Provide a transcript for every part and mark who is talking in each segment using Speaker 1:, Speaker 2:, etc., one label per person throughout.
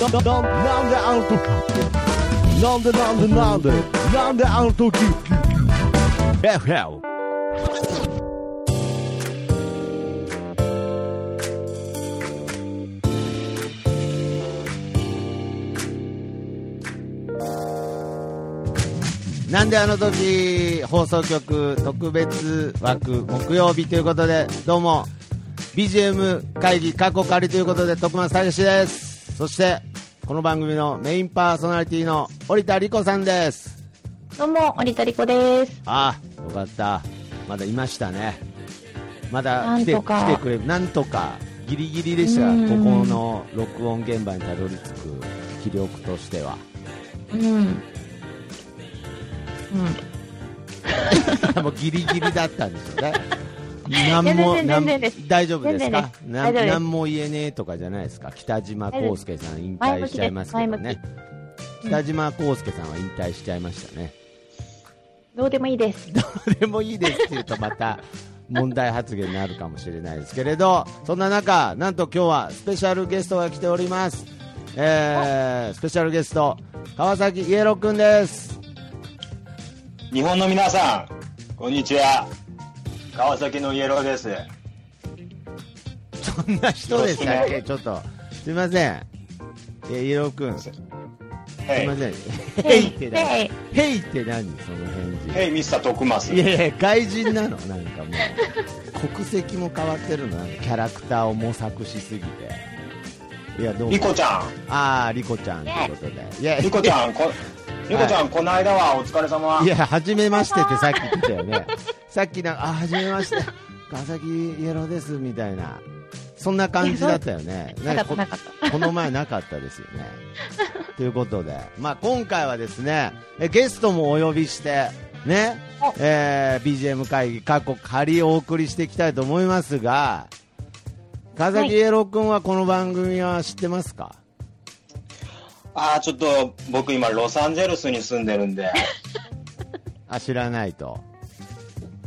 Speaker 1: なななんであの時なんでなんでなんでなんであの時 FL
Speaker 2: なんであの時放送局特別枠木曜日ということでどうも BGM 会議過去仮ということで徳松剛志ですそしてこの番組のメインパーソナリティの織田理子さんです
Speaker 3: どうも、折田理子です。
Speaker 2: ああよかったまだいましたねまだ来て
Speaker 3: なんとか
Speaker 2: 来てくれるなんとかギリギリでした
Speaker 3: うん
Speaker 2: ここの録音現場にたどり着く気力としては
Speaker 3: うん。うん。
Speaker 2: もうギリギリだったんですよ ね何も
Speaker 3: 全然
Speaker 2: なん
Speaker 3: 全然です
Speaker 2: 大丈夫ですか
Speaker 3: 全然です
Speaker 2: な
Speaker 3: 大丈夫です
Speaker 2: 何も言えねえとかじゃないですか北島康介さん引退しちゃいますけど
Speaker 3: 前向きで
Speaker 2: ね
Speaker 3: すき
Speaker 2: 北島康介さんは引退しちゃいましたね、
Speaker 3: どうでもいいです。
Speaker 2: どうでもいいですって言うとまた問題発言になるかもしれないですけれどそんな中なんと今日はスペシャルゲストが来ております、えー、スペシャルゲスト川崎イエローくんです
Speaker 4: 日本の皆さん、こんにちは。川崎のイエローです。
Speaker 2: そんな人でしたっけちょっとすいませんえイエローくんす
Speaker 4: ヘ
Speaker 2: い
Speaker 4: イ
Speaker 2: ま、せん「
Speaker 3: へ
Speaker 2: へ
Speaker 3: い
Speaker 2: い」って何
Speaker 3: へい
Speaker 2: 「へい」って何その返事
Speaker 4: ヘイ、ミスター徳マス。
Speaker 2: いやいや外人なのなんかもう国籍も変わってるのなんかキャラクターを模索しすぎていやどうも
Speaker 4: リコちゃ
Speaker 2: ああリコちゃんということでいや
Speaker 4: ん、リコちゃん、こ、リコちゃん、この間はお疲れ様
Speaker 2: い。や初めましてってさっき言ってたよねさっきなんかあ初めまして川崎イエローですみたいなそんな感じだったよね
Speaker 3: なかった、
Speaker 2: こ
Speaker 3: なかった。
Speaker 2: この前なかったですよね。ということで、まあ、今回はですねえゲストもお呼びして、ね
Speaker 3: お
Speaker 2: えー BGM 会議、過去仮お送りしていきたいと思いますが川
Speaker 3: はい
Speaker 2: 崎イエロー君はこの番組は知ってますか、
Speaker 4: あー、ちょっと、僕今、ロサンゼルスに住んでる んで、
Speaker 2: あ知らないと。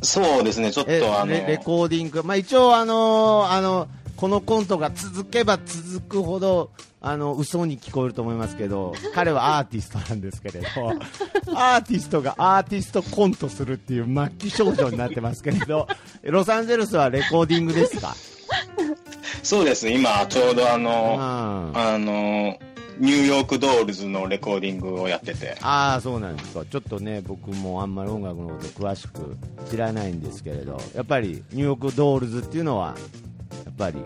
Speaker 4: そうですね、ちょっ
Speaker 2: え
Speaker 4: とあの、
Speaker 2: レレコーディング、まあ、一応、あのーあのこのコントが続けば続くほどあの嘘に聞こえると思いますけど彼はアーティストなんですけれ どアーティストがアーティストコントするっていう末期症状になってますけれどロサンゼルスはレコーディングですか、
Speaker 4: そうですね、今、ちょうどあ
Speaker 2: うん、
Speaker 4: の、
Speaker 2: あ
Speaker 4: あの、ニューヨークドールズのレコーディングをやってて、
Speaker 2: あーそうなんですかちょっとね僕もあんまり音楽のこと詳しく知らないんですけれどやっぱりニューヨークドールズっていうのはやっぱり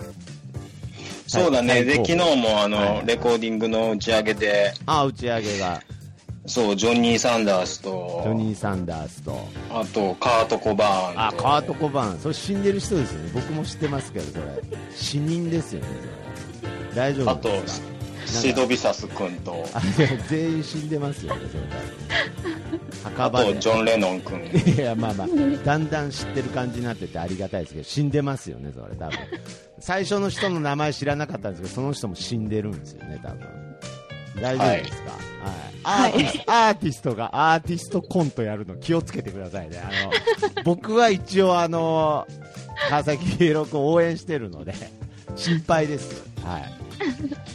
Speaker 4: そうだね、で、
Speaker 2: 最
Speaker 4: 昨
Speaker 2: 高
Speaker 4: 日もあ
Speaker 2: はい
Speaker 4: の、レコーディングの打ち上げで、
Speaker 2: あー打ち上げが
Speaker 4: そう、ジョニー・サンダース
Speaker 2: ジ
Speaker 4: と、
Speaker 2: ョニー・サンダースと
Speaker 4: あと、カート・コバーンと。
Speaker 2: あカート・コバーンそれ死んでる人ですよね僕も知ってますけどそれ死人ですよねそれ大丈夫
Speaker 4: あと
Speaker 2: なんですか、
Speaker 4: シドビサス君と、
Speaker 2: あいや全員死んでますよねそれ多分
Speaker 4: あ
Speaker 2: 墓場
Speaker 4: と
Speaker 2: で
Speaker 4: ジョン・レノン君。
Speaker 2: いやまあまあだんだん知ってる感じになっててありがたいですけど死んでますよねそれ多分最初の人の名前知らなかったんですけどその人も死んでるんですよね多分大丈夫ですか、はいアーティストアーティストがアーティストコントやるの気をつけてくださいねあの僕は一応あの川崎イエロー君を応援してるので心配ですはい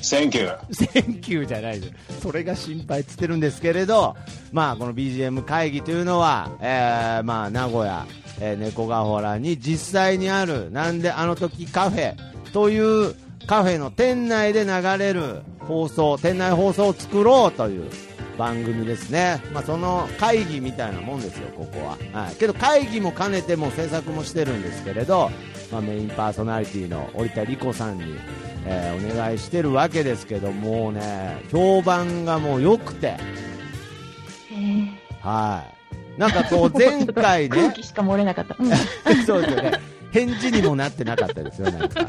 Speaker 4: センキュー。
Speaker 2: 選球じゃないですそれが心配っつってるんですけれど、まあ、この BGM 会議というのは、えーまあ、名古屋、えー猫ヶ原に実際にあるなんであの時カフェというカフェの店内で流れる放送店内放送を作ろうという番組ですね、まあ、その会議みたいなもんですよ、ここは、はい、けど会議も兼ねてもう制作もしてるんですけれど、まあ、メインパーソナリティの織田理子さんに、えーお願いしてるわけですけどもうね評判がもう良くて、
Speaker 3: えー、
Speaker 2: はい、なんか こう前回
Speaker 3: 空
Speaker 2: ね
Speaker 3: 気しか漏れなかった。うん
Speaker 2: そうですよね。返事にもなってなかったですよ、なんか。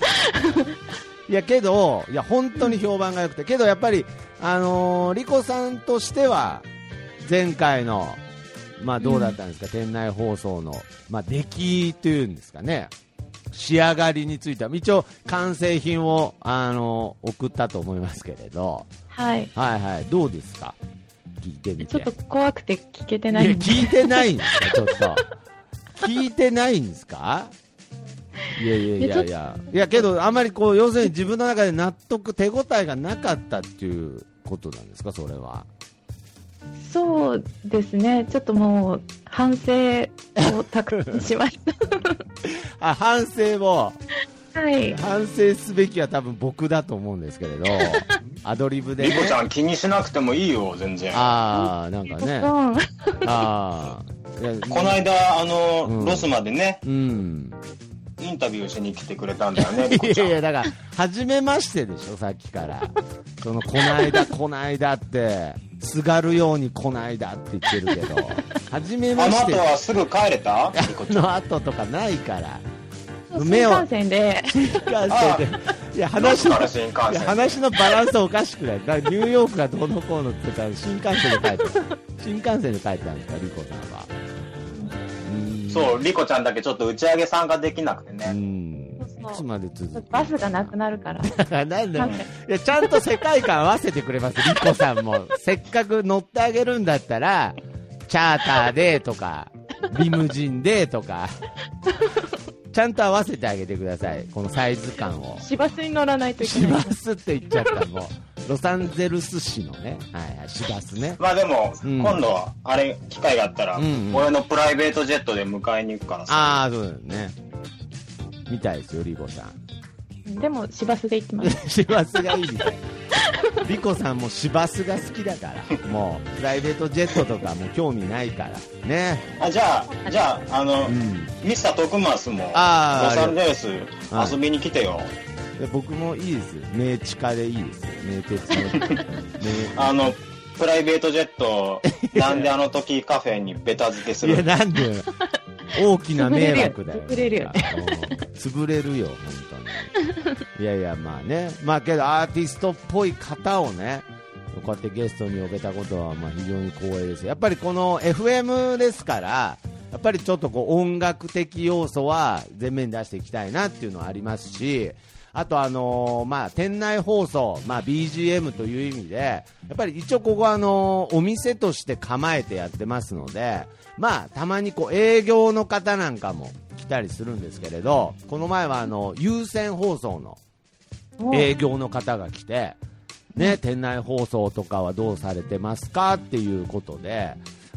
Speaker 2: いや、けど、いや、本当に評判が良くて、けどやっぱり、あのーリコさんとしては、前回の、まあどうだったんですか、店内放送の、まあ出来というんですかね、仕上がりについては、一応完成品を、あのー送ったと思いますけれど、
Speaker 3: はい。
Speaker 2: はいはい、どうですか聞いてみて。
Speaker 3: ちょっと怖くて聞けて
Speaker 2: い
Speaker 3: な
Speaker 2: や、
Speaker 3: いんで。
Speaker 2: 聞いてないんですか、ちょっと。聞いてないんですかいやいやいやいや、いやけど、あまりこう要するに自分の中で納得、手応えがなかったっていうことなんですか、それは。
Speaker 3: そうですね。ちょっともう、反省をたくさんしまし
Speaker 2: あ反省も、
Speaker 3: た。はい。
Speaker 2: 反省すべきは多分僕だと思うんですけれど、アドリブで
Speaker 4: リ
Speaker 2: ね、
Speaker 4: コちゃん気にしなくてもいいよ、全然。
Speaker 2: ああ、なんかね、
Speaker 3: うん。
Speaker 2: ああ、いや
Speaker 4: この間、あの、
Speaker 2: うん
Speaker 4: ロスまでね、
Speaker 2: うん、
Speaker 4: インタビューしに来てくれたんだよね、リコ
Speaker 2: い
Speaker 4: ちゃ
Speaker 2: や
Speaker 4: ん。
Speaker 2: いや、だから、初めましてでしょ、さっきから。その、こないだ、こないだって、すがるようにこないだって言ってるけど、初めま
Speaker 4: あの
Speaker 2: して
Speaker 4: 後はすぐ帰れたリコちゃん。
Speaker 2: の後とかないから、
Speaker 3: そう
Speaker 2: 目
Speaker 3: 新
Speaker 2: を
Speaker 3: 幹線で、
Speaker 2: 新幹線
Speaker 4: あ
Speaker 2: で、いや、
Speaker 4: ロ
Speaker 2: 話
Speaker 4: ス
Speaker 2: の
Speaker 4: か。ら新幹
Speaker 2: いや
Speaker 4: 線。
Speaker 2: 話のバランスおかしくない、だからニューヨークがどうのこうのって言ったら、新幹線で帰った、新幹線で帰ったんですか、リコさんは。うん
Speaker 4: そう、リコちゃんだけちょっと打ち上げ参加できなくて
Speaker 2: う
Speaker 4: ね。
Speaker 2: ん、い
Speaker 3: そうそう
Speaker 2: つまで続く
Speaker 3: バスがなくなるから。
Speaker 2: あなんで
Speaker 3: なんか
Speaker 2: いやちゃんと世界観合わせてくれます、リコさんも。せっかく乗ってあげるんだったら、チャーターでとか、リムジンでとか、ちゃんと合わせてあげてください、このサイズ感を。
Speaker 3: 市バスに乗らないといけ
Speaker 2: 市
Speaker 3: ない
Speaker 2: バ。スって言っちゃった、もう。ロサンゼルス市のね、はいはい、市バスね。
Speaker 4: まあでも、
Speaker 2: うん
Speaker 4: 今度は、あれ、機会があったら、
Speaker 2: うんうん
Speaker 4: 俺のプライベートジェットで迎えに行くからさ。
Speaker 2: ああ、そうだよね。みたいですよ、リコさん。
Speaker 3: でも、市バスで行きます。
Speaker 2: 市バスがいいみたい。リコさんも市バスが好きだから、もう、プライベートジェットとかもう興味ないから、ね。
Speaker 4: あじゃあ、じゃあ、あの、
Speaker 2: うん
Speaker 4: ミスタートクマスも、ロ
Speaker 2: あー
Speaker 4: サンゼルス
Speaker 2: はい
Speaker 4: 遊びに来てよ。
Speaker 2: いや僕もいいですよ、名地下でいいですよ、名鉄 の、ね、
Speaker 4: あの、プライベートジェッ ト、なんであの時カフェにベタ付けす
Speaker 2: いや、
Speaker 4: る
Speaker 2: なんで、大きな迷惑だよ、
Speaker 3: 潰れる
Speaker 2: う
Speaker 3: よ
Speaker 2: ん潰れるよ、本当に。いやいや、まあね、まあけど、アーティストっぽい方をね、こうやってゲストに呼べたことはまあ非常に光栄です、やっぱりこの FM ですから、やっぱりちょっとこう音楽的要素は前面に出していきたいなっていうのはありますし、あと、あのーまあ、店内放送、まあ、BGM という意味で、やっぱり一応ここはあのーお店として構えてやってますので、まあ、たまにこう営業の方なんかも来たりするんですけれど、この前はあの優先放送の
Speaker 3: もう
Speaker 2: 営業の方が来て、ね、店内放送とかはどうされてますかっていうことで、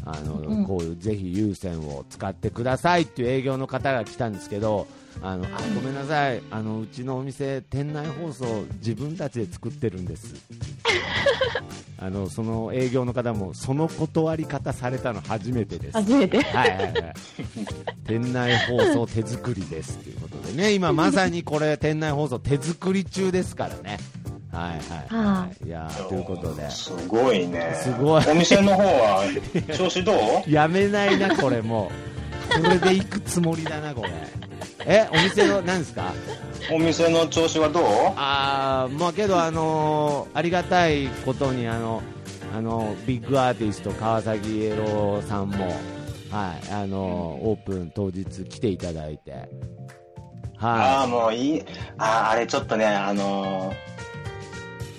Speaker 2: あの、
Speaker 3: うん
Speaker 2: こういうぜひ有線を使ってくださいっていう営業の方が来たんですけど、あのあごめんなさいあの、うちのお店、店内放送、自分たちで作ってるん ですって言ってあのその営業の方も、その断り方されたの初めてです。
Speaker 3: 初めて。
Speaker 2: はいはいはい、店内放送手作りですということでね、今まさにこれ、店内放送手作り中ですからね。はいはい、、
Speaker 3: はい
Speaker 2: やーということで、
Speaker 4: すごいね。
Speaker 2: すごい
Speaker 4: お店の方は、調子どう
Speaker 2: やめないな、これもう、これで行くつもりだな、これ。え、お店の、なんですか
Speaker 4: お店の調子はどう
Speaker 2: あーまあけど、あのーありがたいことにあの、あのビッグアーティスト川崎イエローさんも、はいあのーオープン当日来ていただいて、
Speaker 4: ああ、
Speaker 2: は
Speaker 4: もういい。ああ、あれちょっとね、あのー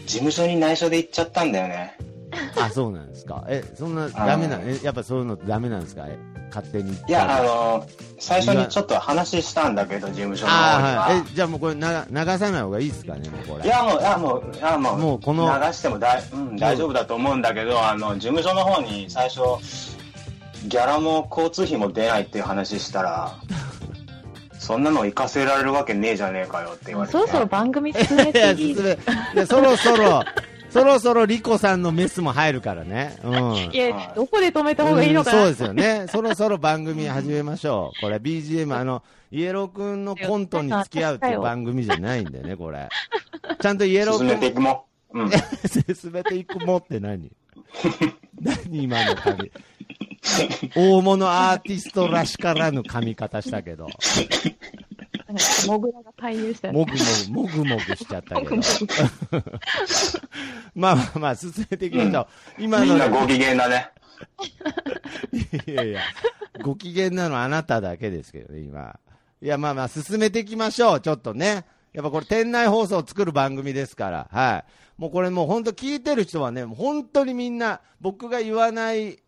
Speaker 4: 事務所に内緒で行っちゃったんだよね。
Speaker 2: い、あそうなんですかえそんなダメなえやっぱそういうのダメなんですかえ勝手に
Speaker 4: いや、あのー最初にちょっと話したんだけど、事務所の方には。
Speaker 2: あーはいえじゃあもうこれな流さない方がいいですかねもうこれ
Speaker 4: いやもう、いやもう、いやもう、
Speaker 2: もうこの
Speaker 4: 流してもだい、うん、大丈夫だと思うんだけど、あの、事務所の方に最初、ギャラも交通費も出ないっていう話し たら、そんなの行かせられるわけねえじゃねえかよって言われて。
Speaker 3: そろそろ番組進め
Speaker 2: いや
Speaker 3: てい
Speaker 2: 進
Speaker 3: い
Speaker 2: めいやそろそろそろそろリコさんのメスも入るからねうん
Speaker 3: いや、どこで止めた方がいいのかな。
Speaker 2: うんそうですよね。そろそろ番組始めましょう。これ BGM、あの、イエローくんのコントに付き合うっていう番組じゃないんでね、これ。ちゃんとイエローく
Speaker 4: 進
Speaker 2: ん
Speaker 4: めていくも ん。うん。
Speaker 2: 進めていくもって何 何今の髪。大物アーティストらしからぬ髪型したけど。
Speaker 3: なんかモグラが介入したよね
Speaker 2: もぐもぐ、もぐもぐしちゃったけど。 まあまあまあ、進めていきましょう。今
Speaker 4: み
Speaker 2: の
Speaker 4: んなご機嫌だね。
Speaker 2: いやいや、ご機嫌なのあなただけですけどね、今。いや、まあまあ、進めていきましょう、ちょっとね。やっぱこれ、店内放送を作る番組ですから、はい。もうこれもう本当聞いてる人はね、もう本当にみんな、僕が言わない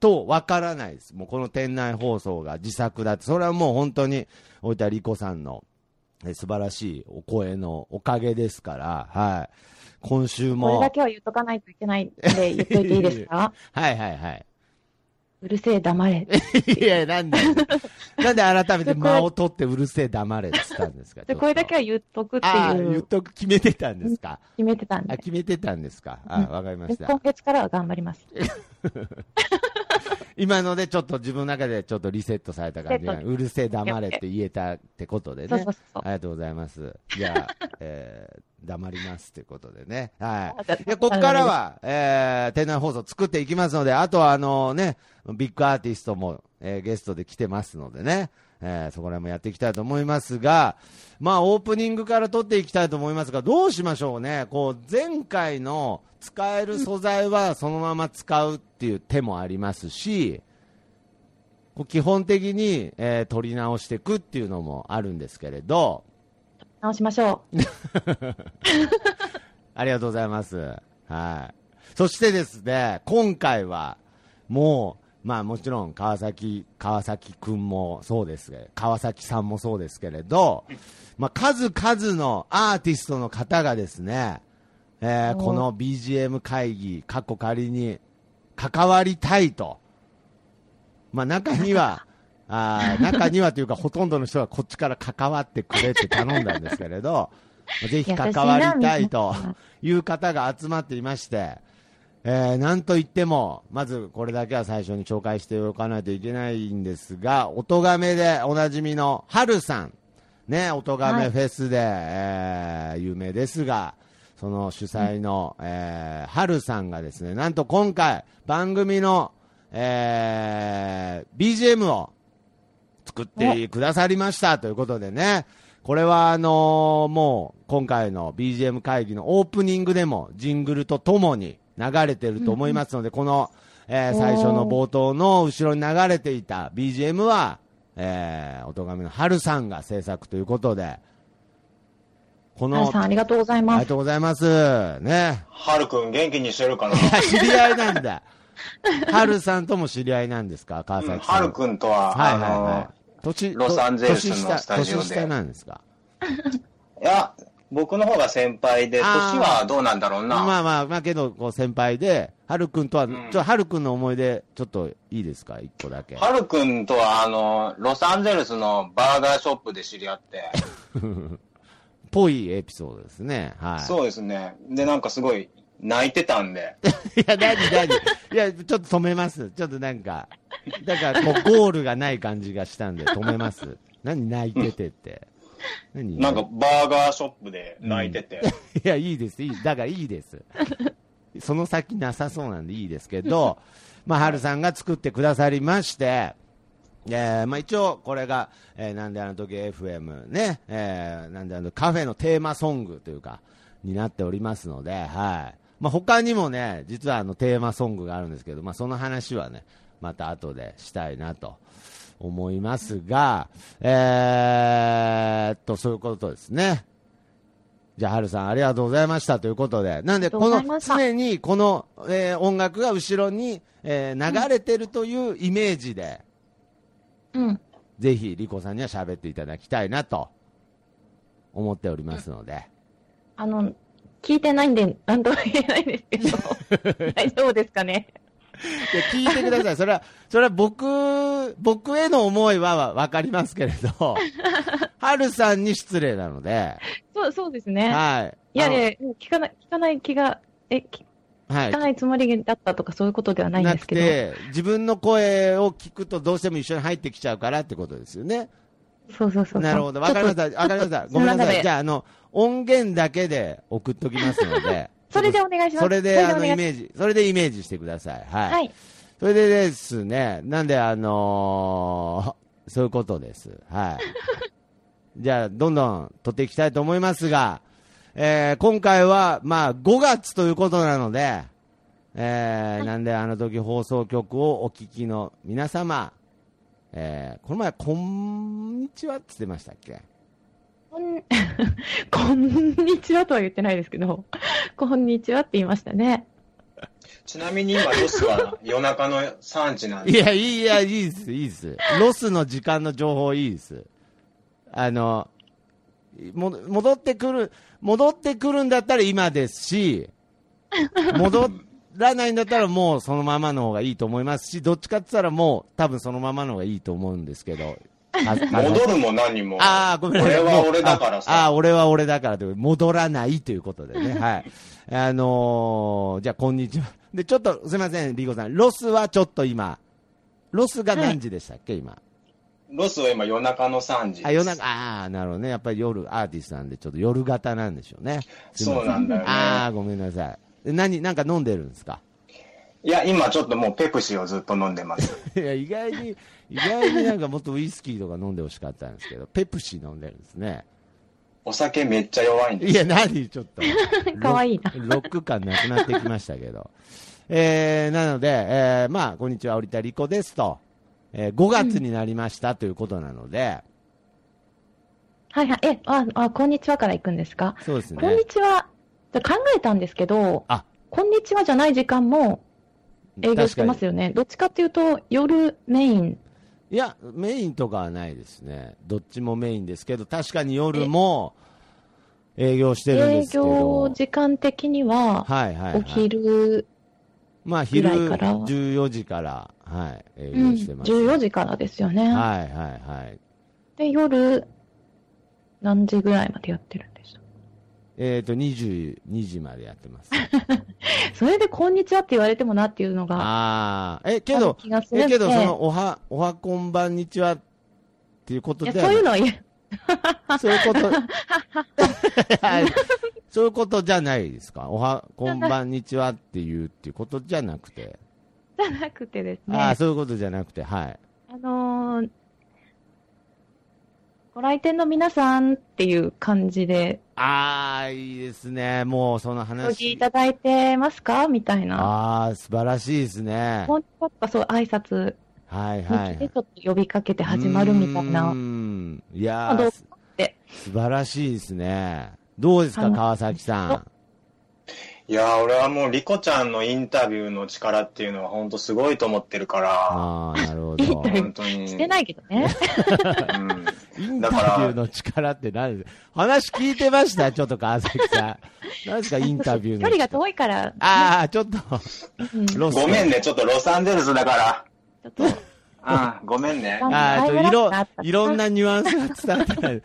Speaker 2: とわからないです。もうこの店内放送が自作だって。それはもう本当に、大分リコさんのえ素晴らしいお声のおかげですから、はい。今週
Speaker 3: これ
Speaker 2: も、は
Speaker 3: だ
Speaker 2: い
Speaker 3: けは言っとかないといけないんで、言っといていいですか
Speaker 2: はいはい。
Speaker 3: うるせえ、黙れ。
Speaker 2: いや、なんで、なんで改めて間を取ってうるせえ黙れって言ったんですか
Speaker 3: で、これだけは言っとくって
Speaker 2: ああ、
Speaker 3: い
Speaker 2: 言っ
Speaker 3: う、
Speaker 2: とく、決めてたんですか。
Speaker 3: 決めてたん
Speaker 2: あ、
Speaker 3: で。
Speaker 2: 決めてたんですか。あ、わかりまし
Speaker 3: 今
Speaker 2: た。
Speaker 3: 月からは頑張ります。
Speaker 2: 今のでちょっと自分の中でちょっとリセットされた感じが、
Speaker 3: リセット
Speaker 2: うるせえ黙れって言えたってことで
Speaker 3: そうそ
Speaker 2: ね
Speaker 3: う。そ
Speaker 2: あ
Speaker 3: う。
Speaker 2: りがとうございます。じゃあ、えー黙りますということでね。はい。
Speaker 3: じゃあ
Speaker 2: いや、ここからは、えー、店内放送作っていきますので、あとはあのね、ビッグアーティストも、えーゲストで来てますのでね、えーそこら辺もやっていきたいと思いますが、まあ、オープニングから撮っていきたいと思いますが、どうしましょうね。こう、前回の使える素材はそのまま使うっていう手もありますし、こう基本的に、えー撮り直していくっていうのもあるんですけれど、
Speaker 3: 直しましょう。
Speaker 2: ありがとうございます。はい。そしてですね、今回は、もう、まあもちろん川崎、川崎くんもそうですけど、川崎さんもそうですけれど、まあ数々のアーティストの方がですね、えー
Speaker 3: おー
Speaker 2: この BGM 会議、過去仮に関わりたいと。まあ中には、 あー中にはというかほとんどの人がこっちから関わってくれって頼んだんですけれど、ぜひ関わりたいという方が集まっていまして、えーなんといっても、まずこれだけは最初に紹介しておかないといけないんですが、おとがめでおなじみのハルさん、ね、おとがめフェスで、えー有名ですが、その主催の、えー、ハルさんがですね、なんと今回、番組の、えー BGM を作ってくださりましたということでね、これはあのーもう今回の BGM 会議のオープニングでもジングルとともに流れてると思いますので、この、えー
Speaker 3: おー
Speaker 2: 最初の冒頭の後ろに流れていた BGM は、えー、おとがめの春さんが制作ということで、こ
Speaker 3: 皆
Speaker 2: の、
Speaker 3: さん、ありがとうござい
Speaker 2: あり
Speaker 3: ま
Speaker 2: が
Speaker 3: す。
Speaker 2: とうございます。ね。
Speaker 4: はるくん元気にしてるかな
Speaker 2: あ知り合いなんだ。はるさんとも知り合いなんですか、川
Speaker 4: うん
Speaker 2: 崎さん。
Speaker 4: はるくんとは、
Speaker 2: はいはいはい
Speaker 4: あ。
Speaker 2: 年
Speaker 4: ロサンゼルスのスタジオで
Speaker 2: 年下年下なんですか。
Speaker 4: の、いや、僕の方が先輩で、年
Speaker 2: あー
Speaker 4: はどうなんだろうな。
Speaker 2: まあまあ、まあけど、こう先輩で、はるくんとは、ちょっとはるくんの思い出、ちょっといいですか、一個だけ。
Speaker 4: はるくんとは、あの、ロサンゼルスのバーガーショップで知り合って、
Speaker 2: ぽいエピソードですね。はい。
Speaker 4: そうですね。で、なんかすごい泣いてたんで、
Speaker 2: いや、何、何。いや、ちょっと止めます。ちょっとなんか、だから、こう、ゴールがない感じがしたんで、止め ます。何泣いててって。何
Speaker 4: なんかバーガーショップで泣いてて、
Speaker 2: いや、いいです、いい。だからいいです。その先なさそうなんでいいですけど、まあ、はるさんが作ってくださりまして、えーまあ、一応、これが、えーなんであの時 FM ね、えーなんであのカフェのテーマソングというか、になっておりますので、はい。まあ、他にもね、実はあのテーマソングがあるんですけど、まあ、その話はね、また後でしたいなと思いますが、えーっと、そういうことですね。じゃあ、はるさん、ありがとうございましたということで、なんで、
Speaker 3: ありがと
Speaker 2: こ
Speaker 3: うござい
Speaker 2: の、
Speaker 3: ました
Speaker 2: 常にこの、えー音楽が後ろに、えー流れてるというイメージで、
Speaker 3: うん。
Speaker 2: ぜひ、リコさんには喋っていただきたいなと、思っておりますので。
Speaker 3: あの、聞いてないんで、なんとも言えないですけど、 大丈夫ですかね。
Speaker 2: いや聞いてください。それは、それは僕、僕への思いはわわかりますけれ ど、はるさんに失礼なので、
Speaker 3: そう、そうですね。
Speaker 2: はい。
Speaker 3: いやいや、聞かない、聞かない気が、え、聞
Speaker 2: あの、はい
Speaker 3: 聞か。ないつもりだったとかそういうことではないん
Speaker 2: な
Speaker 3: で
Speaker 2: く
Speaker 3: すけ
Speaker 2: て、自分の声を聞くとどうしても一緒に入ってきちゃうからってことですよね。
Speaker 3: ど。そうそうそうそう。
Speaker 2: なるほど。わかりまし
Speaker 3: ち
Speaker 2: た。
Speaker 3: ょっと
Speaker 2: わかりました。
Speaker 3: ちょっと
Speaker 2: ごめんな
Speaker 3: その
Speaker 2: さ
Speaker 3: 中
Speaker 2: い。
Speaker 3: で。
Speaker 2: じゃあ、あの、音源だけで送っときますので
Speaker 3: それでお願いします。
Speaker 2: それで、あ
Speaker 3: お
Speaker 2: の、
Speaker 3: 願い
Speaker 2: イ
Speaker 3: し
Speaker 2: メージ、それでイメージしてください。は
Speaker 3: ま
Speaker 2: い。
Speaker 3: すはい。
Speaker 2: それでですね、なんで、あのーそういうことです。はい。 じゃあ、どんどん撮っていきたいと思いますが、えー今回は、まあ、5月ということなので、えーなんであの時放送局をお聞きの皆様、えーこの前、こんにちはって言ってましたっけ
Speaker 3: こんこんにちはとは言ってないですけど、こんにちはって言いましたね。
Speaker 4: ちなみに今、ロスは夜中の3時なん
Speaker 2: い
Speaker 4: で、
Speaker 2: や、いい、いや、いいです、いいです。ロスの時間の情報いいです。あの、も戻ってくる、戻ってくるんだったら今です し、戻らないんだったらもうそのままの方がいいと思いますし、どっちかって言ったらもう多分そのままの方がいいと思うんですけど。あ
Speaker 4: 戻るも何も。
Speaker 2: ああ、ごめんなさい。
Speaker 4: 俺は俺だから
Speaker 2: ああ
Speaker 4: さ。
Speaker 2: ー、俺は俺だからという、戻らないということでね。 はい。あのー、じゃあ、こんにちは。で、ちょっと、すいません、リーゴさん。ロスはちょっと今、ロスが何時でしたっけ、今。
Speaker 4: ロスは今夜中の3時です。
Speaker 2: あ、夜中、ああ、なるほどね。やっぱり夜、アーティストなんで、ちょっと夜型なんでしょうね。すいませ
Speaker 4: そうなんだよね
Speaker 2: ああ、ごめんなさい。で何、なんか飲んでるんですか
Speaker 4: いや、今ちょっともうペプシをずっと飲ん でます。
Speaker 2: いや、意外 に、意外になんかもっとウイスキーとか飲んでほしかったんですけど、ペプシ飲んでるんですね。
Speaker 4: お酒めっちゃ弱いんで
Speaker 2: い
Speaker 4: す。
Speaker 2: や、何ちょっと。
Speaker 3: かわいいな
Speaker 2: ロッロック感なくなってきましたけど。 えー、なので、えー、まあ、こんにちは、折田理子ですと。えー、5月になりましたということなので、
Speaker 3: はいはい。え、あ、あ、こんにちはから行くんですか
Speaker 2: そうです
Speaker 3: こん
Speaker 2: ね
Speaker 3: に。ちは、考えたんですけど、
Speaker 2: あ
Speaker 3: こんにちはじゃない時間も営業してますよね。どっちかっていうと、夜メイン。
Speaker 2: いや、メインとかはないですね。どっちもメインですけど、確かに夜も営業してるんで
Speaker 3: 営
Speaker 2: すけど。
Speaker 3: 業時間的には、
Speaker 2: はいはい、はい。
Speaker 3: お昼、
Speaker 2: まあ、昼
Speaker 3: ぐらいから
Speaker 2: 14時から、はい、営
Speaker 3: うん、
Speaker 2: 業してます。
Speaker 3: 14時からですよね。
Speaker 2: はいはいはい。
Speaker 3: で、夜、何時ぐらいまでやってるんです
Speaker 2: えっ、と、22時までやってます。
Speaker 3: それで、こんにちはって言われてもなっていうのが、
Speaker 2: ああ、え、け
Speaker 3: ある
Speaker 2: ど、
Speaker 3: 気がする
Speaker 2: え、
Speaker 3: ん
Speaker 2: け
Speaker 3: で、
Speaker 2: ど、その、おは、おはこんばんにちはっていうこと
Speaker 3: い
Speaker 2: で
Speaker 3: や
Speaker 2: はな
Speaker 3: そういうのは言え
Speaker 2: そういうこと、 はいそういうことじゃないですか。おは、こんばんにちはっていうっていうことじゃなくて。
Speaker 3: じゃなくてですね、
Speaker 2: ああ、
Speaker 3: あ
Speaker 2: そういうことじゃなくて、はい。
Speaker 3: のーご来店の皆さんっていう感じで、
Speaker 2: ああ、いいですね。もう、その
Speaker 3: ご利用い
Speaker 2: 話。
Speaker 3: ただいてますかみたいな。
Speaker 2: ああ、素晴らしいですね。
Speaker 3: こんにちはとかそう挨拶
Speaker 2: はいは
Speaker 3: に来て、
Speaker 2: い
Speaker 3: ち。ょっと呼びかけて始まるみたい
Speaker 2: ー
Speaker 3: うな。
Speaker 2: ん。い
Speaker 3: まあ
Speaker 2: や
Speaker 3: どう
Speaker 2: ー、
Speaker 3: っ
Speaker 2: す
Speaker 3: て。
Speaker 2: 素晴らしいですね。どうです
Speaker 3: あ
Speaker 2: か、
Speaker 3: の
Speaker 2: 川崎さん。
Speaker 4: いやー、俺はもうリコちゃんのインタビューの力っていうのは本当すごいと思ってるから、
Speaker 2: ああ、なるほど。
Speaker 3: インタビュー
Speaker 4: 本当に。
Speaker 3: してないけどね。
Speaker 4: うん
Speaker 2: インタビューの力って何です話聞いてましたちょっと川崎さん。何ですかインタビュー
Speaker 3: 距
Speaker 2: の
Speaker 3: 離が遠いから、
Speaker 2: ああ、ちょっと、
Speaker 3: うんちょ
Speaker 2: ロス。
Speaker 4: ごめんね、ちょっとロサンゼルスだから。
Speaker 3: っと、
Speaker 4: あごめんね。
Speaker 2: ああ、ちょいろ
Speaker 3: 会話があった、
Speaker 2: いろんなニュアンスが伝わってない。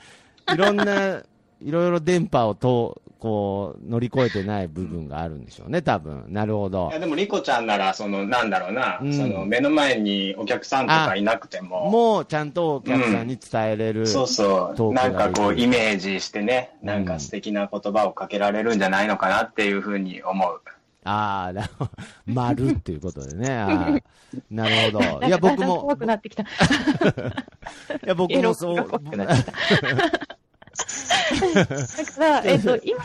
Speaker 2: いろんな、いろいろ電波をと、こう、乗り越えてない部分があるんでしょうね、多分。なるほど
Speaker 4: いや。でも、リコちゃんなら、その、なんだろうな、
Speaker 2: うん
Speaker 4: その、目の前にお客さんとかいなくても、
Speaker 2: もうちゃんとお客さんに伝えれる。
Speaker 4: そうそ
Speaker 2: トー
Speaker 4: う、
Speaker 2: クが
Speaker 4: な
Speaker 2: で
Speaker 4: ん
Speaker 2: きる
Speaker 4: かこう、イメージしてね、な
Speaker 2: う
Speaker 4: ん
Speaker 2: ん
Speaker 4: か素敵な言葉をかけられるんじゃないのかなっていうふうに思う。
Speaker 2: ああ、なるほど。丸っていうことでね。ああなるほど。い
Speaker 3: な
Speaker 2: や、
Speaker 3: んかだん
Speaker 2: 僕
Speaker 3: だん
Speaker 2: も
Speaker 3: 怖、くなってきた。
Speaker 2: いや、僕
Speaker 3: エ
Speaker 2: も
Speaker 3: ロ
Speaker 2: そう、
Speaker 3: だから、えっと、今、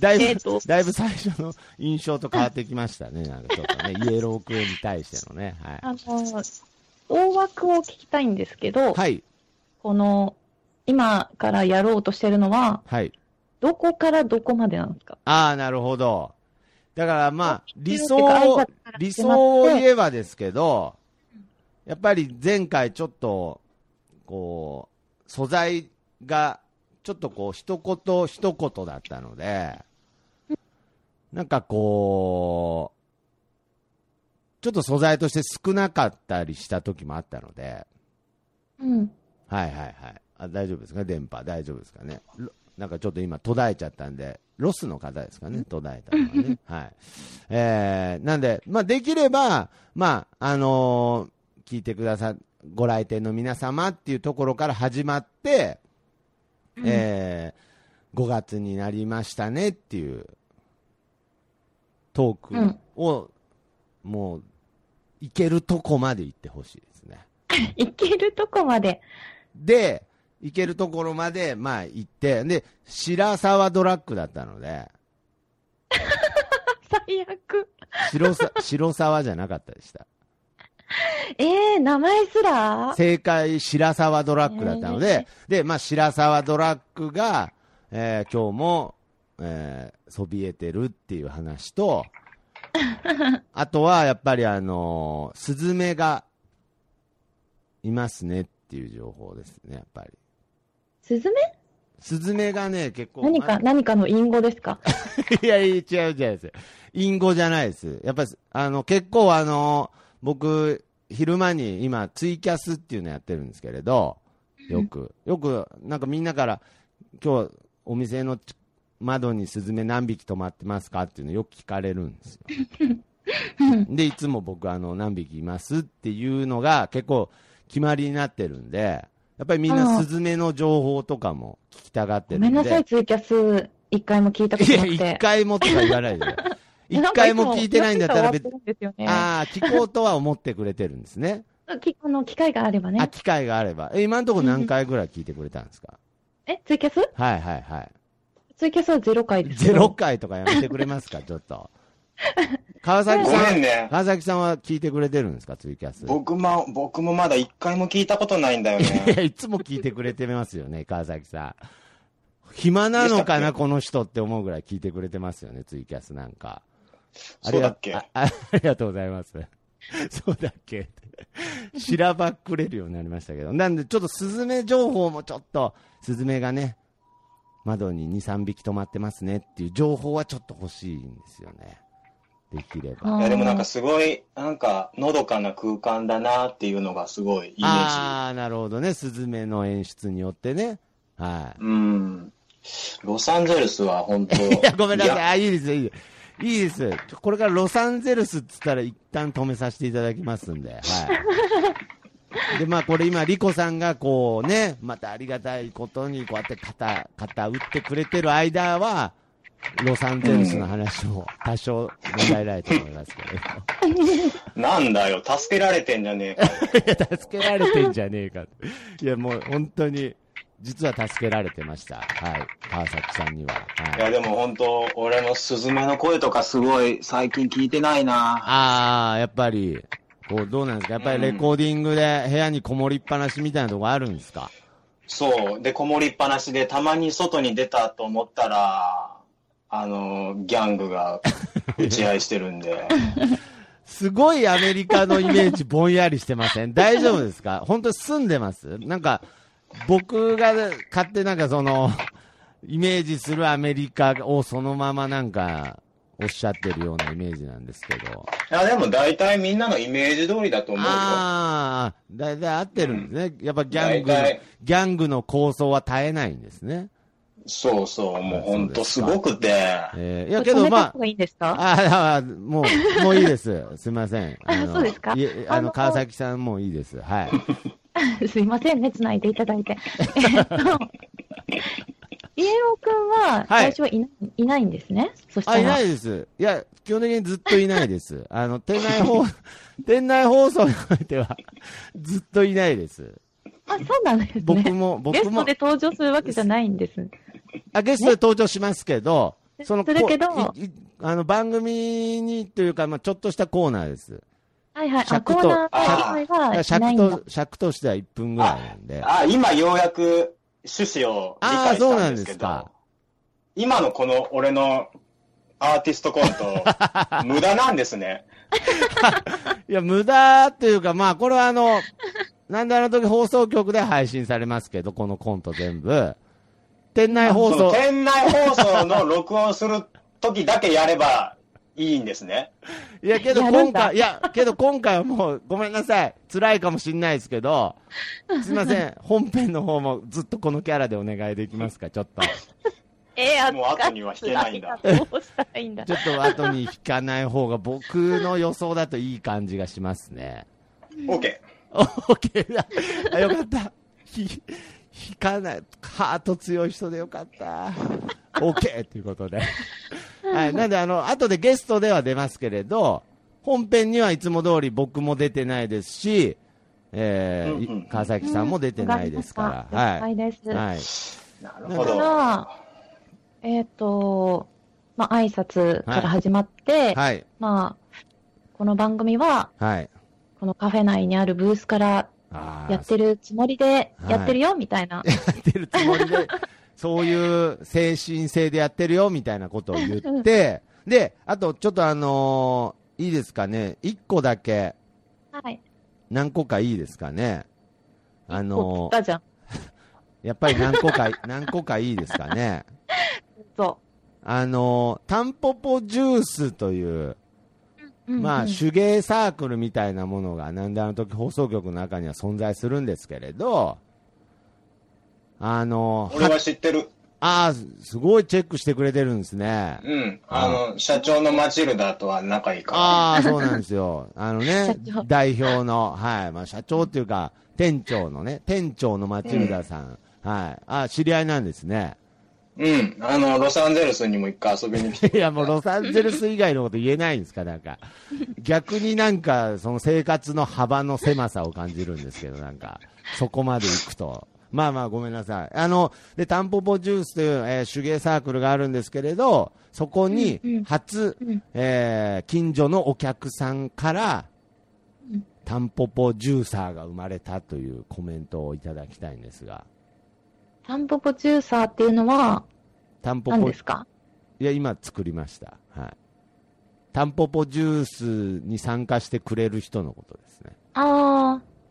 Speaker 2: だいぶ、
Speaker 3: えーと
Speaker 2: だいぶ最初の印象と変わってきま したね、なんかちょっとね、イエロークエに対してのね、は
Speaker 3: あの、大枠を聞きたいんですけど、
Speaker 2: い。はい、
Speaker 3: この、今からやろうとしてるのは、
Speaker 2: はい。
Speaker 3: どこからどこまでなんですか
Speaker 2: ああ、なるほど。だからまあ、理想
Speaker 3: 挨拶か
Speaker 2: を
Speaker 3: ら始まっ、て
Speaker 2: 理想を言えばですけど、やっぱり前回ちょっと、こう、素材が、ちょっとこう、一言一言だったので、なんかこう、ちょっと素材として少なかったりした時もあったので、
Speaker 3: うん。
Speaker 2: はいはいはい。あ大丈夫ですか電波大丈夫ですかねろなんかちょっと今途絶えちゃったんで、ロスの方ですかね途絶えたのはね。はい。えー、なんで、まあできれば、まあ、あのー聞いてくださ、ご来店の皆様っていうところから始まって、えー、5月になりましたねっていうト
Speaker 3: う
Speaker 2: ー
Speaker 3: ん
Speaker 2: クを、もう、いけるとこまで行ってほしいですね。
Speaker 3: 行けるとこまで。
Speaker 2: で、行けるところまで、まあ行って、で、白沢ドラッグだったので、
Speaker 3: 最悪。
Speaker 2: 白 さ白沢じゃなかったでした。
Speaker 3: ええー、名前すら
Speaker 2: 正解、白沢ドラッグだったので、で、まあ白沢ドラッグが、えー今日も、えーそびえてるっていう話 と、あとはやっぱりあのースズメがいますねっていう情報ですね、やっぱり。
Speaker 3: スズメ
Speaker 2: スズメがね、結構。
Speaker 3: 何か、何かの隠語ですか
Speaker 2: いや、いや違う違うです。隠語じゃないです。やっぱり、あの、結構あの、僕、昼間に今、ツイキャスっていうのやってるんですけれど、よく、よく、なんかみんなから、今日、お店のち窓にスズメ何匹止まってますかっていうのよく聞かれるんですよ。 で、いつも僕、あの、何匹いますっていうのが結構決まりになってるんで、やっぱりみん
Speaker 3: あ
Speaker 2: な
Speaker 3: ら
Speaker 2: スズメの情報とかも聞きたがって
Speaker 3: ご
Speaker 2: るんで。
Speaker 3: めんなさい、ツイキャス、一回も聞いたこと
Speaker 2: い
Speaker 3: な
Speaker 2: や、
Speaker 3: く
Speaker 2: 一
Speaker 3: て。
Speaker 2: 回もとか言わない で。一回も聞いてないんだったら別
Speaker 3: に。なんかいつもやってたら終わ
Speaker 2: ああ、聞こうとは思ってくれてるんですね。
Speaker 3: ってるんですよねきあの、機会があれば
Speaker 2: あ、
Speaker 3: ね。
Speaker 2: 機会があれば。え、今のところ何回ぐらい聞いてくれたんです か
Speaker 3: え、ツイキャス
Speaker 2: はいはいはい。
Speaker 3: ツイキャスはゼロ回ですけ
Speaker 2: ゼ
Speaker 3: ど。
Speaker 2: ロ回とかやめてくれますかちょっと。川
Speaker 4: ご
Speaker 2: 崎さ
Speaker 4: めん
Speaker 2: ん、
Speaker 4: ね。
Speaker 2: 川崎さんは聞いてくれてるんですかツイキャス。い
Speaker 4: 僕も、僕もまだ一回も聞いたことないんだよね。
Speaker 2: や、いつも聞いてくれてますよね、川崎さん。暇なのかな、この人って思うぐらい聞いてくれてますよね、ツイキャスなんか。あ
Speaker 4: そ
Speaker 2: り
Speaker 4: うだ
Speaker 2: が
Speaker 4: っけ
Speaker 2: ああ ありがとうございます。 そうだっけ ってしらばっくれるようになりましたけど。なんで、ちょっとスズメ情報もちょっと、スズメがね、窓に2、3匹止まってますねっていう情報はちょっと欲しいんですよね。できれば。
Speaker 3: あー
Speaker 4: いや、でもなんかすごい、なんか、のどかな空間だなっていうのがすごいイメージ。
Speaker 2: ああ、なるほどね。スズメの演出によってね。はい。
Speaker 4: うん。ロサンゼルスは本当。
Speaker 2: いや、ごめんなさい。
Speaker 4: や
Speaker 2: あ、いいです、いいです。いいです。ちょこれからロサンゼルスっつったら一旦止めさせていただきますんで。はい。で、まあこれ今、リコさんがこうね、またありがたいことにこうやって肩、肩打ってくれてる間は、ロサンゼルスの話を多少願えないと思いますけれど。
Speaker 4: なんだよ、助けられてんじゃねえか。
Speaker 2: 助けられてんじゃねえかっていや、もう本当に、実は助けられてました。はい。川崎さんには。はい
Speaker 4: いや、でも本当、俺のスズメの声とかすごい最近聞いてないな。
Speaker 2: ああ、やっぱり、こう、どうなんですかやっぱりレコーディングで部屋にこもりっぱなしみたいなとこあるんですか
Speaker 4: そう。で、こもりっぱなしで、たまに外に出たと思ったら、あの、ギャングが打ち合いしてるんで。
Speaker 2: すごいアメリカのイメージぼんやりしてません大丈夫ですか 本当に住んでますなんか、僕が勝手なんかその、イメージするアメリカをそのままなんか、おっしゃってるようなイメージなんですけど。
Speaker 4: いや、でも大体みんなのイメージ通りだと思うよ。
Speaker 2: ああ、だいたい合ってるんですね。やっぱギャングの
Speaker 4: 大体、
Speaker 2: ギャングの構想は絶えないんですね。
Speaker 4: そうそう、もうほんとすごくて。
Speaker 2: えーい
Speaker 3: い
Speaker 2: やけどまあ、
Speaker 3: いいんです か
Speaker 2: ああ、もう、もういいです。すみません。の
Speaker 3: あそうですか
Speaker 2: いえあ
Speaker 3: あ
Speaker 2: の、
Speaker 3: の
Speaker 2: 川崎さんもういいです。 はい。
Speaker 3: すいませんね、つないでいただい て。えっと、家尾くんは
Speaker 2: はい
Speaker 3: 最初はいない,、い、ないんですね。そした
Speaker 2: あ、
Speaker 3: ら。
Speaker 2: いないです。いや、基本的にずっといないです。あの、店内 放、店内放送においては、ずっといないです。
Speaker 3: あ、そうなんですね。
Speaker 2: 僕も、
Speaker 3: ゲ
Speaker 2: 僕
Speaker 3: スト
Speaker 2: も
Speaker 3: で、登場するわけじゃないんです。
Speaker 2: あ、ゲストで登場しますけど、その、
Speaker 3: するけど
Speaker 2: こういいあの、番組にというか、まあちょっとしたコーナーです。
Speaker 3: はいはい。あ、
Speaker 2: 尺
Speaker 3: コ
Speaker 2: と
Speaker 3: ーナー以外はいない
Speaker 2: 尺
Speaker 3: んだ
Speaker 2: と、尺としては1分ぐらいなんで。
Speaker 4: あ、今ようやく趣旨を理
Speaker 2: ああ、
Speaker 4: 解し
Speaker 2: そう
Speaker 4: た
Speaker 2: なんん
Speaker 4: で
Speaker 2: ですす
Speaker 4: け
Speaker 2: か
Speaker 4: ど。、今のこの俺のアーティストコン ト、無駄なんですね。
Speaker 2: いや、無駄というか、まあ、これはあの、 なんであの時放送局で配信されますけど、このコント全部。店内放
Speaker 4: その
Speaker 2: 送。
Speaker 4: 店内放送の録音する時だけやればいいんですね。
Speaker 2: いや、けど
Speaker 3: やる
Speaker 2: 今
Speaker 3: んだ
Speaker 2: 回、いや、けど今回はもう、ごめんなさい。辛いかもしんないですけど、すいません。 本編の方もずっとこのキャラでお願いできますか、ちょっと。
Speaker 3: えー、
Speaker 4: もう後には引けないんだ
Speaker 3: どうしたらいいんだ
Speaker 2: ち。ょっと後に引かない方が、僕の予想だといい感じがしますね。
Speaker 4: OK。
Speaker 2: オーケーだ。あよかった。ひ、引かない。ハート強い人でよかった。オーケーということで。はい。なんで、あの、後でゲストでは出ますけれど、本編にはいつも通り僕も出てないですし、えー
Speaker 4: うんうん
Speaker 2: 川崎さんも出てないですか
Speaker 3: わ
Speaker 2: ら。
Speaker 3: か
Speaker 2: は
Speaker 3: り
Speaker 2: い。
Speaker 3: ました了解です。
Speaker 2: はい。
Speaker 4: なるほ
Speaker 3: だか
Speaker 4: ど。
Speaker 3: ら、えっ、と、まあ、挨拶から始まって、
Speaker 2: はい。
Speaker 3: まあ、この番組は、
Speaker 2: はい。
Speaker 3: このカフェ内にあるブースから
Speaker 2: あー
Speaker 3: やってるつもりで
Speaker 2: はい
Speaker 3: やってるよ、みたいな。
Speaker 2: やってるつもりで、そういう精神性でやってるよみたいなことを言って、で、あとちょっとあのーいいですかね、1個だけ、
Speaker 3: はい。
Speaker 2: 何個かいいですかね。あ
Speaker 3: こう
Speaker 2: の
Speaker 3: 来たじゃん。
Speaker 2: やっぱり何個か、何個かい いですかね。
Speaker 3: そ
Speaker 2: あの、タンポポジュースという、
Speaker 3: う。うん
Speaker 2: ま
Speaker 3: う
Speaker 2: あ、
Speaker 3: ん
Speaker 2: 手芸サークルみたいなものが、なんであの時放送局の中には存在するんですけれど、あの、
Speaker 4: 俺は知ってる。
Speaker 2: ああ、すごいチェックしてくれてるんですね。
Speaker 4: うん。あの、社長のマチルダとは仲いいか
Speaker 2: ああ、そうなんです よ。あのね
Speaker 3: 社長、
Speaker 2: 代表の、はい、まあ社長っていうか、店長のね、店長のマチルダさん。はい。あ、知り合いなんですね。
Speaker 4: ら。うん。あの、ロサンゼルスにも一回遊びに来て。
Speaker 2: いや、もうロサンゼルス以外のこと言えないんですか、なんか。逆になんか、その生活の幅の狭さを感じるんですけど、なんか、そこまで行くと。まあまあ、ごめんなさい。あの、で、タンポポジュースという、えー手芸サークルがあるんですけれど、そこ
Speaker 3: うんう
Speaker 2: に
Speaker 3: ん、
Speaker 2: 初、
Speaker 3: うん
Speaker 2: えー近所のお客さんから
Speaker 3: うん、
Speaker 2: タンポポジューサーが生まれたというコメントをいただきたいんですが、
Speaker 3: タンポポジューサーっていうのは
Speaker 2: タンポ
Speaker 3: 何
Speaker 2: ポ
Speaker 3: ですか
Speaker 2: いや、今作りました。はい。タンポポジュースに参加してくれる人のことですね。
Speaker 3: あ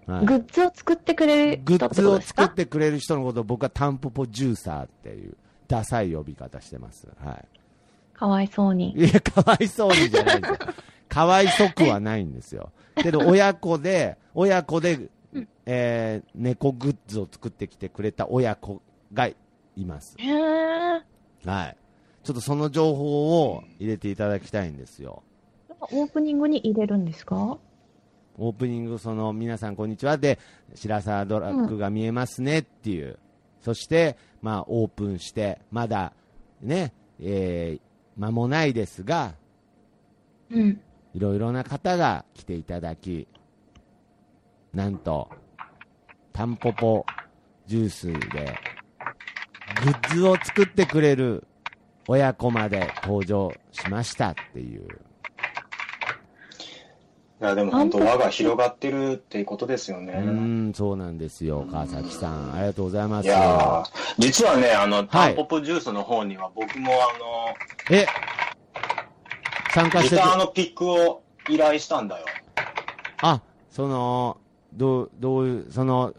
Speaker 3: あ、
Speaker 2: はい
Speaker 3: グッズを作ってくれる
Speaker 2: グ
Speaker 3: 人っ
Speaker 2: ッ
Speaker 3: てこ
Speaker 2: ズ
Speaker 3: と
Speaker 2: を
Speaker 3: です
Speaker 2: 作
Speaker 3: か
Speaker 2: ってくれる人のことを僕はタンポポジューサーっていう、ダサい呼び方してます。は
Speaker 3: かわいそうに。
Speaker 2: い。いや、かわいそうにじゃないん ですよ。かわいそくはないんですよ。けど、親子で、親子で、えー猫グッズを作ってきてくれた親子がいます。
Speaker 3: へえ。
Speaker 2: はい。ちょっとその情報を入れていただきたいんですよ。
Speaker 3: オープニングに入れるんですか
Speaker 2: オープニング、その、皆さんこんにちはで、白沢ドラッグが見えますねっていう。そして、まあ、オープンして、まだ、ね、えー、間もないですが、
Speaker 3: うん。
Speaker 2: いろいろな方が来ていただき、なんと、タンポポジュースで、グッズを作ってくれる親子まで登場しましたっていう。
Speaker 4: いや、でも本当輪が広がってるっていうことですよね。
Speaker 2: うーん、そうなんですよ、川崎さん。ありがとうございます。
Speaker 4: いやー実はね、あの、タンポポジュースの方には僕もあ
Speaker 2: え参
Speaker 4: の、
Speaker 2: 加し
Speaker 4: ギ
Speaker 2: て
Speaker 4: タ
Speaker 2: く
Speaker 4: ーのピックを依頼したんだよ。
Speaker 2: あ、その、どう、どういう、その、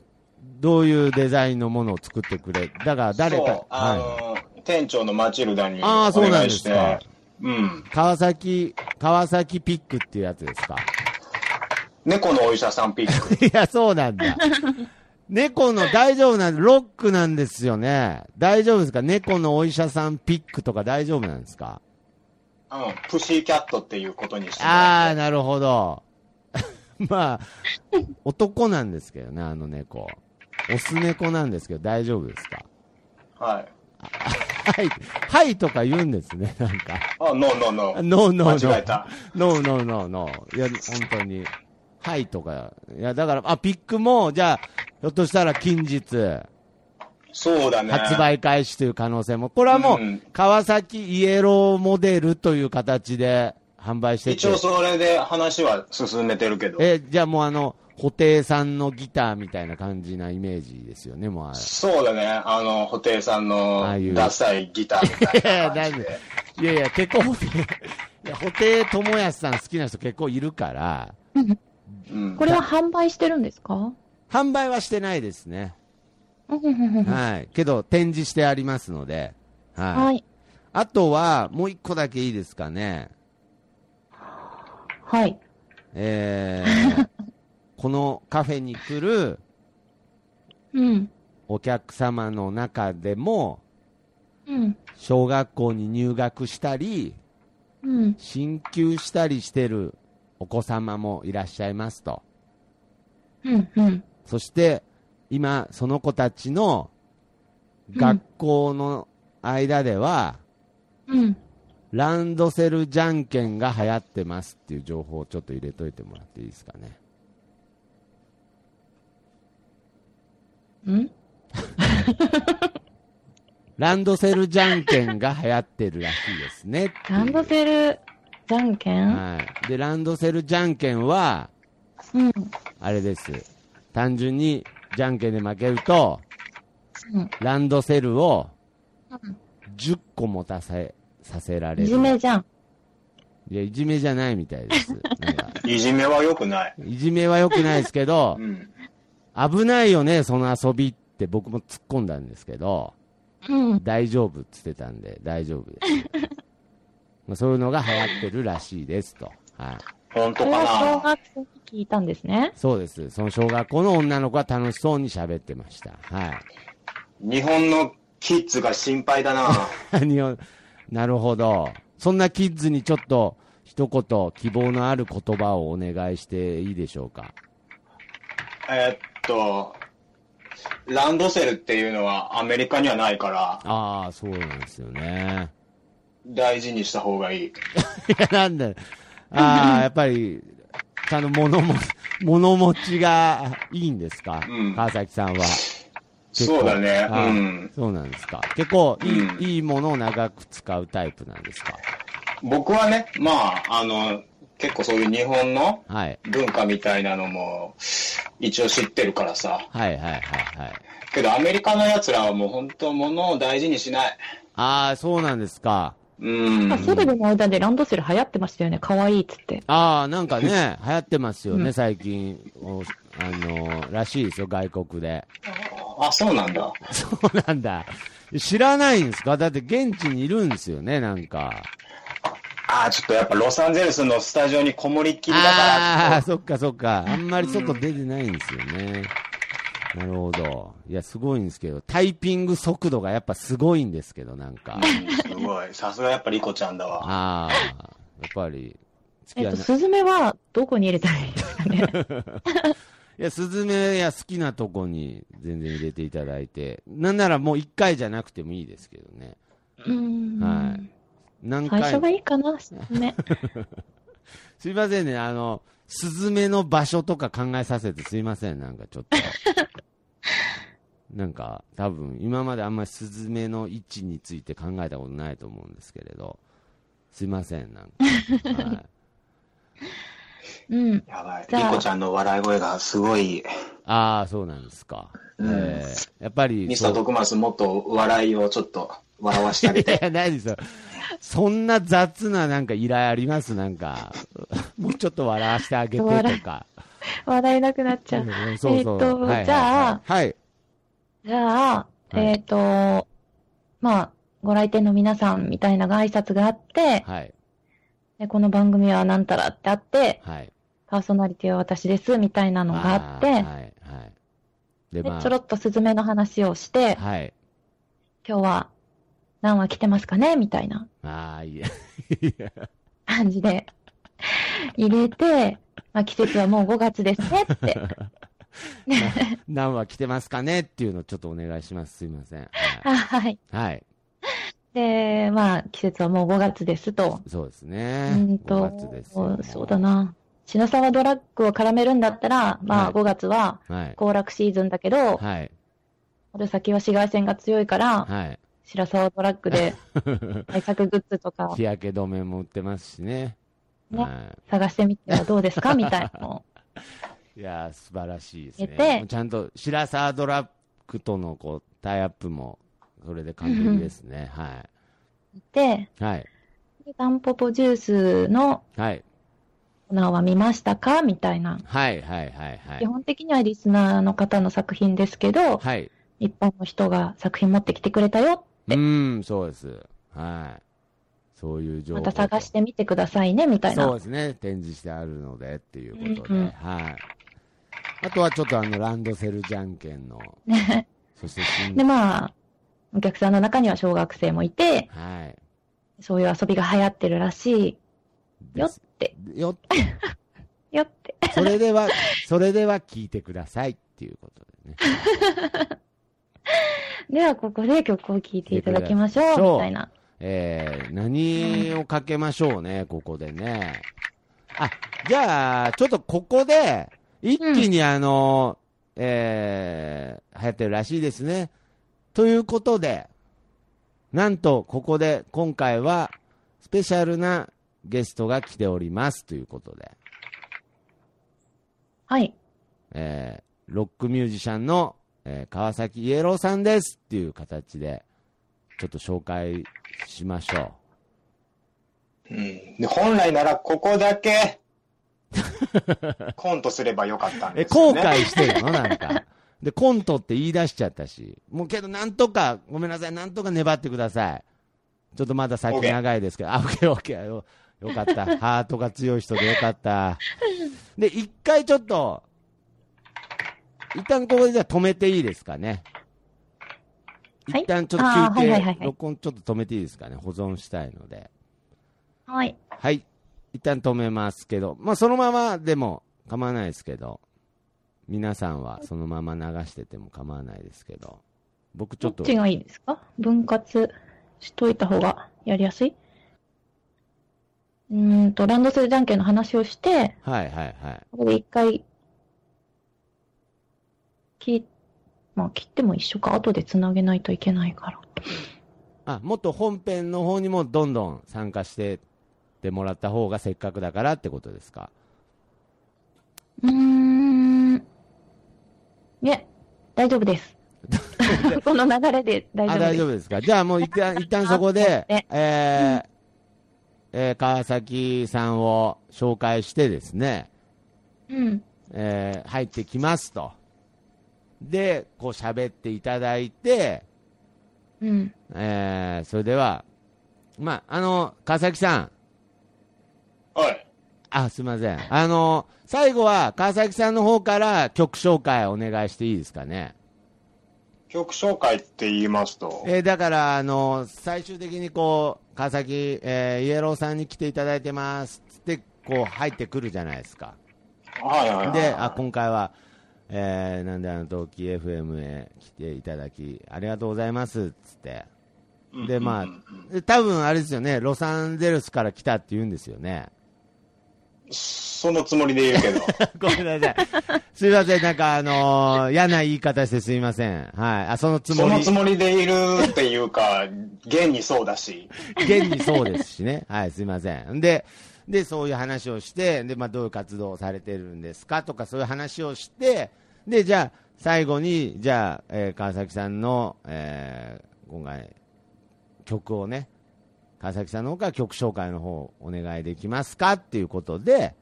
Speaker 2: どういうデザインのものを作ってくれ。だから誰か、
Speaker 4: そう、あ
Speaker 2: は
Speaker 4: の、店長のマチルダにお
Speaker 2: あーそうなん
Speaker 4: 願
Speaker 2: で
Speaker 4: い
Speaker 2: す
Speaker 4: し
Speaker 2: か
Speaker 4: て、うん
Speaker 2: い。。川崎、川崎ピックっていうやつですか。
Speaker 4: 猫のお医者さんピック。
Speaker 2: いや、そうなん だ。猫の大丈夫なんロックなんですよね。大丈夫ですか猫のお医者さんピックとか大丈夫なんですか
Speaker 4: うん、プシーキャットっていうことにしても
Speaker 2: あ
Speaker 4: ら
Speaker 2: あ、
Speaker 4: って。
Speaker 2: なるほど。 まあ、男なんですけどね、あの猫。オス猫なんですけど、大丈夫ですか
Speaker 4: はい。
Speaker 2: はい、はいとか言うんですね、なんか。
Speaker 4: あ、ノーノーノー。
Speaker 2: ノーノーノ
Speaker 4: 間違え
Speaker 2: ー。
Speaker 4: た。
Speaker 2: ノーノーノーノー。いや、本当に。はいとか。いや、だから、あ、ピックも、じゃあ、ひょっとしたら近日、
Speaker 4: そうだね。
Speaker 2: 発売開始という可能性も。これはもう
Speaker 4: うん、
Speaker 2: 川崎イエローモデルという形で販売してて。
Speaker 4: 一応それで話は進めてるけど。
Speaker 2: え、じゃあもうあの、布袋さんのギターみたいな感じなイメージですよね、もうあれ。
Speaker 4: そうだね。あの、布袋さん
Speaker 2: ああいう
Speaker 4: のダサいギターみ
Speaker 2: いやい
Speaker 4: たい
Speaker 2: や、
Speaker 4: な
Speaker 2: な
Speaker 4: 感
Speaker 2: ん
Speaker 4: じ
Speaker 2: で
Speaker 4: で。
Speaker 2: いやいや、結構 布袋、いや、布袋友康さん好きな人結構いるから、
Speaker 4: うん
Speaker 3: これは販売してるんですか
Speaker 2: 販売はしてないですね。
Speaker 3: うんうんうんうん
Speaker 2: はい。けど、展示してありますので、はい。
Speaker 3: はい。
Speaker 2: あとは、もう一個だけいいですかね。
Speaker 3: はい。
Speaker 2: え ー、このカフェに来る
Speaker 3: うん。
Speaker 2: お客様の中でも、
Speaker 3: うん。
Speaker 2: 小学校に入学したり、
Speaker 3: うん。
Speaker 2: 進級したりしてるお子様もいらっしゃいますと。
Speaker 3: うん。うん。
Speaker 2: そして、今、その子たちの学校の間では、
Speaker 3: うん。
Speaker 2: ランドセルじゃんけんが流行ってますっていう情報をちょっと入れといてもらっていいですかね。
Speaker 3: うん。
Speaker 2: ランドセルじゃんけんが流行ってるらしいですねっていう。
Speaker 3: ランドセル、じゃんけん
Speaker 2: はい。で、ランドセルじゃんけんは、
Speaker 3: うん。
Speaker 2: あれです。単純に、じゃんけんで負けると、
Speaker 3: うん
Speaker 2: ランドセルを
Speaker 3: うん
Speaker 2: 10個持たせ、させられる。
Speaker 3: いじめじゃん。
Speaker 2: いや、いじめじゃないみたいです。なんか
Speaker 4: いじめは良くない。
Speaker 2: いじめは良くないですけど
Speaker 4: う、ん。
Speaker 2: 危ないよね、その遊びっって僕も突っ込んだんですけど、
Speaker 3: うん。
Speaker 2: 大丈夫っつってたんで、大丈夫です。ま あそういうのが流行ってるらしいですと。はい。
Speaker 4: 本
Speaker 3: そ
Speaker 4: 当
Speaker 3: れは小
Speaker 4: かな
Speaker 3: 学生に聞いたんですね。
Speaker 2: そうです。その小学校の女の子は楽しそうに喋ってました。はい。
Speaker 4: 日本のキッズが心配だな。
Speaker 2: 何を、なるほど。そんなキッズにちょっと、一言、希望のある言葉をお願いしていいでしょうか。
Speaker 4: えーっと、ランドセルっていうのはアメリカにはないから、
Speaker 2: ああ、そうなんですよね。
Speaker 4: 大事にした方がいい。
Speaker 2: いや、なんだよ ああ、やっぱり、ちゃんと物も、物持ちがいいんですか、
Speaker 4: うん
Speaker 2: 川崎さんは。結構
Speaker 4: そうだね。
Speaker 2: ああ
Speaker 4: うん。
Speaker 2: そうなんですか。結構いい、
Speaker 4: うん
Speaker 2: いいものを長く使うタイプなんですか。
Speaker 4: 僕はね、まあ、あの、結構そういう日本の
Speaker 2: はい。
Speaker 4: 文化みたいなのも、一応知ってるからさ。
Speaker 2: はいはいはいはい。
Speaker 4: けどアメリカの奴らはもう本当物を大事にしない。
Speaker 2: ああ、そうなんですか。
Speaker 4: うん
Speaker 3: あ、。セレブの間でランドセル流行ってましたよね。可愛いっつって。
Speaker 2: ああ、なんか ね、流行ってますよ
Speaker 3: う
Speaker 2: ね、
Speaker 3: ん
Speaker 2: 最近。おあのーらしいですよ、外国で。
Speaker 4: あ、そうなんだ。
Speaker 2: そうなんだ。知らないんですかだって現地にいるんですよね、なんか。
Speaker 4: あ、ちょっとやっぱロサンゼルスのスタジオにこもりっきりだから。
Speaker 2: ああー、そっかそっか。あんまり外出てないんですよね。なるほど。いや、すごいんですけど、タイピング速度がやっぱすごいんですけど、なんか。
Speaker 4: すごい。さすがやっぱリコちゃんだわ。
Speaker 2: ああ、やっぱり、付
Speaker 3: え
Speaker 2: き
Speaker 3: っ
Speaker 2: 合い
Speaker 3: と、
Speaker 2: な。い
Speaker 3: スズメはどこに入れたらいいですかね。
Speaker 2: や、スズメや好きなとこに全然入れていただいて、なんならもう一回じゃなくてもいいですけどね。
Speaker 3: うん。
Speaker 2: はい何
Speaker 3: 最
Speaker 2: 回
Speaker 3: 初が
Speaker 2: も。
Speaker 3: いいかな、ス ズメ。
Speaker 2: すいませんね、あの、スズメの場所とか考えさせてすいません、なんかちょっと。なんか、多分、今まであんまりスズメの位置について考えたことないと思うんですけれど、すいません、なん か。はい、
Speaker 3: うん。
Speaker 4: やばい。
Speaker 3: じゃあ
Speaker 4: リコちゃんの笑い声がすごい。
Speaker 2: ああ、そうなんですか。
Speaker 4: うん
Speaker 2: えーやっぱり
Speaker 4: ミスタ
Speaker 2: そ
Speaker 4: ー
Speaker 2: う、
Speaker 4: 徳松もっと笑いをちょっと笑わしてあげ
Speaker 2: い
Speaker 4: て。
Speaker 2: や、ないですよ。そんな雑ななんか依頼ありますなんか、もうちょっと笑わせてあげてとか。
Speaker 3: 笑えなくなっちゃう。
Speaker 2: うんそうそう。
Speaker 3: えーっと
Speaker 2: はいはいはい
Speaker 3: じゃあ
Speaker 2: はい。
Speaker 3: じゃあ、
Speaker 2: はい
Speaker 3: えっ、と、まあ、ご来店の皆さんみたいな挨拶があって、
Speaker 2: はい。
Speaker 3: でこの番組はなんたらってあって、
Speaker 2: はい。
Speaker 3: パーソナリティは私ですみたいなのがあって、
Speaker 2: ーはい、はい。で、
Speaker 3: で
Speaker 2: まあ、
Speaker 3: ちょろっとスズメの話をして、
Speaker 2: はい。
Speaker 3: 今日は何話来てますかねみたいな
Speaker 2: ああ、いや、
Speaker 3: 感じで入れて、まあ、季節はもう5月ですね って。
Speaker 2: 何話来てますかねっていうのをちょっとお願いします。すいません。はい。
Speaker 3: あはい。
Speaker 2: はい、
Speaker 3: で、まあ、季節はもう5月ですと。
Speaker 2: そうです
Speaker 3: う
Speaker 2: ね。
Speaker 3: んと
Speaker 2: 5月ですよ。
Speaker 3: そうだ。な。品沢ドラッグを絡めるんだったら、ま
Speaker 2: は
Speaker 3: あ、
Speaker 2: い
Speaker 3: 5月は
Speaker 2: はい。
Speaker 3: 行楽シーズンだけど、
Speaker 2: はい。
Speaker 3: 春先は紫外線が強いから、
Speaker 2: はい。
Speaker 3: 白沢ドラッグで 対策グッズとか
Speaker 2: 日焼け止めも売ってますしね。
Speaker 3: ね
Speaker 2: は
Speaker 3: 探してみてはど うですかみたいなのを。
Speaker 2: い。いやー、素晴らしいです
Speaker 3: 入
Speaker 2: ね。
Speaker 3: れて
Speaker 2: もうちゃんと、白沢ドラッグとのこう、タイアップも、それで完璧ですね。は
Speaker 3: で、
Speaker 2: い。はい。
Speaker 3: でタンポポジュースの
Speaker 2: はい。
Speaker 3: コーナーは見ましたかみたいな。
Speaker 2: はい、はい、はい、は
Speaker 3: 基
Speaker 2: い。
Speaker 3: 本的にはリスナーの方の作品ですけど、
Speaker 2: はい。
Speaker 3: 一般の人が作品持ってきてくれたよ。
Speaker 2: うーん、そうです。はい。そういう情
Speaker 3: ま
Speaker 2: 報。
Speaker 3: た探してみてくださいね、みたい
Speaker 2: そう
Speaker 3: な。
Speaker 2: ですね。展示してあるのでっていうことで。
Speaker 3: うんうん
Speaker 2: はい。あとはちょっとあの、ランドセルじゃんけんの、
Speaker 3: ね
Speaker 2: そして新
Speaker 3: で、まあ、お客さんの中には小学生もいて、
Speaker 2: はい。
Speaker 3: そういう遊びが流行ってるらしい
Speaker 2: で
Speaker 3: よっ
Speaker 2: す
Speaker 3: て、
Speaker 2: よっ
Speaker 3: よって。
Speaker 2: それでは、それでは聞いてくださいっていうことでね。
Speaker 3: では、ここで曲を聴いていただきましょ
Speaker 2: そう
Speaker 3: う、みたいな。
Speaker 2: えー、何をかけましょうね、ここでね。あ、じゃあ、ちょっとここで、一気にあの、えー、流行ってるらしいですね。ということで、なんと、ここで、今回は、スペシャルなゲストが来ております、ということで。
Speaker 3: はい。
Speaker 2: えーロックミュージシャンの、えー川崎イエローさんですっていう形で、ちょっと紹介しましょ
Speaker 4: うんで本来ならここだけ、コントすればよかった
Speaker 2: う。
Speaker 4: ん
Speaker 2: え、
Speaker 4: ですよ
Speaker 2: 後
Speaker 4: ね。
Speaker 2: 悔してるのなんか。で、コントって言い出しちゃったし、もうけど、なんとか、ごめんなさい、なんとか粘ってください。ちょっとまだ先
Speaker 4: OK
Speaker 2: 長いですけど、あ、オッケーオッケーよ、よかった。ハートが強い人でよかった。で、一回ちょっと、一旦ここでじゃあ止めていいですかね。
Speaker 3: はい
Speaker 2: 一旦ちょっと
Speaker 3: あーはいはい
Speaker 2: 聞
Speaker 3: はいい
Speaker 2: て
Speaker 3: は、い
Speaker 2: 録音ちょっと止めていいですかね。保存したいので。
Speaker 3: はい。
Speaker 2: はい。一旦止めますけど、まあそのままでも構わないですけど、皆さんはそのまま流してても構わないですけど、僕ち
Speaker 3: ど
Speaker 2: ょ
Speaker 3: っ
Speaker 2: っと、
Speaker 3: ちがいいですか分割しといた方がやりやすいうーんと、ランドセルじゃんけんの話をして、
Speaker 2: はいはいはい。
Speaker 3: ここで一回、切、まあ切っても一緒か。後で繋げないといけないから。
Speaker 2: あ、もっと本編の方にもどんどん参加してってもらった方がせっかくだからってことですか。
Speaker 3: うーん。いえ、大丈 夫です。この流れで大丈
Speaker 2: あ、
Speaker 3: 夫で
Speaker 2: 大
Speaker 3: す。
Speaker 2: 丈夫ですか。じゃあもう一旦、一旦そこで、え
Speaker 3: ね
Speaker 2: ーえー川崎さんを紹介してですね、
Speaker 3: うん。
Speaker 2: えー入ってきますと。で、こう喋っていただいて、
Speaker 3: うん。
Speaker 2: えーそれでは、まあ、あの、川崎さん、
Speaker 4: はい。
Speaker 2: あ、すいません。あの、最後は川崎さんの方から曲紹介お願いしていいですかね。
Speaker 4: 曲紹介って言いますと、
Speaker 2: えーだから、あの、最終的にこう、川崎、えーイエローさんに来ていただいてますつって、こう入ってくるじゃないですか。
Speaker 4: はいはいはい。
Speaker 2: で、あ、今回は、えーなんであの時 FM へ来ていただき、ありがとうございます、つって。
Speaker 4: うん
Speaker 2: で、まあ
Speaker 4: うんうん、
Speaker 2: で多分あれですよね、ロサンゼルスから来たって言うんですよ ね。
Speaker 4: そのつもりでいるけど、
Speaker 2: ごめんなさい。すいません、なんかあのー嫌な言い方してすいません。はい。あ、そ のつも
Speaker 4: その
Speaker 2: り
Speaker 4: つ、もりでいるっていうか、現にそうだし、
Speaker 2: 現にそうですしね。はい、すいません。で、で、そういう話をして、で、まあ、どういう活動をされてるんですかとか、そういう話をして、で、じゃあ、最後に、じゃあ、えー川崎さんの、えー今回、曲をね、川崎さんの方から曲紹介の方、お願いできますかっていうことで、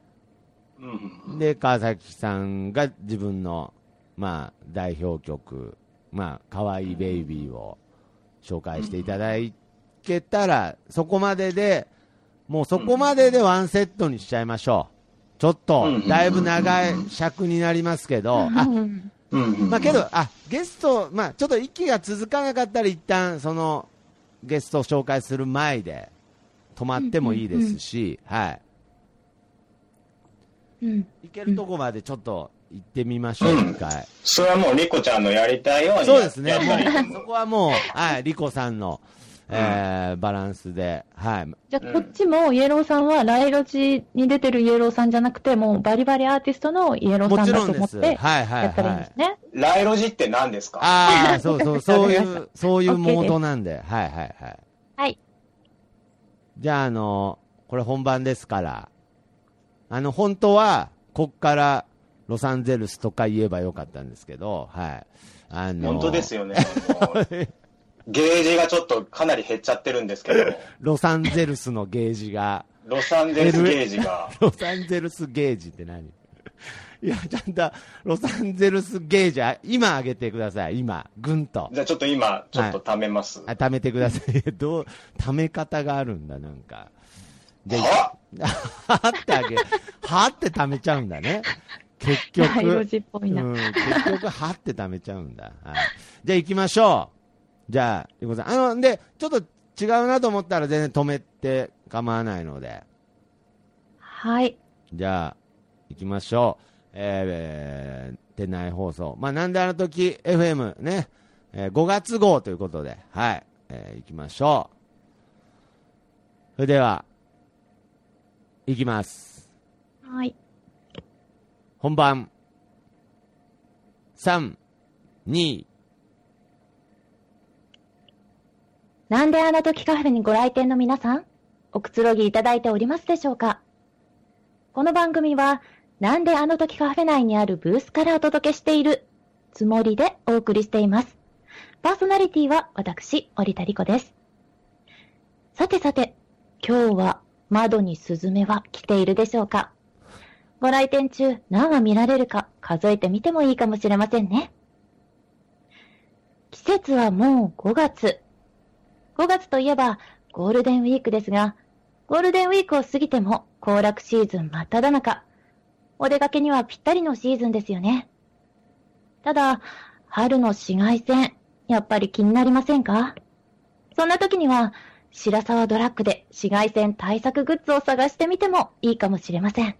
Speaker 4: うんうん
Speaker 2: で、川崎さんが自分の、まあ、代表曲、まあ、可愛いベイビーを紹介していただけたら、そこまでで、もうそこまででワンセットにしちゃいましょう。ちょっと
Speaker 4: う、ん
Speaker 2: だいぶ長い尺になりますけど、あ、
Speaker 3: うん
Speaker 4: うんうん
Speaker 2: まあけど、あ、ゲスト、まあちょっと息が続かなかったら一旦、その、ゲストを紹介する前で、止まってもいいですし、はい。
Speaker 3: うん。
Speaker 2: 行けるとこまでちょっと行ってみましょう、
Speaker 4: うん
Speaker 2: 一回。
Speaker 4: それはもう、リコちゃんのやりたいように
Speaker 2: そうですね
Speaker 4: やったらいい
Speaker 2: も
Speaker 4: と、
Speaker 2: う そう
Speaker 4: 思
Speaker 2: こは もう、はい、リコさんの、えーバランスで、はい、
Speaker 3: じゃあ、こっちも、イエローさんは、ライロジに出てるイエローさんじゃなくて、もう、バリバリアーティストのイエロー
Speaker 2: も
Speaker 3: さん
Speaker 2: ち
Speaker 3: だ
Speaker 2: ろ
Speaker 3: と
Speaker 2: んで
Speaker 3: 思っ
Speaker 2: す、
Speaker 3: て、
Speaker 2: はいはい
Speaker 3: やったらいい
Speaker 2: は
Speaker 3: んで
Speaker 2: い
Speaker 3: す。ね。
Speaker 4: ライロジって何ですか
Speaker 2: ああ、そう そう、そうい
Speaker 3: わかりま
Speaker 2: う、そういう
Speaker 3: OK
Speaker 2: モードなんで、はいはいはい。
Speaker 3: はい。
Speaker 2: じゃあ、あの、これ本番ですから、あの、本当は、こっから、ロサンゼルスとか言えばよかったんですけど、はい。あの、
Speaker 4: 本当です よね。もうゲージがちょっとかなり減っちゃってるんですけど、
Speaker 2: ロサンゼルスのゲージが、
Speaker 4: ロサンゼルスゲージが、
Speaker 2: ロサンゼルスゲージって何いや、ちゃんと、ロサンゼルスゲージ、あ今上げてください、今、ぐんと。
Speaker 4: じゃあちょっと今、ちょっと貯めます。
Speaker 2: あ、貯めてください。 どう、貯め方があるんだ、なんか。で、 は
Speaker 4: は
Speaker 2: ってあげ、はって貯めちゃうんだね。結局。
Speaker 3: ライロジっぽ
Speaker 2: う
Speaker 3: いな。
Speaker 2: ん、結局、はって貯めちゃうんだ。はい。じゃあ行きましょう。じゃあ、ゆうこさん。あの、で、ちょっと違うなと思ったら全然止めて構わないので。
Speaker 3: はい。
Speaker 2: じゃあ、行きましょう。えー、店内放送。まあ、なんであの時 FM ね、えー5月号ということで、はい、えー行きましょう。それでは、行きます。
Speaker 3: はい。
Speaker 2: 本番。3、2、
Speaker 3: なんであの時カフェにご来店の皆さん、おくつろぎいただいておりますでしょうかこの番組は、なんであの時カフェ内にあるブースからお届けしているつもりでお送りしています。パーソナリティは私、織田理子です。さてさて、今日は窓にスズメは来ているでしょうかご来店中何羽見られるか数えてみてもいいかもしれませんね。節はもう5月。5月といえばゴールデンウィークですが、ゴールデンウィークを過ぎても行楽シーズン真っ只中。お出かけにはぴったりのシーズンですよね。ただ、春の紫外線、やっぱり気になりませんかそんな時には、白沢ドラッグで紫外線対策グッズを探してみてもいいかもしれません。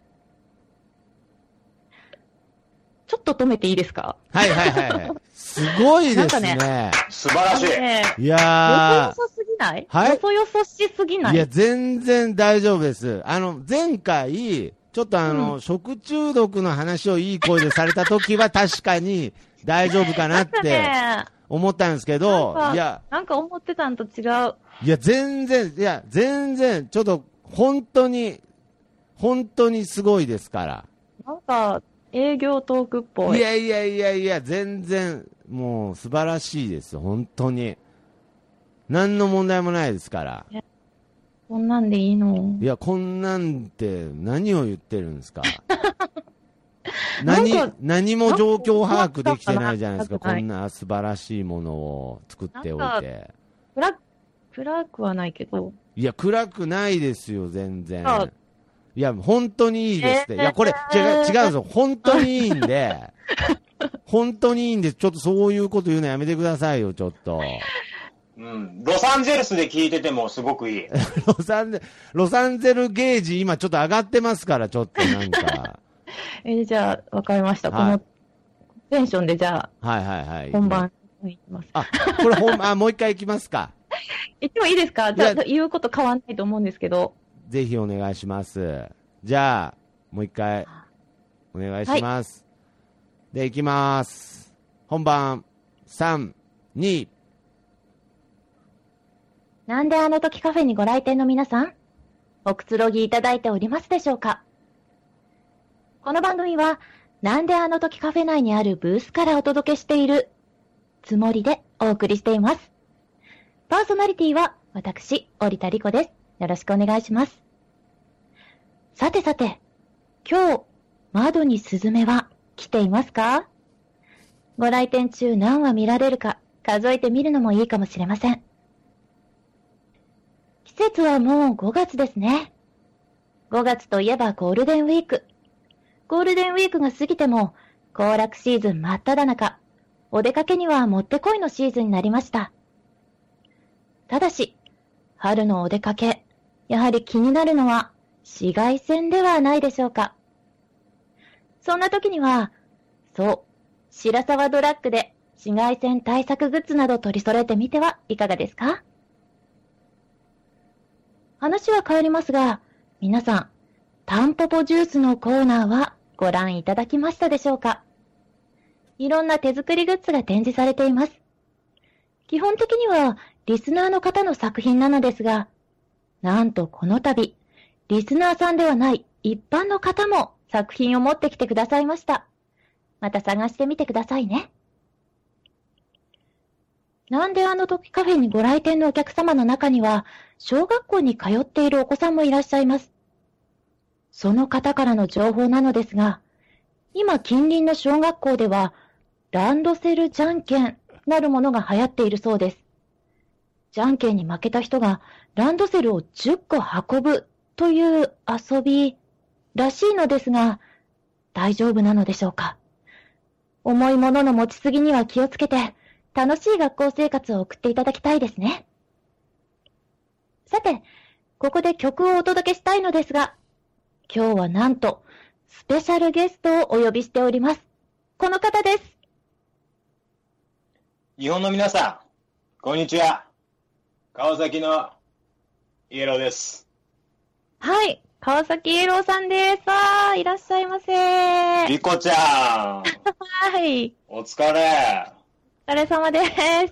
Speaker 3: ちょっと止めていいですか
Speaker 2: はいはいはい。 すごいですね。
Speaker 3: なんか
Speaker 4: 素晴らしい。
Speaker 3: ね
Speaker 2: い
Speaker 3: えよ
Speaker 2: や
Speaker 3: そよそすぎない、
Speaker 2: はい
Speaker 3: よそよそしすぎな
Speaker 2: ー、
Speaker 3: い
Speaker 2: いや、全然大丈夫です。あの、前回、ちょっとあの、食中毒の話をいい声でされた時は確かに大丈夫かなっ
Speaker 3: なんか
Speaker 2: て
Speaker 3: ね、
Speaker 2: 思ったんですけ
Speaker 3: なん
Speaker 2: ど、
Speaker 3: か
Speaker 2: いや、
Speaker 3: なんか思ってたんと違う。
Speaker 2: いや、全然、いや、全然、ちょっと、本当に、本当にすごいですから。
Speaker 3: なんか、営業トークっぽ
Speaker 2: い
Speaker 3: い。
Speaker 2: やいやいやいや、全然、もう素晴らしいです、本当に。何の問題もないですから。
Speaker 3: こんなんでいいの
Speaker 2: いや、こんなんて何を言ってるんです か。
Speaker 3: なん
Speaker 2: 何
Speaker 3: か
Speaker 2: 何も状況把握できてないじゃないですか、
Speaker 3: なんか
Speaker 2: こんな素晴らしいものを作ってお
Speaker 3: なん
Speaker 2: い
Speaker 3: か
Speaker 2: て。
Speaker 3: 暗、暗くはないけど。
Speaker 2: いや、暗くないですよ、全然
Speaker 3: あ。
Speaker 2: いや、本当にいいですって。
Speaker 3: えー
Speaker 2: いや、これ、違う、違うんですよ。本当にいいんで、 本当にいいんで、ちょっとそういうこと言うのやめてくださいよ、ちょっと。
Speaker 4: うん。ロサンゼルスで聞いててもすごくいい。
Speaker 2: ロサンゼ、ロサンゼルゲージ、今ちょっと上がってますから、ちょっとなん か。
Speaker 3: えーじゃあ、わかりました。こ
Speaker 2: はい
Speaker 3: のテンションで、じゃあ、
Speaker 2: はいはいはい。
Speaker 3: 本番。いきます。
Speaker 2: あ、これ本、あ、もう一回行きますか。
Speaker 3: え、でもいいですかじ
Speaker 2: い
Speaker 3: ゃあ、
Speaker 2: や
Speaker 3: 言うこと変わんないと思うんですけど。
Speaker 2: ぜひお願いします。じゃあ、もう一回、お願いします。で、いきます。本番、3、2、
Speaker 3: なんであの時カフェにご来店の皆さん、おくつろぎいただいておりますでしょうかこの番組は、なんであの時カフェ内にあるブースからお届けしているつもりでお送りしています。パーソナリティは私、織田理子です。よろしくお願いします。さてさて、今日、窓にスズメは来ていますかご来店中何羽見られるか数えてみるのもいいかもしれません。季節はもう5月ですね。5月といえばゴールデンウィーク。ゴールデンウィークが過ぎても、行楽シーズン真っ只中、お出かけにはもってこいのシーズンになりました。ただし、春のお出かけ、やはり気になるのは紫外線ではないでしょうか。そんな時には、そう、白沢ドラッグで紫外線対策グッズなど取り揃えてみてはいかがですか話は変わりますが、皆さん、タンポポジュースのコーナーはご覧いただきましたでしょうかいろんな手作りグッズが展示されています。基本的にはリスナーの方の作品なのですが、なんとこの度、リスナーさんではない一般の方も作品を持ってきてくださいました。また探してみてくださいね。なんであの時カフェにご来店のお客様の中には、小学校に通っているお子さんもいらっしゃいます。その方からの情報なのですが、今近隣の小学校では、ランドセルじゃんけんなるものが流行っているそうです。じゃんけんに負けた人がランドセルを10個運ぶという遊びらしいのですが、大丈夫なのでしょうか重いものの持ちすぎには気をつけて、楽しい学校生活を送っていただきたいですね。さて、ここで曲をお届けしたいのですが、今日はなんと、スペシャルゲストをお呼びしております。この方です。
Speaker 4: 日本の皆さん、こんにちは。川崎のイエローです。
Speaker 3: はい、川崎イエローさんです。あー、いらっしゃいませ。は
Speaker 4: リコちゃん、
Speaker 3: い、
Speaker 4: お疲れ。
Speaker 3: お疲れ様です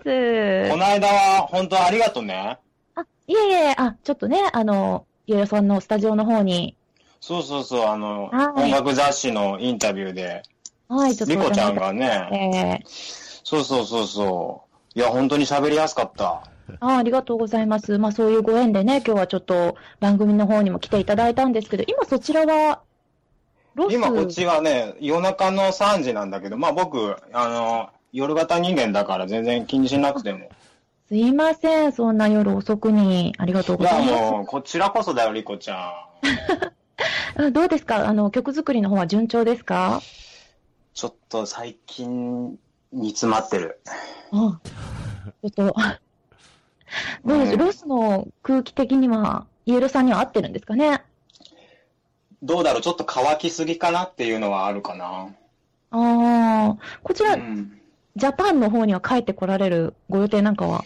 Speaker 4: こ。の間は本当ありがとね。
Speaker 3: あ、いえいえ、あ、ちょっとね、あの、イエローさんのスタジオの方に、
Speaker 4: そうそうそう、あの、
Speaker 3: はい
Speaker 4: 音楽雑誌のインタビューで、
Speaker 3: はい、ちょっと
Speaker 4: リコちゃ
Speaker 3: お
Speaker 4: んが
Speaker 3: 邪
Speaker 4: ね、
Speaker 3: 魔しまして
Speaker 4: そうそうそうそう。いや、本当に喋りやすかった。
Speaker 3: あーありがとうございます。まあそういうご縁でね、今日はちょっと番組の方にも来ていただいたんですけど、今そちらは、ロス
Speaker 4: 今こっちがね、夜中の3時なんだけど、まあ僕、あの、夜型人間だから全然気にしなくても。
Speaker 3: すいません、そんな夜遅くにありがとう
Speaker 4: い
Speaker 3: ござ
Speaker 4: や、
Speaker 3: いま
Speaker 4: もう、こちらこそだよ、リコちゃん。
Speaker 3: す。どうですかあの、曲作りの方は順調ですか
Speaker 4: ちょっと最近、煮詰まってる。
Speaker 3: あちょっと、どうでしょう、ロスの空気的には、イエロさんには合ってるんですかね
Speaker 4: どうだろう、ちょっと乾きすぎかなっていうのはあるかな。
Speaker 3: ああ、こちら
Speaker 4: う、ん
Speaker 3: ジャパンの方には帰ってこられるご予定なんかは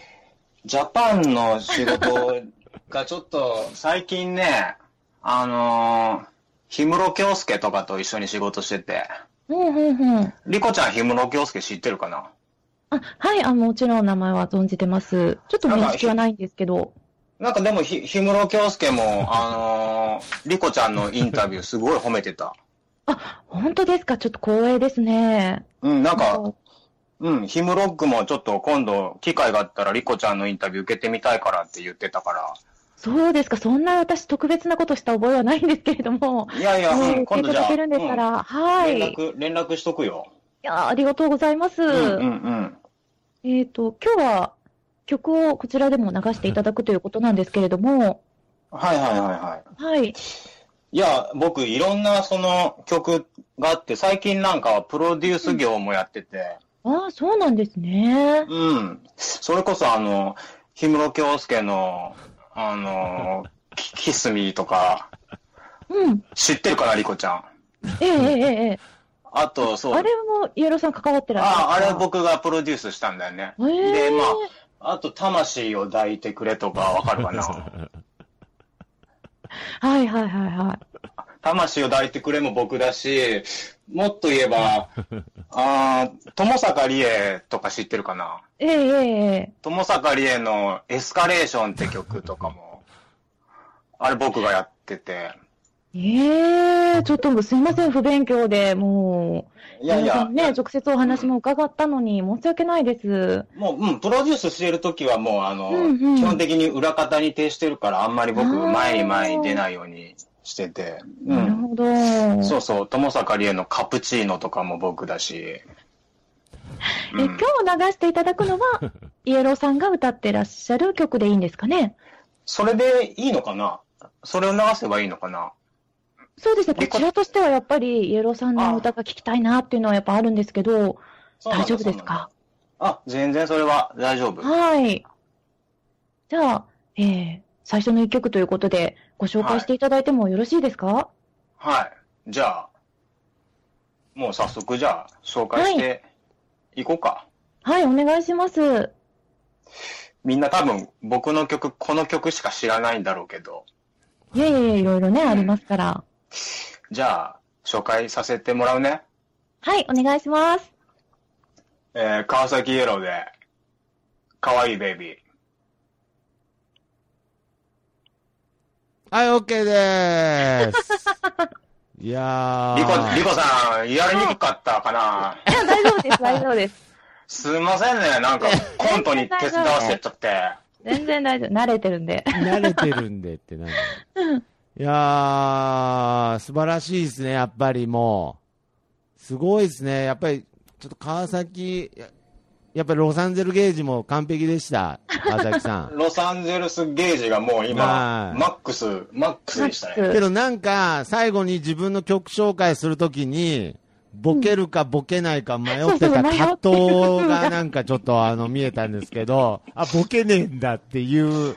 Speaker 4: ジャパンの仕事がちょっと、最近ね、あのー、氷室京介とかと一緒に仕事してて、
Speaker 3: うんうんうん。
Speaker 4: リコちゃん氷室京介知ってるかな
Speaker 3: あ、はい、あ、もちろん名前は存じてます。ちょっと面識はないんですけど。
Speaker 4: なんかでもひ、氷室京介 も、あのー、リコちゃんのインタビューすごい褒めてた。
Speaker 3: 本当ですかちょっと光栄ですね。
Speaker 4: うん、なん
Speaker 3: あ
Speaker 4: か、うん、ヒムロックもちょっと今度、機会があったら、リコちゃんのインタビュー受けてみたいからって言ってたか
Speaker 3: そうですか。そんな私特別なことした覚えはないんですけれども。
Speaker 4: ら。いやいや、
Speaker 3: もう
Speaker 4: うん、
Speaker 3: 受け
Speaker 4: 今
Speaker 3: いた
Speaker 4: 度じゃ
Speaker 3: だ
Speaker 4: あ、
Speaker 3: けるんでした
Speaker 4: うん
Speaker 3: ら、はい。
Speaker 4: 連
Speaker 3: い
Speaker 4: 絡、連絡しとくよ。
Speaker 3: や、ありがとうございます。
Speaker 4: うん、うん、うん。
Speaker 3: えっ、と、今日は曲をこちらでも流していただくということなんですけれども、
Speaker 4: はいはいはいは
Speaker 3: はい。
Speaker 4: い。いや、僕、いろんなその曲があって、最近なんかはプロデュース業もやってて、
Speaker 3: ああ、そうなんですね。
Speaker 4: うん。それこそ、あの、氷室京介の、あの、キキスミーとか、
Speaker 3: うん。
Speaker 4: 知ってるかな、リコちゃん。
Speaker 3: ええええええ。
Speaker 4: あと、そう。
Speaker 3: あれも、イエローさん関わってらっしゃる
Speaker 4: ああ、あれ僕がプロデュースしたんだよね。
Speaker 3: へえ
Speaker 4: で、まあ、あと、魂を抱いてくれとかわかるか な。
Speaker 3: はいはいはいはい。
Speaker 4: 魂を抱いてくれも僕だし、もっと言え ば、あー友坂理恵とか知ってるかな。
Speaker 3: えええええ
Speaker 4: 友坂理恵のエスカレーションって曲とかも、あれ僕がやってて。
Speaker 3: え。ええちょっともうすいません、不勉強で、もう。
Speaker 4: いやい
Speaker 3: イエロー
Speaker 4: や
Speaker 3: さん、ね、直接お話も伺ったのに、申し訳ないです。
Speaker 4: もう、うん、プロデュースしてるときはもう、あの、
Speaker 3: うんうん
Speaker 4: 基本的に裏方に徹してるから、あんまり僕、
Speaker 3: あー
Speaker 4: 前に前に出ないようにしてて。うん
Speaker 3: なるほど。
Speaker 4: そうそう、友坂理恵のカプチーノとかも僕 だし。
Speaker 3: え、
Speaker 4: うん
Speaker 3: 今日流していただくの は、イエローさんが歌ってらっしゃる曲でいいんですかね
Speaker 4: それでいいのかなそれを流せばいいのかな
Speaker 3: そうですね、こ
Speaker 4: え
Speaker 3: ちらとしてはやっぱりイエローさんの歌が聴きたいなっていうのはやっぱあるんですけど、大丈夫ですか
Speaker 4: あ、全然それは大丈夫。
Speaker 3: はい。じゃあ、えー、最初の一曲ということで、ご紹介していただいてもよろしいですか
Speaker 4: はい。じゃあ、もう早速じゃあ、紹介していこうか。
Speaker 3: はい、お願いします。
Speaker 4: みんな多分、僕の曲、この曲しか知らないんだろうけど、
Speaker 3: いえいえ、いろいろね、
Speaker 4: ん
Speaker 3: ありますから。
Speaker 4: じゃあ、紹介させてもらうね。
Speaker 3: はい、お願いし ます。
Speaker 4: えー、川崎イエローで、かわいいベイビー。
Speaker 2: はい、オッケーでーす。いや
Speaker 4: リコ、リ
Speaker 2: ー。
Speaker 4: コさん、やりにくかったかな、
Speaker 3: いや、大丈夫です、大丈夫です。
Speaker 4: すいませんね、なんか、コントに手伝わせちゃって。
Speaker 3: 全然大丈夫。慣れてるんで。
Speaker 2: 慣れてるんでってなんだいやー、素晴らしいですね、やっぱりもう。すごいですね、やっぱり、ちょっと川崎、ややっぱりロサンゼルゲージも完璧でした、川崎さ ん。
Speaker 4: ロサンゼルスゲージがもう
Speaker 2: は
Speaker 4: 今、
Speaker 2: い
Speaker 4: マックス、マックスでした
Speaker 3: マッ
Speaker 4: ね。
Speaker 3: ク
Speaker 2: けどなんか、最後に自分の曲紹介するときに、ボケるかボケないか迷ってた葛藤がなんかちょっとあの見えたんですけど、あ、ボケねえんだっていう、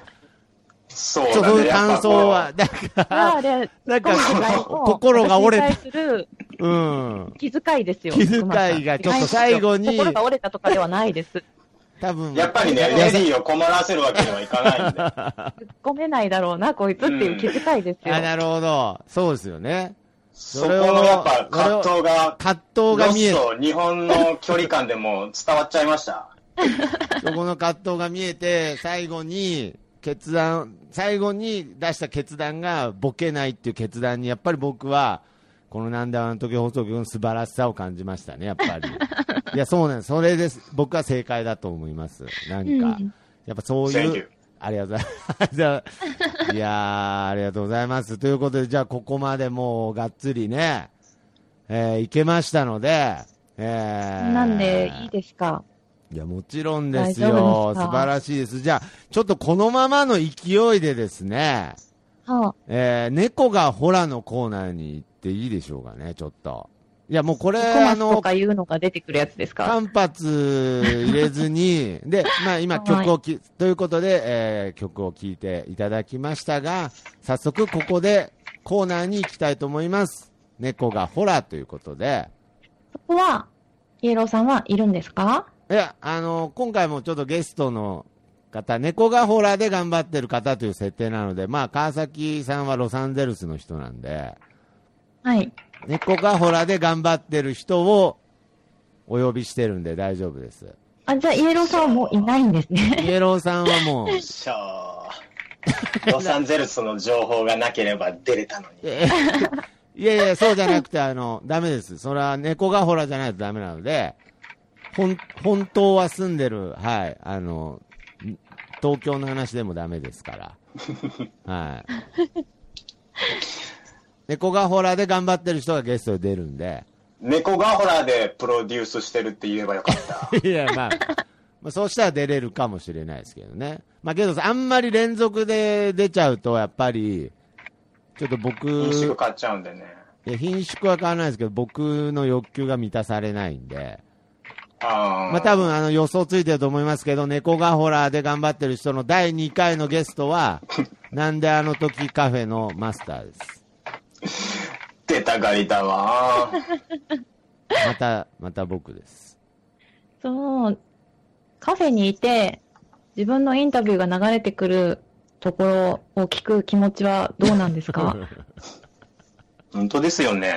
Speaker 4: そう
Speaker 2: ちょっと
Speaker 4: だ
Speaker 2: そうい
Speaker 4: ね。
Speaker 2: う
Speaker 4: やっぱ
Speaker 2: 感
Speaker 4: こう
Speaker 2: 想は、なん
Speaker 3: ああ
Speaker 2: か、
Speaker 3: れ、
Speaker 2: なんか
Speaker 3: 今回も
Speaker 2: 心が折れた
Speaker 3: 私に対する
Speaker 2: うん。
Speaker 3: 気遣いですよ。
Speaker 2: 気遣いがちょっと最後に
Speaker 3: 心が折れたとかではないです。
Speaker 2: 多分。
Speaker 4: やっぱりね、レディーを困らせるわけにはいかないん で。
Speaker 3: 突っ込めないだろうな、こいつっていう気遣いですよ。
Speaker 2: あ、なるほど。そうですよね。
Speaker 4: そこのやっぱ葛藤が、
Speaker 2: 葛
Speaker 4: ロ
Speaker 2: 藤が見え
Speaker 4: ス
Speaker 2: た。
Speaker 4: と日本の距離感でも伝わっちゃいました。
Speaker 2: そこの葛藤が見えて、最後に、決断、最後に出した決断がボケないっていう決断に、やっぱり僕は、このなんであの時放送局の素晴らしさを感じましたね、やっ ぱり。いや、そうなんです。それです。僕は正解だと思います。なんか、
Speaker 3: うん
Speaker 2: やっぱそう
Speaker 4: Thank
Speaker 2: いう
Speaker 4: you。
Speaker 2: ありがとうございます。 じゃあいやー、ありがとうございます。ということで、じゃあ、ここまでもう、がっつりね、えーいけましたので、ええ
Speaker 3: そ
Speaker 2: ー
Speaker 3: んなんでいいですか
Speaker 2: いや、もちろんです
Speaker 3: 大丈夫
Speaker 2: よ。
Speaker 3: ですか
Speaker 2: 素晴らしいです。じゃあ、ちょっとこのままの勢いでですね、
Speaker 3: は
Speaker 2: えー猫がホラのコーナーに行っていいでしょうかね、ちょっと。いや、もうこれ、
Speaker 3: あ、コマ
Speaker 2: あ
Speaker 3: スと
Speaker 2: の、
Speaker 3: かいうのが出てくるやつですか
Speaker 2: 間髪入れず に、で、まあ今
Speaker 3: はい
Speaker 2: 曲をき、ということで、えー曲を聴いていただきましたが、早速ここでコーナーに行きたいと思います。猫がホラということで、
Speaker 3: そこは、イエローさんはいるんですか
Speaker 2: いや、あの、今回もちょっとゲストの方、猫がホラーで頑張ってる方という設定なので、まあ、川崎さんはロサンゼルスの人なんで、
Speaker 3: はい。
Speaker 2: 猫がホラーで頑張ってる人をお呼びしてるんで大丈夫です。
Speaker 3: あ、じゃあイエローさんはもういないんですね。
Speaker 2: イエローさんはもう、
Speaker 4: しょーロサンゼルスの情報がなければ出れたのに。
Speaker 2: え いやいや、そうじゃなくて、あの、ダメです。それは猫がホラーじゃないとダメなので、本、本当は住んでる、はい、あの、ん東京の話でもダメですから。はい。猫がホラーで頑張ってる人がゲストで出るんで。
Speaker 4: 猫がホラーでプロデュースしてるって言えばよかった。
Speaker 2: いや、まあ、まあ、そうしたら出れるかもしれないですけどね。まあ、けどさあんまり連続で出ちゃうと、やっぱり、ちょっと僕、
Speaker 4: 飲食買っちゃうんでね。
Speaker 2: いや品種は変わらないですけど、僕の欲求が満たされないんで、
Speaker 4: あー
Speaker 2: まあ多分あの予想ついてると思いますけど、猫がホラーで頑張ってる人の第2回のゲストは、なんであの時カフェのマスターです。
Speaker 4: 出たがりだわ。
Speaker 2: また、また僕です。
Speaker 3: その、カフェにいて、自分のインタビューが流れてくるところを聞く気持ちはどうなんですか
Speaker 4: 本当ですよね。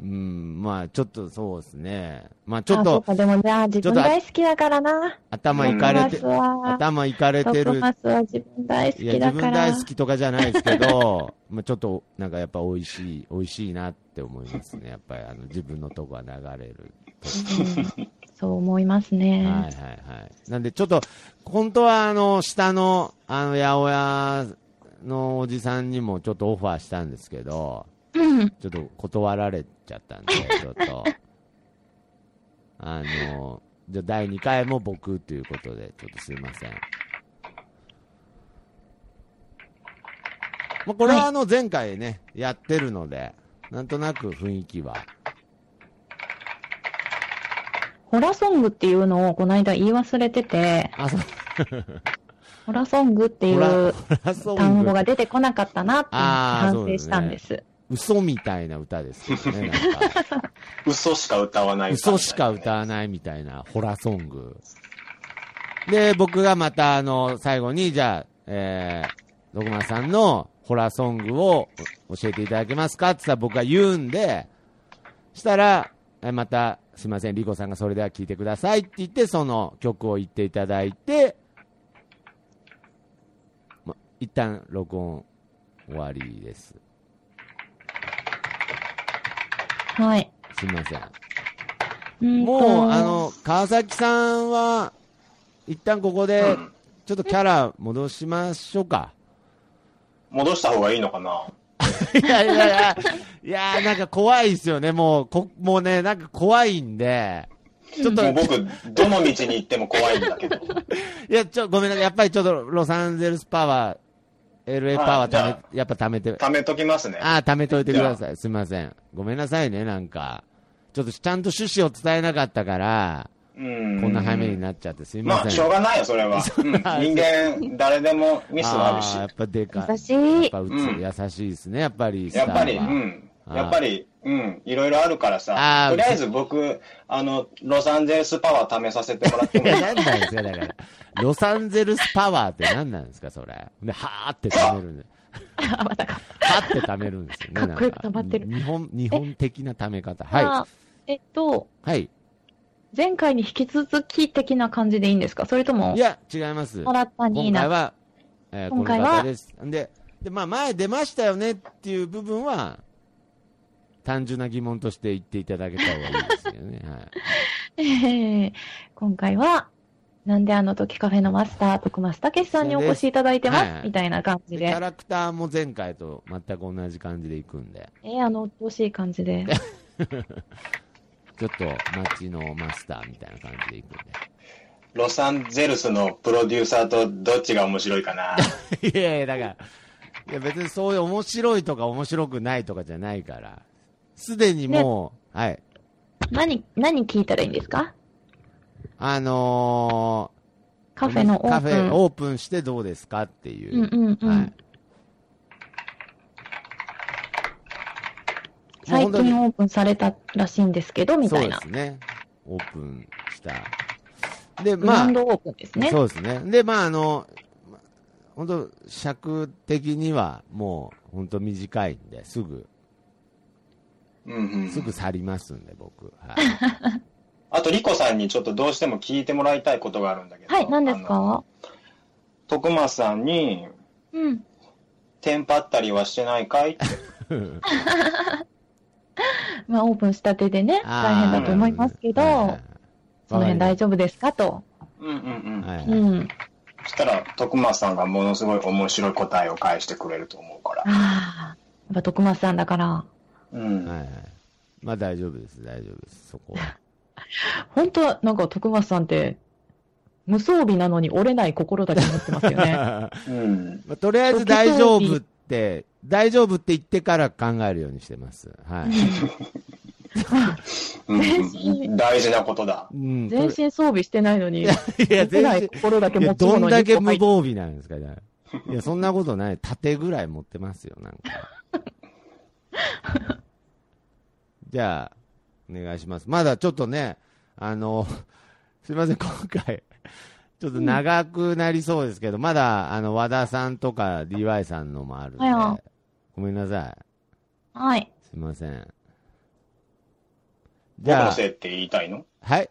Speaker 2: うん、まあちょっとそうですね。まあ ちょっ
Speaker 3: あ、そう
Speaker 2: と
Speaker 3: か、でもじゃあ自
Speaker 2: ちょっ
Speaker 3: 分
Speaker 2: とあ
Speaker 3: 大好きだからな。
Speaker 2: 頭いかれて
Speaker 3: トップ、マスは、
Speaker 2: 頭いかれ
Speaker 3: ト
Speaker 2: て
Speaker 3: ッ
Speaker 2: る
Speaker 3: プマスは自分大好
Speaker 2: いや、
Speaker 3: き
Speaker 2: 自
Speaker 3: だ
Speaker 2: 分
Speaker 3: から
Speaker 2: 大。好きとかじゃないですけど、まあちょっと、なんかやっぱ美味しい、美味しいなって思いますね。やっぱりあの自分のとこは流れる。
Speaker 3: うんそう思います
Speaker 2: はい
Speaker 3: ね。
Speaker 2: はいはい。なんでちょっと、本当はあの、下の、あの、八百屋のおじさんにもちょっとオファーしたんですけど、
Speaker 3: うん
Speaker 2: ちょっと断られちゃ ったんで、ちょっと。あの、じゃあ第2回も僕ということで、ちょっとすいません。まあ、これはあの前回ね、やってるので、なんとなく雰囲気は。
Speaker 3: ホラソングっていうのをこの間言い忘れてて、
Speaker 2: あ、そう、
Speaker 3: ホラソングってい
Speaker 2: ホラ
Speaker 3: う
Speaker 2: ホラソング
Speaker 3: 単語が出てこなかったなって
Speaker 2: あー
Speaker 3: 反省したんです。
Speaker 2: 嘘みたいな歌ですけどね、なんか。
Speaker 4: 嘘しか歌わない歌
Speaker 2: 嘘しか歌わないみたいな、ホラーソング。で、僕がまた、あの、最後に、じゃあ、えー、徳間さんのホラーソングを教えていただけますかって言ったら僕が言うんで、したら、えーまた、すいません、リコさんがそれでは聴いてくださいって言って、その曲を言っていただいて、ま、一旦録音終わりです。
Speaker 3: はい。
Speaker 2: すいません。
Speaker 3: うんと
Speaker 2: もう、あ、の、川崎さんは、一旦ここ
Speaker 4: う
Speaker 2: で
Speaker 4: ん、
Speaker 2: ちょっとキャラ戻しましょうか。
Speaker 4: 戻した方がいいのかな。
Speaker 2: いやいやいや、いやーなんか怖いですよね、もう、こもうね、なんか怖いんで、ちょっと、
Speaker 4: もう
Speaker 2: い
Speaker 4: 僕、どの道に行っても怖いんだ けど。
Speaker 2: や、ちょ、ごめんなさい、やっぱりちょっと、ロサンゼルスパワー、LA パワー
Speaker 4: じゃ
Speaker 2: た
Speaker 4: あ
Speaker 2: め、やっぱ貯めて、
Speaker 4: 貯めときますね。
Speaker 2: ああ、貯めといてください。すいません。ごめんなさいね、なんか。ちょっとちゃんと趣旨を伝えなかったから、
Speaker 4: うん。
Speaker 2: こんな早めになっちゃって、すいま
Speaker 4: ま
Speaker 2: せん。
Speaker 4: あ、しょうがないよ、そ れは。うん人間、誰でもミスはあるし
Speaker 2: ーや。っぱでかい。
Speaker 3: 優しい
Speaker 2: やっぱうつ、
Speaker 4: うん
Speaker 2: 優しいですね、やっぱりスタ
Speaker 4: や
Speaker 2: ー
Speaker 4: っ
Speaker 2: は。
Speaker 4: ぱり、うん。
Speaker 2: あー
Speaker 4: やっぱり、うん。いろいろあるから
Speaker 2: あ
Speaker 4: さ
Speaker 2: ー。
Speaker 4: とりあえず僕、あの、ロサンゼルスパワー貯めさせてもらって
Speaker 2: い
Speaker 4: もいい
Speaker 2: や、なんなんですか、だから。ロサンゼルスパワーって何なんですか、それ。で、はーって溜めるんで。
Speaker 3: あまたか。
Speaker 2: はーって溜めるんですよね、なん
Speaker 3: かっこよく溜まってる
Speaker 2: 日本、日本的な溜め方。
Speaker 3: ま
Speaker 2: は
Speaker 3: あえっと、
Speaker 2: い。はい。
Speaker 3: 前回に引き続き的な感じでいいんですかそれとも
Speaker 2: い、や、違います。
Speaker 3: もらったに
Speaker 2: 今
Speaker 3: な
Speaker 2: 回は、えー、この
Speaker 3: 今回は
Speaker 2: 方です。で、で、まあ、前出ましたよねっていう部分は、単純な疑問として言っていただけた方がいいですよね。はい。
Speaker 3: えー 今回は、なんであの時カフェのマスター、徳松武さんにお越しいただいてます、
Speaker 2: そうです
Speaker 3: みたいな感じ
Speaker 2: でキャ
Speaker 3: で。
Speaker 2: ラクターも前回と全く同じ感じでいくんで。
Speaker 3: えーあの、惜しい感じで。
Speaker 2: ちょっと街のマスターみたいな感じで行くんで。
Speaker 4: ロサンゼルスのプロデューサーとどっちが面白いか な。
Speaker 2: いやいや、だから、いや別にそういう面白いとか面白くないとかじゃないから、すでにもう、はい、
Speaker 3: 何、何聞いたらいいんですか
Speaker 2: あのー、
Speaker 3: カフェのオー
Speaker 2: カ
Speaker 3: プ
Speaker 2: フ
Speaker 3: ン。
Speaker 2: ェオープンしてどうですかっていうう。
Speaker 3: んうんうん。
Speaker 2: はい、もう
Speaker 3: 最
Speaker 2: 本当に
Speaker 3: 近オープンされたらしいんですけど、み
Speaker 2: そ
Speaker 3: た
Speaker 2: う
Speaker 3: い
Speaker 2: で
Speaker 3: な。
Speaker 2: すね。オープンした。で、
Speaker 3: グラ
Speaker 2: まあ
Speaker 3: ン、ドオープンですね。
Speaker 2: そうですね。で、まあ、あの、本当尺的にはもう、本当短いんで、すぐ、
Speaker 4: うんうん
Speaker 2: すぐ去りますんで、僕。はい。
Speaker 4: あと、リコさんにちょっとどうしても聞いてもらいたいことがあるんだけど。
Speaker 3: はい、何です
Speaker 4: あの
Speaker 3: か
Speaker 4: 徳間さんに、
Speaker 3: うん。
Speaker 4: テンパったりはしてないかいって。
Speaker 3: まあ、オープンしたてでね、大変だと思いますけど、その辺大
Speaker 2: 丈
Speaker 3: 丈夫ですかと。
Speaker 4: うんうんうん。
Speaker 2: はいはい
Speaker 3: うん。
Speaker 4: そしたら、徳間さんがものすごい面白い答えを返してくれると思うから。
Speaker 3: ああ、やっぱ徳松さんだから、
Speaker 4: うん。
Speaker 2: はいはい。まあ大丈夫です、大丈夫です、そこは。
Speaker 3: 本当はなんか徳松さんって、無装備なのに折れない心だけ持ってますよね。
Speaker 4: うん。
Speaker 2: まあ、とりあえず大丈夫って、大丈夫って言ってから考えるようにしてます。はい。
Speaker 4: うん
Speaker 3: 全身
Speaker 4: 大事なことだ。
Speaker 2: うん、
Speaker 3: 全身装備してないのに、
Speaker 2: 身、いや、
Speaker 3: 折れ
Speaker 2: 全
Speaker 3: な
Speaker 2: 身
Speaker 3: い、心だけ
Speaker 2: いや、
Speaker 3: 持つも
Speaker 2: どん
Speaker 3: のに
Speaker 2: だ
Speaker 3: 一
Speaker 2: け
Speaker 3: 歩入
Speaker 2: 無
Speaker 3: っ
Speaker 2: 防備なんですか、じゃあいや、そんなことない。縦ぐらい持ってますよ、 なんか。じゃあ、お願いします。まだちょっとね、あの、すいません、今回、ちょっと長くなりそうですけど、まだ、あの、和田さんとか DY さんのもあるんで、
Speaker 3: はいはい
Speaker 2: ごめんなさ
Speaker 3: はい。
Speaker 2: い。すいません。じ
Speaker 4: 僕
Speaker 2: ゃ
Speaker 4: の
Speaker 2: あ
Speaker 4: せい、って言いたいの
Speaker 2: はい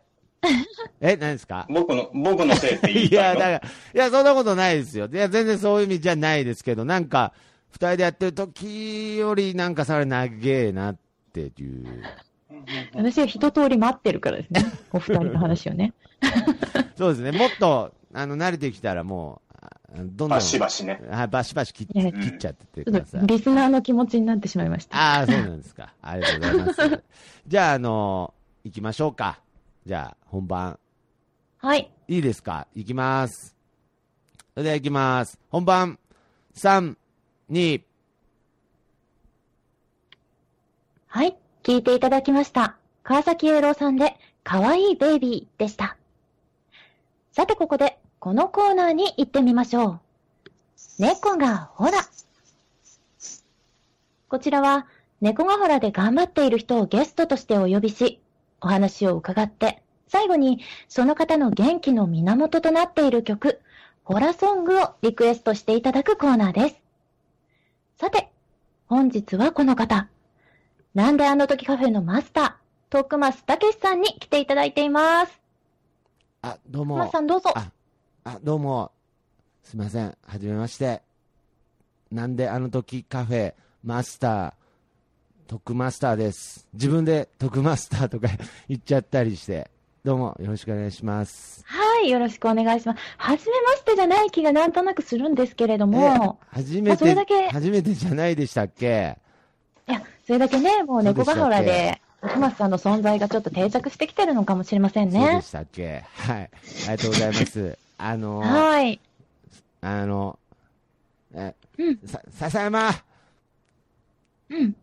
Speaker 2: え、何ですか
Speaker 4: 僕の、僕のせいって言い
Speaker 2: い
Speaker 4: た
Speaker 2: や、だ
Speaker 4: いの
Speaker 2: から、いや、そんなことないですよ。いや、全然そういう意味じゃないですけど、なんか、二人でやってる時より、なんかそれ長えなっていう。
Speaker 3: 私は一通り待ってるからですね。お二人の話をね。
Speaker 2: そうですね。もっと、あの、慣れてきたらもう、あどんどん。
Speaker 4: バシバシね。
Speaker 2: はい、バシバシ切っ
Speaker 3: いや
Speaker 2: 切っちゃってて
Speaker 3: ち
Speaker 2: く
Speaker 3: ょっ
Speaker 2: ださい
Speaker 3: と。リスナーの気持ちになってしまいました。
Speaker 2: ああ、そうなんですか。ありがとうございます。じゃあ、あの、行きましょうか。じゃあ、本番。
Speaker 3: はい。
Speaker 2: いいですか行きます。それでは行きます。本番。3、2、
Speaker 3: はい。聞いていただきました。川崎栄郎さんで、かわいいベイビーでした。さてここで、このコーナーに行ってみましょう。猫がほら。こちらは、猫がほらで頑張っている人をゲストとしてお呼びし、お話を伺って、最後にその方の元気の源となっている曲、ホラソングをリクエストしていただくコーナーです。さて、本日はこの方。なんであの時カフェのマスター、徳松たけしさんに来ていただいています。
Speaker 2: あ、どう
Speaker 3: 徳
Speaker 2: も。
Speaker 3: 松さんどうぞ。
Speaker 2: あ、あ、どうも。すいません。はじめまして。なんであの時カフェマスター、徳マスターです。自分で徳マスターとか 言っちゃったりして。どうもよろしくお願いします。
Speaker 3: はい、よろしくお願いします。はじめましてじゃない気がなんとなくするんですけれども、
Speaker 2: え初
Speaker 3: ま
Speaker 2: め
Speaker 3: あそれ
Speaker 2: て、
Speaker 3: だけ
Speaker 2: 初めてじゃないでしたっけ
Speaker 3: いや、それだけね、もう猫がほら
Speaker 2: そうでし
Speaker 3: で、徳松さんの存在がちょっと定着してきてるのかもしれません
Speaker 2: そうで
Speaker 3: ね。
Speaker 2: したっけはい。ありがとうございます。あのー
Speaker 3: はい。
Speaker 2: あの、え、
Speaker 3: うん
Speaker 2: さ、笹山、
Speaker 3: うん、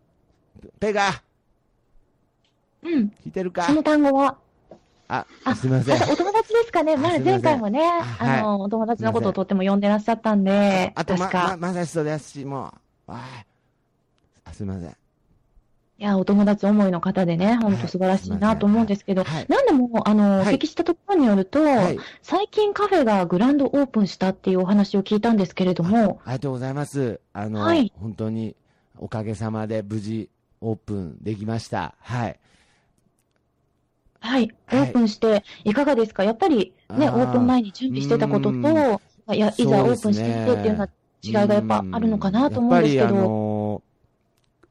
Speaker 2: ペガ、
Speaker 3: うん。
Speaker 2: 聞いてるか
Speaker 3: その単語は、
Speaker 2: あ、
Speaker 3: あ
Speaker 2: すいません。
Speaker 3: あお友達ですかね、
Speaker 2: あす
Speaker 3: 前
Speaker 2: いません
Speaker 3: 前回もね、
Speaker 2: はい
Speaker 3: あの、お友達のことをとっても呼んでらっしゃったんで、
Speaker 2: あと、ま、
Speaker 3: 確
Speaker 2: ま、
Speaker 3: か。
Speaker 2: まさしとですし、もう、はい。あ、すいません。
Speaker 3: いや、お友達思いの方でね、本当素晴らしいなと思うんですけど、
Speaker 2: はい。
Speaker 3: なんでも、あの、
Speaker 2: はい
Speaker 3: お聞きしたところによると、
Speaker 2: はい。
Speaker 3: 最近カフェがグランドオープンしたっていうお話を聞いたんですけれども、
Speaker 2: ありがとうございます。あの、
Speaker 3: はい
Speaker 2: 本当に、おかげさまで無事、オープンできました。はい。
Speaker 3: はい、オ
Speaker 2: はい
Speaker 3: ープンしていかがですかやっぱりね、
Speaker 2: あー
Speaker 3: オープン前に準備してたこと
Speaker 2: う
Speaker 3: と、いや、いざ
Speaker 2: そう
Speaker 3: オ
Speaker 2: で
Speaker 3: ー
Speaker 2: す
Speaker 3: プン
Speaker 2: ね
Speaker 3: してみてっていうのは違いがやっぱあるのかなと思うんですけ
Speaker 2: やっぱり、あ
Speaker 3: ど、
Speaker 2: のー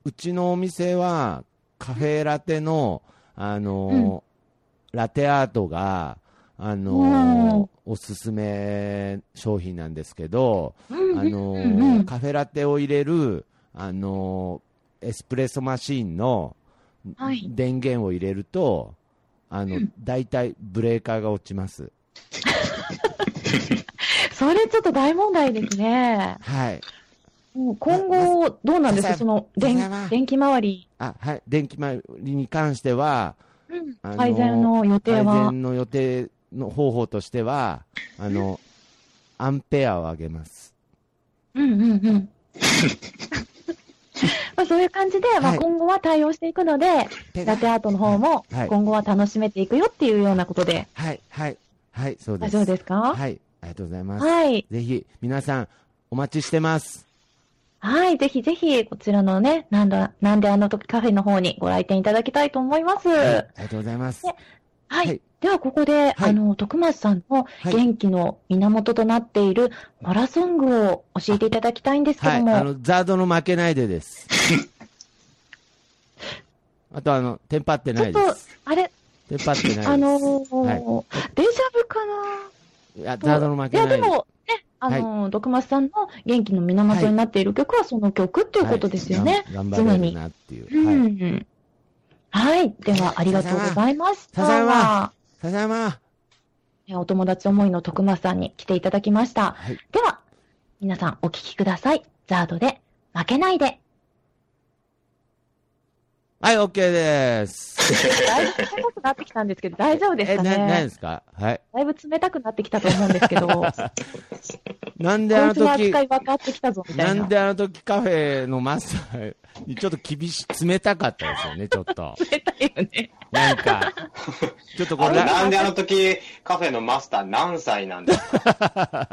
Speaker 2: うちのお店は、カフェラテの、あのーラテアートが、あのーおすすめ商品なんですけど、
Speaker 3: うん
Speaker 2: あ
Speaker 3: うん
Speaker 2: のー
Speaker 3: うんうん
Speaker 2: カフェラテを入れる、あのーエスプレッソマシーンの
Speaker 3: はい
Speaker 2: 電源を入れると、あの、大体ブレーカーが落ちます。
Speaker 3: それちょっと大問題ですね。
Speaker 2: はい。
Speaker 3: もう今後、どうなんです
Speaker 2: ま
Speaker 3: か
Speaker 2: ず
Speaker 3: その、
Speaker 2: まず
Speaker 3: 電
Speaker 2: は、
Speaker 3: 電気周り、
Speaker 2: あ、はい。電気回りに関しては、あのー
Speaker 3: 改善の予定
Speaker 2: 改
Speaker 3: は。
Speaker 2: 善の予定の方法としては、あの、アンペアを上げます。
Speaker 3: うんうんうん。 まあそういう感じで、ま
Speaker 2: は
Speaker 3: あ
Speaker 2: い
Speaker 3: 今後は対応していくので、ラテアートの方も
Speaker 2: はい、
Speaker 3: 今後は楽しめていくよっていうようなことで、
Speaker 2: はい、はい、はい、そうで
Speaker 3: 大
Speaker 2: す。
Speaker 3: 丈夫ですか
Speaker 2: はい、ありがとうございます。
Speaker 3: はい。
Speaker 2: ぜひ、皆さん、お待ちしてます。
Speaker 3: はい。ぜひぜひ、こちらのね、なんだ、なんであの時カフェの方にご来店いただきたいと思います。
Speaker 2: はい、
Speaker 3: は
Speaker 2: ありがとうございます。
Speaker 3: ね
Speaker 2: い
Speaker 3: い。では、ここで、
Speaker 2: はい
Speaker 3: あの、徳松さんの
Speaker 2: はい
Speaker 3: 元気の源となっているホラソングを教えていただきたいんですけ
Speaker 2: は
Speaker 3: ど
Speaker 2: い、
Speaker 3: も。
Speaker 2: あの、ザードの負けないで です。あと、あの、テンパって
Speaker 3: ち
Speaker 2: な
Speaker 3: ょっ
Speaker 2: い
Speaker 3: と
Speaker 2: です。、
Speaker 3: あれ、
Speaker 2: テンパってないです。
Speaker 3: あのー
Speaker 2: は、
Speaker 3: デジャブかない
Speaker 2: いや、ザードの負
Speaker 3: い
Speaker 2: けないで。
Speaker 3: や、ですも、ね、あのー、徳松さんの元気の源になっている曲はその曲っていうことですよね。
Speaker 2: はい頑張頑張れるなっていう。
Speaker 3: う
Speaker 2: はい。
Speaker 3: ん。はい。では、ありがとうございました。
Speaker 2: 笹山さだま、
Speaker 3: えお友達思いの徳松さんに来ていただきました。
Speaker 2: はい
Speaker 3: では、皆さんお聞きください。ザードで、負けないで。
Speaker 2: はい、オッケーです。
Speaker 3: だいぶ冷たくなってきたんですけど、大丈夫です
Speaker 2: え、
Speaker 3: か
Speaker 2: な、なん
Speaker 3: ね
Speaker 2: ですかはい。
Speaker 3: だいぶ冷たくなってきたと思うんですけど、こ
Speaker 2: なん
Speaker 3: い
Speaker 2: であの
Speaker 3: つの
Speaker 2: 時
Speaker 3: 扱、い分かってきたぞ、みた
Speaker 2: ない
Speaker 3: な。
Speaker 2: んであの時カフェのマスターにちょっと厳し、冷たかったですよね、ちょっと。
Speaker 3: 冷たいよね。
Speaker 2: なん か、ちょっとこれ、
Speaker 4: なんであの時、カフェのマスター何歳なんですか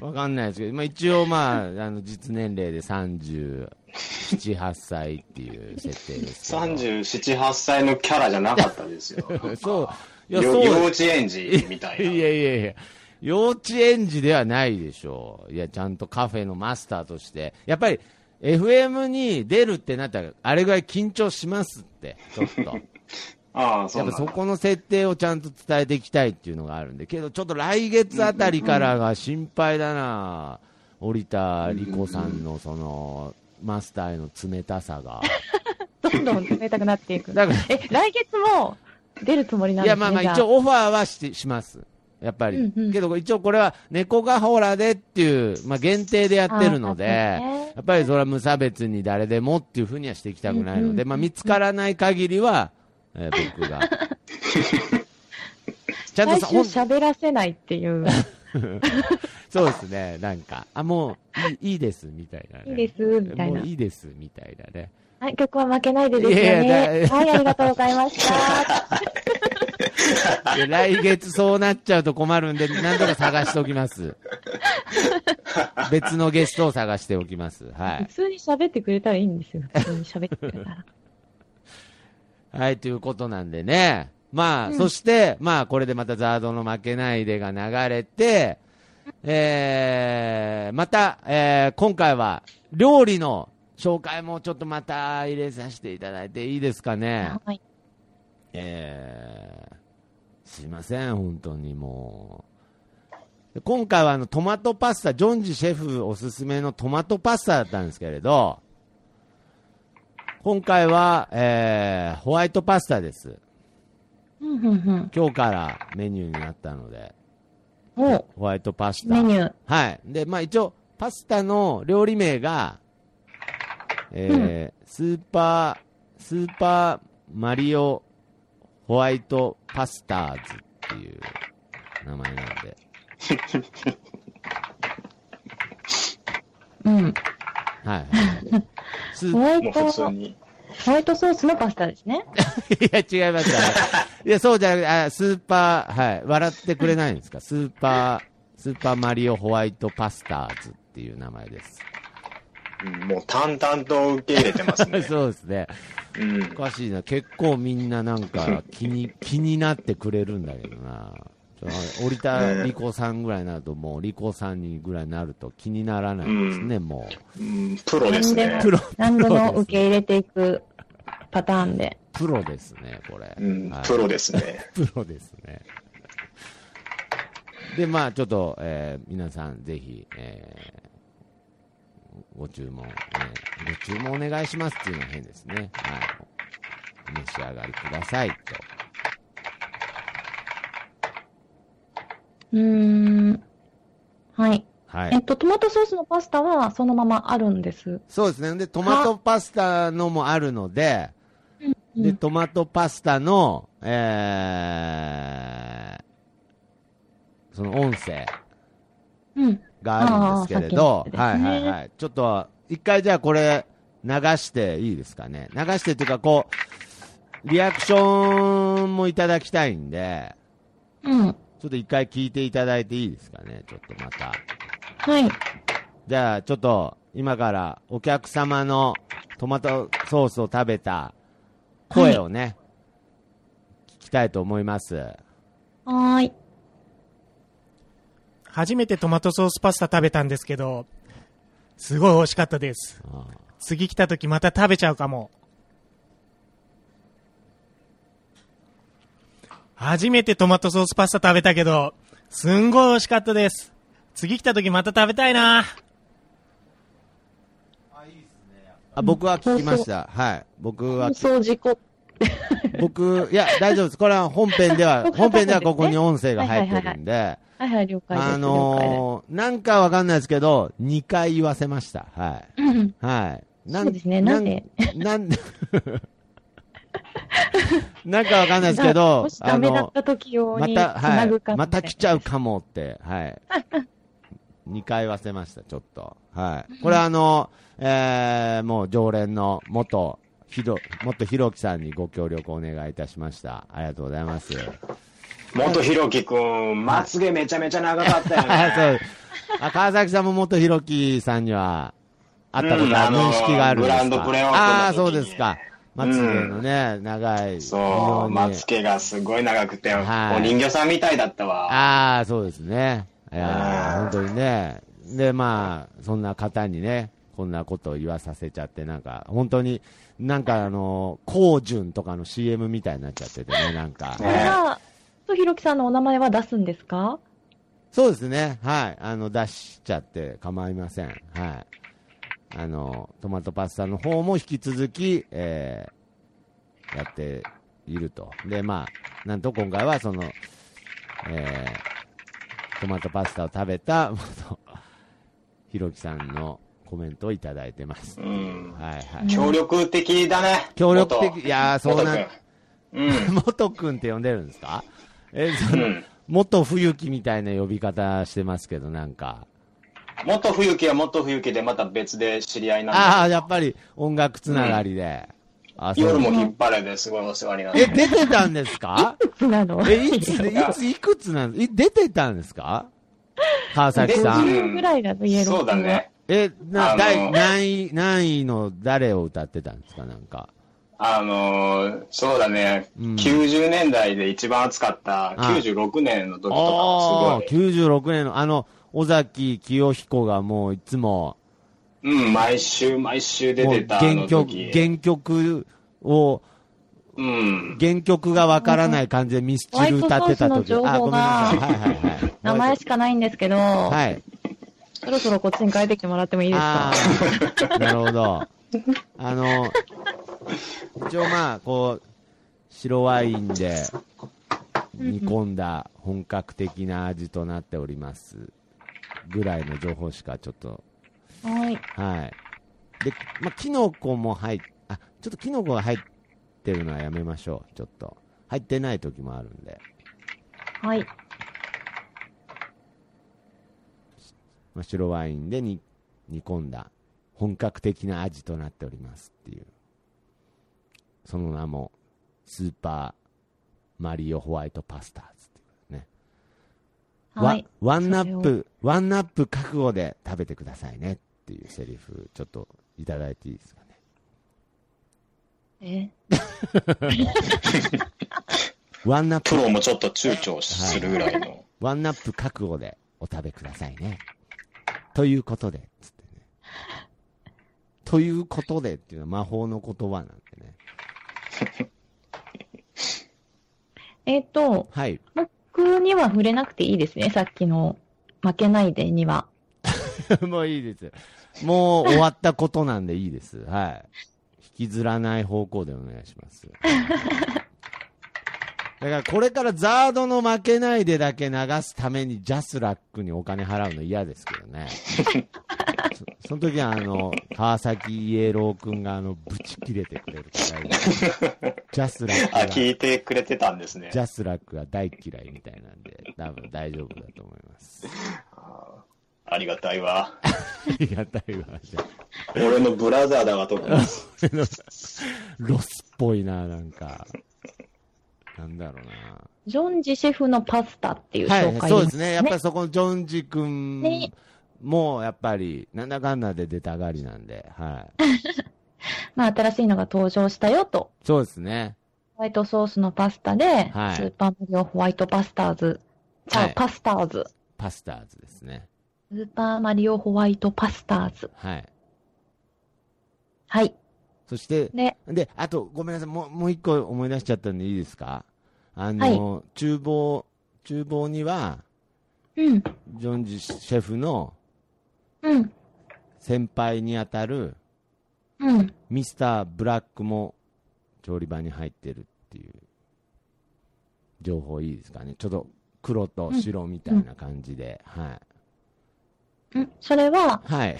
Speaker 2: わかんないですけど、まあ一応まあ、あの、実年齢で37、8歳っていう設定ですけど。
Speaker 4: ?37、8歳のキャラじゃなかったですよ。
Speaker 2: そう。 いや、
Speaker 4: よ
Speaker 2: そう
Speaker 4: 幼稚園児みたいな。
Speaker 2: いやいやいや、幼稚園児ではないでしょう。いや、ちゃんとカフェのマスターとして。やっぱり、FM に出るってなったら、あれぐらい緊張しますって、ちょっ と。
Speaker 4: ああ、そ
Speaker 2: や
Speaker 4: う
Speaker 2: っ
Speaker 4: な
Speaker 2: ぱ
Speaker 4: ん
Speaker 2: そ
Speaker 4: だ。
Speaker 2: この設定をちゃんと伝えていきたいっていうのがあるんで、けどちょっと来月あたりからが心配だな、織田理子さんのそのマスターへの冷たさが。
Speaker 3: どんどん冷たくなっていく。
Speaker 2: だか
Speaker 3: え、来月も出るつもりな
Speaker 2: ら、いや
Speaker 3: んですね。
Speaker 2: まあまあ
Speaker 3: じゃ
Speaker 2: 一応オファーはしてします。やっぱり。
Speaker 3: うんうん
Speaker 2: けど一応これは猫がほらでっていう、まあ限定でやってるので、
Speaker 3: あそうですね
Speaker 2: やっぱりそれは無差別に誰でもっていうふうにはしていきたくないので、
Speaker 3: うんうん
Speaker 2: まあ見つからない限りは、えー僕 が。ちゃんと
Speaker 3: 来
Speaker 2: さ、
Speaker 3: 週
Speaker 2: ほん
Speaker 3: 喋らせないっていう。
Speaker 2: そうですね、なんか、あ、もういいいいです、みたいな、ね。
Speaker 3: いいですみたいな
Speaker 2: もういいです、みたいなね。
Speaker 3: はい、曲は負けないでですよ
Speaker 2: いやい
Speaker 3: ね。
Speaker 2: やだ
Speaker 3: はい、ありがとうございました。
Speaker 2: で来月そうなっちゃうと困るんで、何とか探しておきます。別のゲストを探しておきます。は
Speaker 3: 普
Speaker 2: い。
Speaker 3: 通に喋ってくれたらいいんですよ。普通に喋ってくれ たら。
Speaker 2: はい、ということなんでね。まあ、
Speaker 3: うん
Speaker 2: そして、まあ、これでまたザードの負けないでが流れて、えー、また、えー、今回は、料理の紹介もちょっとまた入れさせていただいていいですかね。
Speaker 3: はい。
Speaker 2: えーすいません、本当にもう。で今回はあのトマトパスタ、ジョンジシェフおすすめのトマトパスタだったんですけれど、今回は、えーホワイトパスタです。
Speaker 3: うん、うん、うん。
Speaker 2: 今日からメニューになったので、
Speaker 3: も
Speaker 2: ホワイトパス
Speaker 3: う、
Speaker 2: タ。
Speaker 3: メニュー。
Speaker 2: はい。で、まあ一応、パスタの料理名が、えースーパー、スーパーマリオホワイトパスターズっていう名前なんで。
Speaker 3: うん。
Speaker 2: はい、はい。ス
Speaker 3: ホ
Speaker 2: ー
Speaker 3: ワイ
Speaker 4: もう
Speaker 3: ト、
Speaker 4: 普通
Speaker 3: ホ
Speaker 4: に。
Speaker 3: ワイトソースのパスタですね。
Speaker 2: いや、違いますいや、そうじゃなくて、あスーパー、はい。笑ってくれないんですかスーパー、スーパーマリオホワイトパスターズっていう名前です。。
Speaker 4: うんもう淡々と受け入れてますね
Speaker 2: そうですね。
Speaker 4: うん
Speaker 2: お。かしいな、結構みんななん か気に気になってくれるんだけどな、ちょ折田理子さんぐらいになると、もう理子さんにぐらいになると気にならないですね、もう、
Speaker 4: うんプロですね。
Speaker 2: プロ
Speaker 3: 何でも受
Speaker 2: プロ
Speaker 3: け入れていくパターンで。
Speaker 2: プロですね、これ、
Speaker 4: うん
Speaker 2: はい、
Speaker 4: プロですね。
Speaker 2: プロですね。で、まあ、ちょっと、えー皆さん、ぜひ、えーご注文、えーご注文お願いしますっていうのは変ですね。はい。お召し上がりくださいと。
Speaker 3: うーん。はい。
Speaker 2: はい
Speaker 3: えっと、トマトソースのパスタはそのままあるんです。
Speaker 2: そうですね。で、トマトパスタのもあるので、
Speaker 3: うん
Speaker 2: で、トマトパスタの、えー、その音声
Speaker 3: うん。
Speaker 2: があるんですけれど、は
Speaker 3: あーさっ
Speaker 2: い
Speaker 3: きの
Speaker 2: は
Speaker 3: やつです
Speaker 2: い
Speaker 3: ね
Speaker 2: はい。ちょっと、一回じゃあこれ、流していいですかね。流してっていうか、こう、リアクションもいただきたいんで、
Speaker 3: うん。
Speaker 2: ちょっと一回聞いていただいていいですかね。ちょっとまた。
Speaker 3: はい。
Speaker 2: じゃあ、ちょっと、今からお客様のトマトソースを食べた声をね、聞きたいと思います。
Speaker 3: はーい。
Speaker 5: 初めてトマトソースパスタ食べたんですけど、すごい美味しかったです。
Speaker 2: あ
Speaker 5: 次来た時また食べちゃうかも。初めてトマトソースパスタ食べたけど、すんごい美味しかったです。次来た時また食べたいな。
Speaker 2: あ僕は聞きま した。はい。僕は
Speaker 3: 放、送事故。
Speaker 2: 僕、いや、大丈夫です。これは本編で は、
Speaker 3: 僕
Speaker 2: 本
Speaker 3: が食べて
Speaker 2: 編ではここに音声が入ってるんで、
Speaker 3: はいはい、了解です。
Speaker 2: あ
Speaker 3: 了
Speaker 2: のー、なんかわかんないですけど、2回言わせました。は
Speaker 3: 解ですうん
Speaker 2: い。はい。
Speaker 3: そうですねなんで
Speaker 2: なん、なん なんかわかんないですけ ど、
Speaker 3: もしダメだった時用
Speaker 2: ま
Speaker 3: に
Speaker 2: た、は
Speaker 3: 繋ぐか
Speaker 2: い。また来ちゃうかもって、 はい。2回忘れました、ちょっと。はい。これあの、えー、もう常連の元、ひろ、元ひろきさんにご協力お願いいたしました。ありがとうございます。
Speaker 4: 元ひろきくん、まつげめちゃめちゃ長かったよ
Speaker 2: あそう
Speaker 4: ね。
Speaker 2: あ、川崎さんも元ひろきさんには、あったことは
Speaker 4: うんあの
Speaker 2: 認識があるんですか、
Speaker 4: グランドプレーオフの時に
Speaker 2: ああ、そうですか。まつげのね、長い。非
Speaker 4: そ
Speaker 2: 常
Speaker 4: う、
Speaker 2: に
Speaker 4: まつげがすごい長くて、
Speaker 2: はい
Speaker 4: お人形さんみたいだったわ。
Speaker 2: ああ、そうですね。いやー
Speaker 4: あ
Speaker 2: 本
Speaker 4: ー
Speaker 2: 当にね。で、まあ、そんな方にね、こんなことを言わさせちゃって、なんか、本当に、なんかあの、コージュンとかの CM みたいになっちゃっててね、なんか。
Speaker 3: これは、とひろきさんのお名前は出すんですか
Speaker 2: そうですね。はい。あの、出しちゃって構いません。はい。あの、トマトパスタの方も引き続き、えー、やっていると。で、まあ、なんと今回はその、えー、トマトパスタを食べた、元ひろきさんのコメントをいただいてます。
Speaker 4: う
Speaker 2: はい
Speaker 4: ん。
Speaker 2: はい。
Speaker 4: 協力的だね。
Speaker 2: 協力
Speaker 4: 元
Speaker 2: 的、いやー、そうなん、
Speaker 4: 元君
Speaker 2: 元くんって呼んでるんですかえ、そ
Speaker 4: うん。
Speaker 2: の、
Speaker 4: うん。
Speaker 2: 元冬木みたいな呼び方してますけど、なんか。
Speaker 4: 元冬樹は元冬樹でまた別で知り合い
Speaker 2: あ
Speaker 4: な
Speaker 2: あ、
Speaker 4: んで。
Speaker 2: やっぱり音楽つながりで。あそう
Speaker 4: 夜も引っ張れですごいお世話になっ
Speaker 2: え、
Speaker 4: て。
Speaker 2: 出てたんです か
Speaker 3: なの
Speaker 2: え、いつ、いつ、いくつなんですい出てたんですか川崎さ
Speaker 4: 出
Speaker 2: ん。
Speaker 4: て
Speaker 3: 50ぐらいなの、イエロー
Speaker 4: そうだね。
Speaker 2: え、な、
Speaker 4: あのー
Speaker 2: 第、何位、何位の誰を歌ってたんですかなんか。
Speaker 4: あのー、そうだね、
Speaker 2: うん
Speaker 4: 90年代で一番暑かった96年の時とか
Speaker 2: あ
Speaker 4: は
Speaker 2: あー、
Speaker 4: すごい。
Speaker 2: 96年の、あの、尾崎清彦がもういつも、
Speaker 4: うん、毎週毎週出
Speaker 2: も
Speaker 4: て
Speaker 2: う
Speaker 4: たあ
Speaker 2: 原
Speaker 4: の
Speaker 2: 曲
Speaker 4: 時、。
Speaker 2: 原曲を、
Speaker 4: うん。
Speaker 2: 原曲がわからない感じでミスチル歌ってた時。
Speaker 3: ホワイトソースの情報が
Speaker 2: あ、ごめんなさい。はいはいはい。
Speaker 3: 名前しかないんですけど、
Speaker 2: はい。
Speaker 3: そろそろこっちに帰ってきてもらってもいいですか
Speaker 2: あーなるほど。あの、一応まあ、こう、白ワインで煮込んだ本格的な味となっております。ぐらいの情報しかちょっと、
Speaker 3: はい。
Speaker 2: はい。で、まあ、キノコも入っ、あ、ちょっとキノコが入ってるのはやめましょう。ちょっと。入ってない時もあるんで。
Speaker 3: はい。
Speaker 2: まあ、白ワインで煮煮込んだ本格的な味となっておりますっていうその名もスーパーマリオホワイトパスターズっていうね、
Speaker 3: はい。
Speaker 2: ワワンナッ
Speaker 3: それ
Speaker 2: プワンナップ覚悟で食べてくださいねっていうセリフちょっといただいていいですかね
Speaker 3: え
Speaker 2: ワンナッ
Speaker 4: プ
Speaker 2: プ
Speaker 4: ロもちょっと躊躇するぐらいの。
Speaker 2: ワンナップ覚悟でお食べくださいねということでつってねということでっていうのは魔法の言葉なんでね
Speaker 3: えっと、
Speaker 2: はい
Speaker 3: 僕には触れなくていいですね、さっきの。負けないでには。
Speaker 2: もういいです。もう終わったことなんでいいです。はい。引きずらない方向でお願いします。だからこれからザードの負けないでだけ流すためにジャスラックにお金払うの嫌ですけどね。そ その時はあの、川崎イエロー君があの、ぶち切れてくれるからジャスラック
Speaker 4: あ、
Speaker 2: が、ジ
Speaker 4: 聞いてくれてたんですね。
Speaker 2: ャスラックが大嫌いみたいなんで、多分大丈夫だと思います。
Speaker 4: ありがたいわ。
Speaker 2: ありがたいわ、じゃあ
Speaker 4: 俺のブラザーだが特に。
Speaker 2: ロスっぽいな、なんか。なんだろうな。
Speaker 3: ジョンジシェフのパスタっていう
Speaker 2: は
Speaker 3: 紹
Speaker 2: い、
Speaker 3: 介
Speaker 2: そうですね。やっぱ
Speaker 3: り。
Speaker 2: りそこのジョンジ君
Speaker 3: ね
Speaker 2: も、やっぱり、なんだかんだで出たがりなんで、はい。
Speaker 3: まあ、新しいのが登場したよと。
Speaker 2: そうですね。
Speaker 3: ホワイトソースのパスタで、
Speaker 2: はい
Speaker 3: スーパーマリオホワイトパスターズ。じゃあ、
Speaker 2: はい
Speaker 3: パスターズ。
Speaker 2: パスターズですね。
Speaker 3: スーパーマリオホワイトパスターズ。
Speaker 2: はい。
Speaker 3: はい。
Speaker 2: そして、
Speaker 3: で、
Speaker 2: で、あと、ごめんなさい。もう、もう一個思い出しちゃったんでいいですかあの、厨房、厨房には、
Speaker 3: うん、
Speaker 2: ジョンジシェフの
Speaker 3: うん、
Speaker 2: 先輩にあたる、
Speaker 3: うん。
Speaker 2: ミスターブラックも調理場に入ってるっていう情報いいですかね、ちょっと黒と白みたいな感じで、はい、
Speaker 3: うん、それは、
Speaker 2: はい、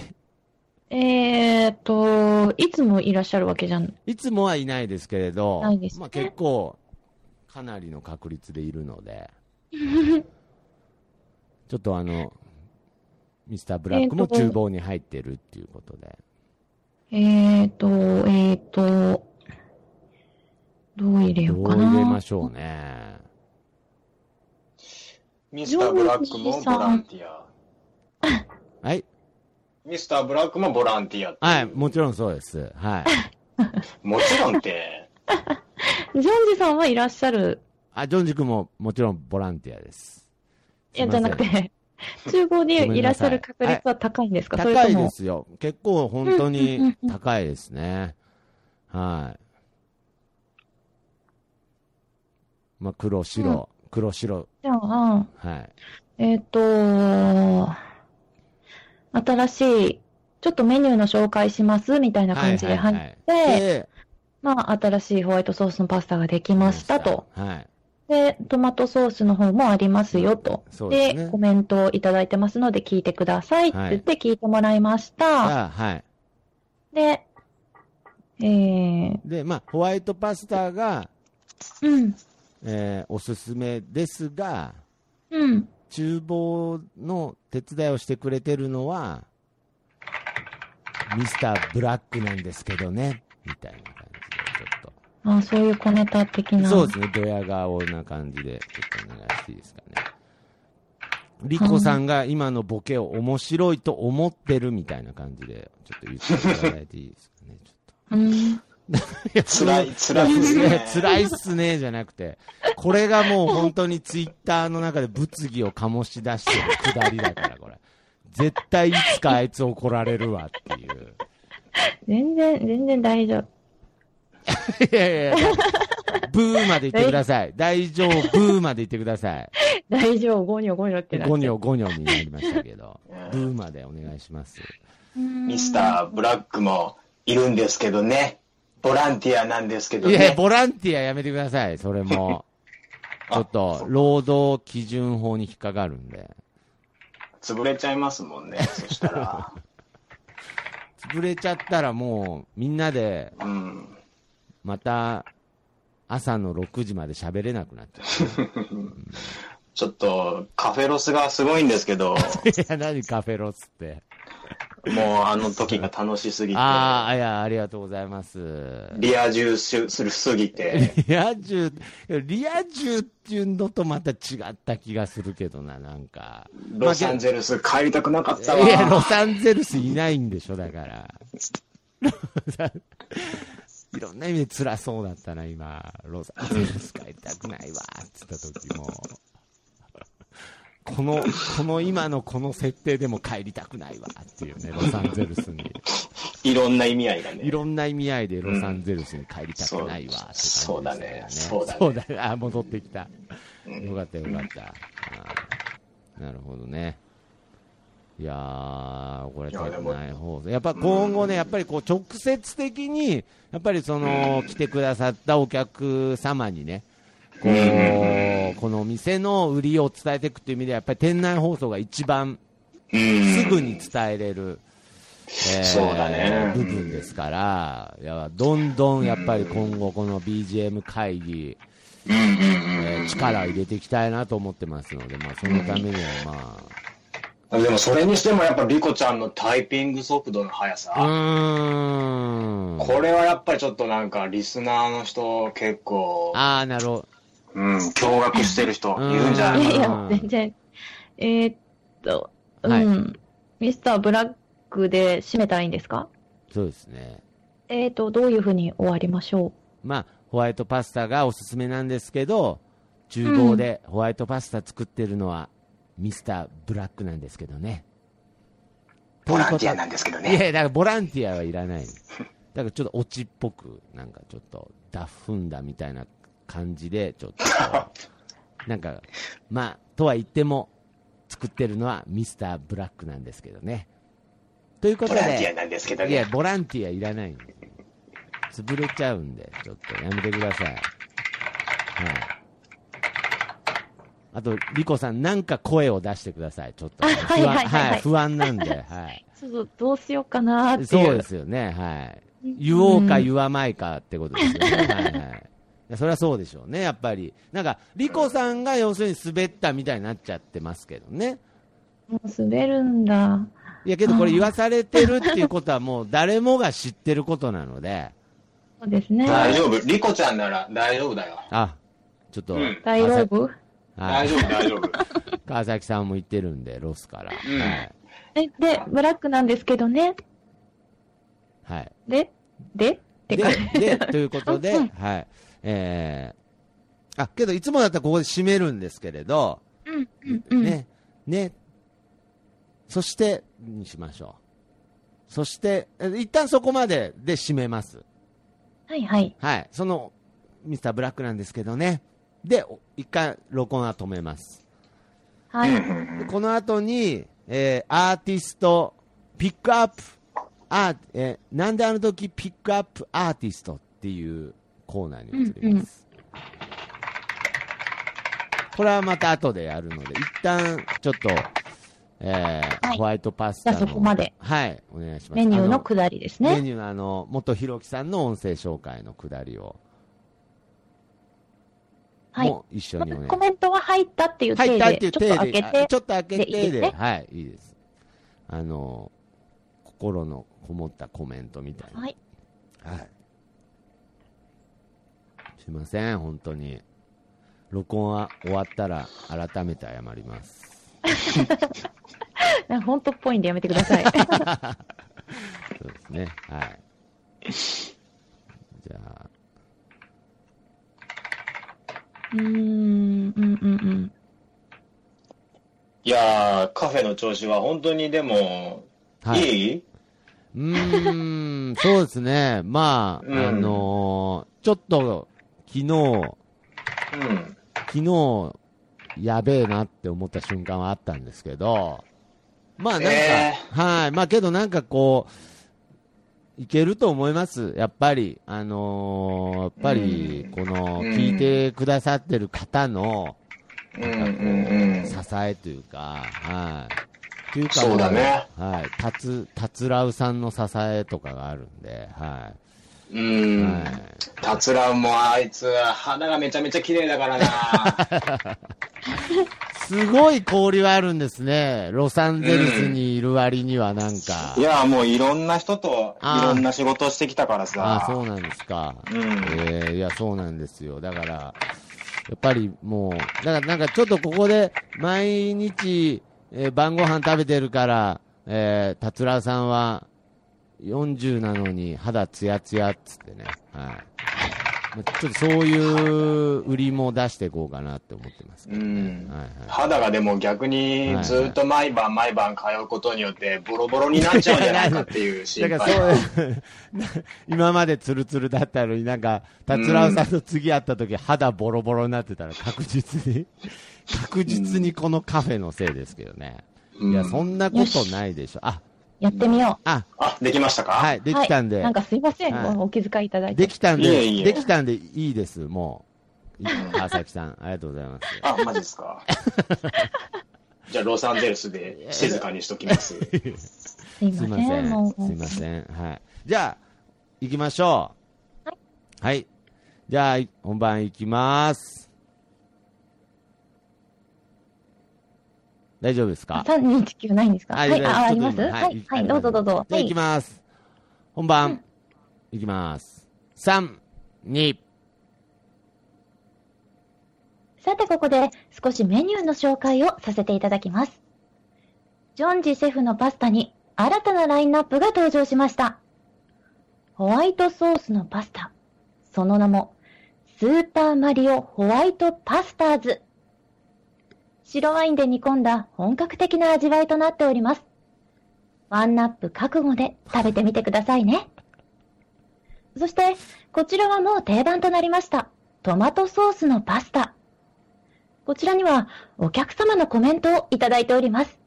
Speaker 3: えーっと、いつもいらっしゃるわけじゃん。
Speaker 2: いつもはいないですけれど、
Speaker 3: ないですね
Speaker 2: まあ、結構、かなりの確率でいるの で、ちょっとあの、ミスターブラックも厨房に入ってるっていうことで、
Speaker 3: えーっと、えーっと、どう入れよ
Speaker 2: ど
Speaker 3: う
Speaker 2: う
Speaker 3: かな。
Speaker 2: 入れましょうね。
Speaker 4: ミスターブラックもボランティア。
Speaker 2: はい、
Speaker 4: ミスターブラックもボランティアっていう
Speaker 2: はい、もちろんそうです。はい。
Speaker 4: もちろんって、
Speaker 3: ジョージさんはいらっしゃる。
Speaker 2: あ、ジョンジ君ももちろんボランティアです。
Speaker 3: いや、
Speaker 2: す
Speaker 3: じゃ
Speaker 2: ませ
Speaker 3: なん くて、厨房にいらっしゃる確率は高いんですかそれ
Speaker 2: 高
Speaker 3: と
Speaker 2: いで
Speaker 3: も、
Speaker 2: すよ。結構本当
Speaker 3: うんうん
Speaker 2: に
Speaker 3: うんうん
Speaker 2: 高いですね。はい。まあ、黒白、黒白、
Speaker 3: じゃあ、
Speaker 2: はい。
Speaker 3: えーっと、新しい、ちょっとメニューの紹介しますみたいな感じで入って、
Speaker 2: はいはいはいで
Speaker 3: まあ、新しいホワイトソースのパスタができましたと。。
Speaker 2: はい。
Speaker 3: で、トマトソースの方もありますよと。
Speaker 2: そうですね
Speaker 3: コメントをいただいてますので聞いてくださいって言って聞いてもらいました。
Speaker 2: じゃあはい。
Speaker 3: で、えー、
Speaker 2: で、まあ、ホワイトパスタが、
Speaker 3: うん、
Speaker 2: えーおすすめですが、
Speaker 3: うん、
Speaker 2: 厨房の手伝いをしてくれてるのは、ミスターブラックなんですけどね、みたいな感じで、ちょっと。
Speaker 3: あ、そういう小ネタ的な。
Speaker 2: そうですね、ドヤ顔な感じで、ちょっとお願いしていいですかね。リコさんが今のボケを面白いと思ってるみたいな感じで、ちょっと言っていただいていいですかね、ちょっと。
Speaker 3: うん、
Speaker 4: 辛い、辛いですね。
Speaker 2: 辛いっすね、じゃなくて、これがもう本当にツイッターの中で物議を醸し出してるくだりだから、これ。絶対いつかあいつ怒られるわっていう。
Speaker 3: 全然、全然大丈夫。
Speaker 2: いやいやいや、ブーまで言ってください。大丈夫、ブーまで言ってください。
Speaker 3: 大丈夫、ゴニョゴニョってなっ
Speaker 2: ゴ
Speaker 3: て
Speaker 2: ニョゴニョになりましたけど、ブーまでお願いします。
Speaker 4: ミスターブラックもいるんですけどね。ボランティアなんですけど
Speaker 2: いや、
Speaker 4: ね。
Speaker 2: ボランティアやめてください、それも。ちょっと、労働基準法に引っかかるんで。
Speaker 4: 潰れちゃいますもんね。そしたら。
Speaker 2: 潰れちゃったらもう、みんなで、
Speaker 4: うん。
Speaker 2: また、朝の6時まで喋れなくなっちゃ
Speaker 4: ちょっと、カフェロスがすごいんですけど、
Speaker 2: う。いや、何カフェロスって。
Speaker 4: もうあの時が楽しすぎて、
Speaker 2: ああ、いや、ありがとうございます。
Speaker 4: リア充しするすぎて、
Speaker 2: リア充、リア充っていうのとまた違った気がするけどな、なんか。
Speaker 4: ロサンゼルス帰りたくなかった
Speaker 2: いや、ロ
Speaker 4: わ。
Speaker 2: サンゼルスいないんでしょ、だから。ロサンいろんな意味で辛そうだったな、今。ロサンゼルス帰りたくないわ、つった時も。この、この今のこの設定でも帰りたくないわ、っていうね、ロサンゼルスに。
Speaker 4: いろんな意味合いがね
Speaker 2: い。ろんな意味合いでロサンゼルスに帰りたくないわ、って感じですよね。
Speaker 4: そうだね
Speaker 2: そ
Speaker 4: そうう
Speaker 2: だね。あ、戻ってきた。よかったよかった。あーなるほどね。いやー、これ、
Speaker 4: いやでも
Speaker 2: ない方やっぱ今後ね、やっぱりこう直接的に、やっぱりその、来てくださったお客様にね、こ
Speaker 4: うんうんう
Speaker 2: う、このお店の売りを伝えていくっていう意味では、やっぱり店内放送が一番
Speaker 4: うん。
Speaker 2: すぐに伝えれる、えー
Speaker 4: そうだね
Speaker 2: 部分ですから、いや、どんどんやっぱり今後この BGM 会議、
Speaker 4: うんうん
Speaker 2: えー力を入れていきたいなと思ってますので、まあ、そのためには、まあ、
Speaker 4: うん。でもそれにしてもやっぱリコちゃんのタイピング速度の速さ。
Speaker 2: うーん。
Speaker 4: これはやっぱりちょっとなんかリスナーの人結構、
Speaker 2: ああ、なるほ
Speaker 4: うん、驚愕してる人いるんじ ゃ
Speaker 2: うん
Speaker 4: ないい
Speaker 2: や
Speaker 4: か
Speaker 2: い
Speaker 4: な。
Speaker 2: や全
Speaker 3: 然。えっと、
Speaker 2: はい
Speaker 3: ん。ミスターブラックで締めたらいいんですか
Speaker 2: ど。そうですね。
Speaker 3: えっと、どういうふうに終わりましょ
Speaker 2: まあ、ホワイトパスタがおすすめなんですけど、厨房でホワイトパスタ作ってるのは、ミスターブラックなんですけどね。
Speaker 4: ボランティアなんんですけど
Speaker 2: いやい
Speaker 4: ね。
Speaker 2: や、だからボランティアはいらない。だからちょっとオチっぽく、なんかちょっと、ダフんだみたいな感じで、ちょっと、 なんか、まあ、とは言っても、作ってるのはミスターブラックなんですけどね。ということ
Speaker 4: ボランティア
Speaker 2: で、
Speaker 4: なんですけど
Speaker 2: いや、
Speaker 4: ね。
Speaker 2: ボランティアいらないんで。潰れちゃうんで、ちょっとやめてください。はい。あと、リコさん、なんか声を出してください。ちょっと。
Speaker 3: あ
Speaker 2: 不
Speaker 3: はい
Speaker 2: 安
Speaker 3: はいはいはい
Speaker 2: 不安なんで、 はい。
Speaker 3: うちょっとどうしようかなーっていう。
Speaker 2: そうですよね、はい。言おうか言わないかってこと ですよね。はいはい。それはそうでしょうね、やっぱり。なんか、リコさんが要するに滑ったみたいになっちゃってますけどね。
Speaker 3: もう滑るんだ。
Speaker 2: いやけどこれ言わされてるっていうことはもう誰もが知ってることなので、
Speaker 3: そうですね。
Speaker 4: 大丈夫。リコちゃんなら大丈夫だよ。
Speaker 2: あ、ちょっと、
Speaker 4: うん
Speaker 3: 大丈夫
Speaker 2: は
Speaker 4: 大
Speaker 2: い、
Speaker 4: 丈夫、大丈夫。
Speaker 2: 川崎さんも言ってるんで、ロスから。
Speaker 4: うん
Speaker 2: はい。
Speaker 3: え、で、ブラックなんですけどね。
Speaker 2: はい。
Speaker 3: で、でって
Speaker 2: で
Speaker 3: か。、
Speaker 2: で、ということで、
Speaker 3: うん
Speaker 2: はい。えー、あ、けどいつもだったらここで締めるんですけれど、
Speaker 3: うん、 うん、うん。
Speaker 2: ね、ね、そして、にしましょう。そして、え一旦そこまでで締めます。
Speaker 3: はいはい。
Speaker 2: はい。その、ミスターブラックなんですけどね。で、お一回録音は止めます。
Speaker 3: は
Speaker 4: うん
Speaker 3: い。
Speaker 2: で
Speaker 4: うん
Speaker 2: この後に、えーアーティスト、ピックアップ、アーえーなんであの時ピックアップアーティストっていうコーナーに移ります。これはまた後でやるので、一旦ちょっと、えー
Speaker 3: はい
Speaker 2: ホワイトパスタの。
Speaker 3: じゃあそこまで。
Speaker 2: はい、お願いします。
Speaker 3: メニューの
Speaker 2: く
Speaker 3: くだりです
Speaker 2: メ
Speaker 3: ね。
Speaker 2: ニューのあの、元ひろきさんの音声紹介のくだりを、
Speaker 3: はい。
Speaker 2: もう一緒にお願いし
Speaker 3: コ
Speaker 2: ます。
Speaker 3: メントは入ったっていう
Speaker 2: 入
Speaker 3: 体
Speaker 2: ったってい
Speaker 3: で、
Speaker 2: う
Speaker 3: ちょ
Speaker 2: 手で、
Speaker 3: っと開け
Speaker 2: あ
Speaker 3: て
Speaker 2: ち、ょっと開けて
Speaker 3: でいいですね
Speaker 2: はい、いいです。あの、心のこもったコメントみたいな。
Speaker 3: はい。
Speaker 2: はい。すいません、本当に。録音は終わったら改めて謝ります。
Speaker 3: なんか本当っぽいんでやめてください。
Speaker 2: そうですね、はい。じゃあ、
Speaker 3: うーん、うん、うん、
Speaker 4: いやー、カフェの調子は本当にでも、
Speaker 2: はい。
Speaker 4: いいう
Speaker 2: ーん、そうですね。まあ、
Speaker 4: うん
Speaker 2: あのーちょっと、昨日、
Speaker 4: うん。
Speaker 2: 昨日、やべえなって思った瞬間はあったんですけど、まあなんか、
Speaker 4: え
Speaker 2: はい、まあけどなんかこう、いけると思います。やっぱり、あのーやっぱり
Speaker 4: うん、
Speaker 2: この、
Speaker 4: うん
Speaker 2: 聞いてくださってる方の、
Speaker 4: うんう
Speaker 2: なんんかこう、
Speaker 4: うん
Speaker 2: 支。えというか、はい。というか、
Speaker 4: そうだね
Speaker 2: はい。たつ、たつらうさんの支えとかがあるんで、は
Speaker 4: う
Speaker 2: い。
Speaker 4: ん。
Speaker 2: はい。
Speaker 4: たつらんもあいつ、肌がめちゃめちゃ綺麗だからな。
Speaker 2: すごい交流あるんですね。ロサンゼルスにいる割にはなんか。
Speaker 4: いや、もういろんな人と
Speaker 2: あー
Speaker 4: いろんな仕事をしてきたからさ。
Speaker 2: ああ、そうなんですか。
Speaker 4: うん
Speaker 2: えーいや、そうなんですよ。だから、やっぱりもう、だからなんかちょっとここで毎日、えー晩ご飯食べてるから、えー、達郎さんは40なのに肌ツヤツヤっつってね。はい。まあちょっとそういう売りも出していこうかなって思ってますけどね。
Speaker 4: うん
Speaker 2: はいはい。
Speaker 4: 肌がでも逆にずっと毎晩毎晩通うことによってボロボロになっちゃうんじゃないかっていう心
Speaker 2: だ
Speaker 4: 配。
Speaker 2: からそういうな今までツルツルだったのになんか、達郎さんと次会った時、肌ボロボロになって たら確実に、確実にこのカフェのせいですけどね。
Speaker 4: うん
Speaker 2: いや、そんなことないでしょ。あ、
Speaker 3: やってみよ
Speaker 2: あ、
Speaker 4: あ、できましたか。
Speaker 2: はいい、
Speaker 3: う。
Speaker 2: できたん
Speaker 3: はい
Speaker 2: で
Speaker 3: なん、かすいません、
Speaker 2: はい
Speaker 3: お気遣いいただいて。
Speaker 2: できたん
Speaker 4: いえ
Speaker 2: で、
Speaker 4: いえ
Speaker 2: できたんでいいです、もう。川崎さん、ありがとうございます。
Speaker 4: あ、マジです か。じゃあ、ロサンゼルスで静かにしときます。
Speaker 3: すい
Speaker 2: すいま
Speaker 3: ませ
Speaker 2: せ
Speaker 3: ん。
Speaker 2: ん。
Speaker 3: もう
Speaker 2: すいません。はい。じゃあ、行きましょう。はい。じゃあ、い本番行きます。大丈夫ですか
Speaker 3: 三二一九ないんですか。は
Speaker 2: 大
Speaker 3: い、
Speaker 2: 丈夫です
Speaker 3: あ、
Speaker 2: ちょ
Speaker 3: あ
Speaker 2: っと
Speaker 3: り
Speaker 2: 今
Speaker 3: ます。はい、はい、どうぞどうぞ。
Speaker 2: じゃ
Speaker 3: は
Speaker 2: あ行き
Speaker 3: い、
Speaker 2: ます。本番、行きます。3、2、
Speaker 3: さてここで少しメニューの紹介をさせていただきます。ジョンジシェフのパスタに新たなラインナップが登場しました。ホワイトソースのパスタ。その名も、スーパーマリオホワイトパスターズ。白ワインで煮込んだ本格的な味わいとなっております。ワンナップ覚悟で食べてみてくださいね。そして、こちらはもう定番となりました。トマトソースのパスタ。こちらにはお客様のコメントをいただいております。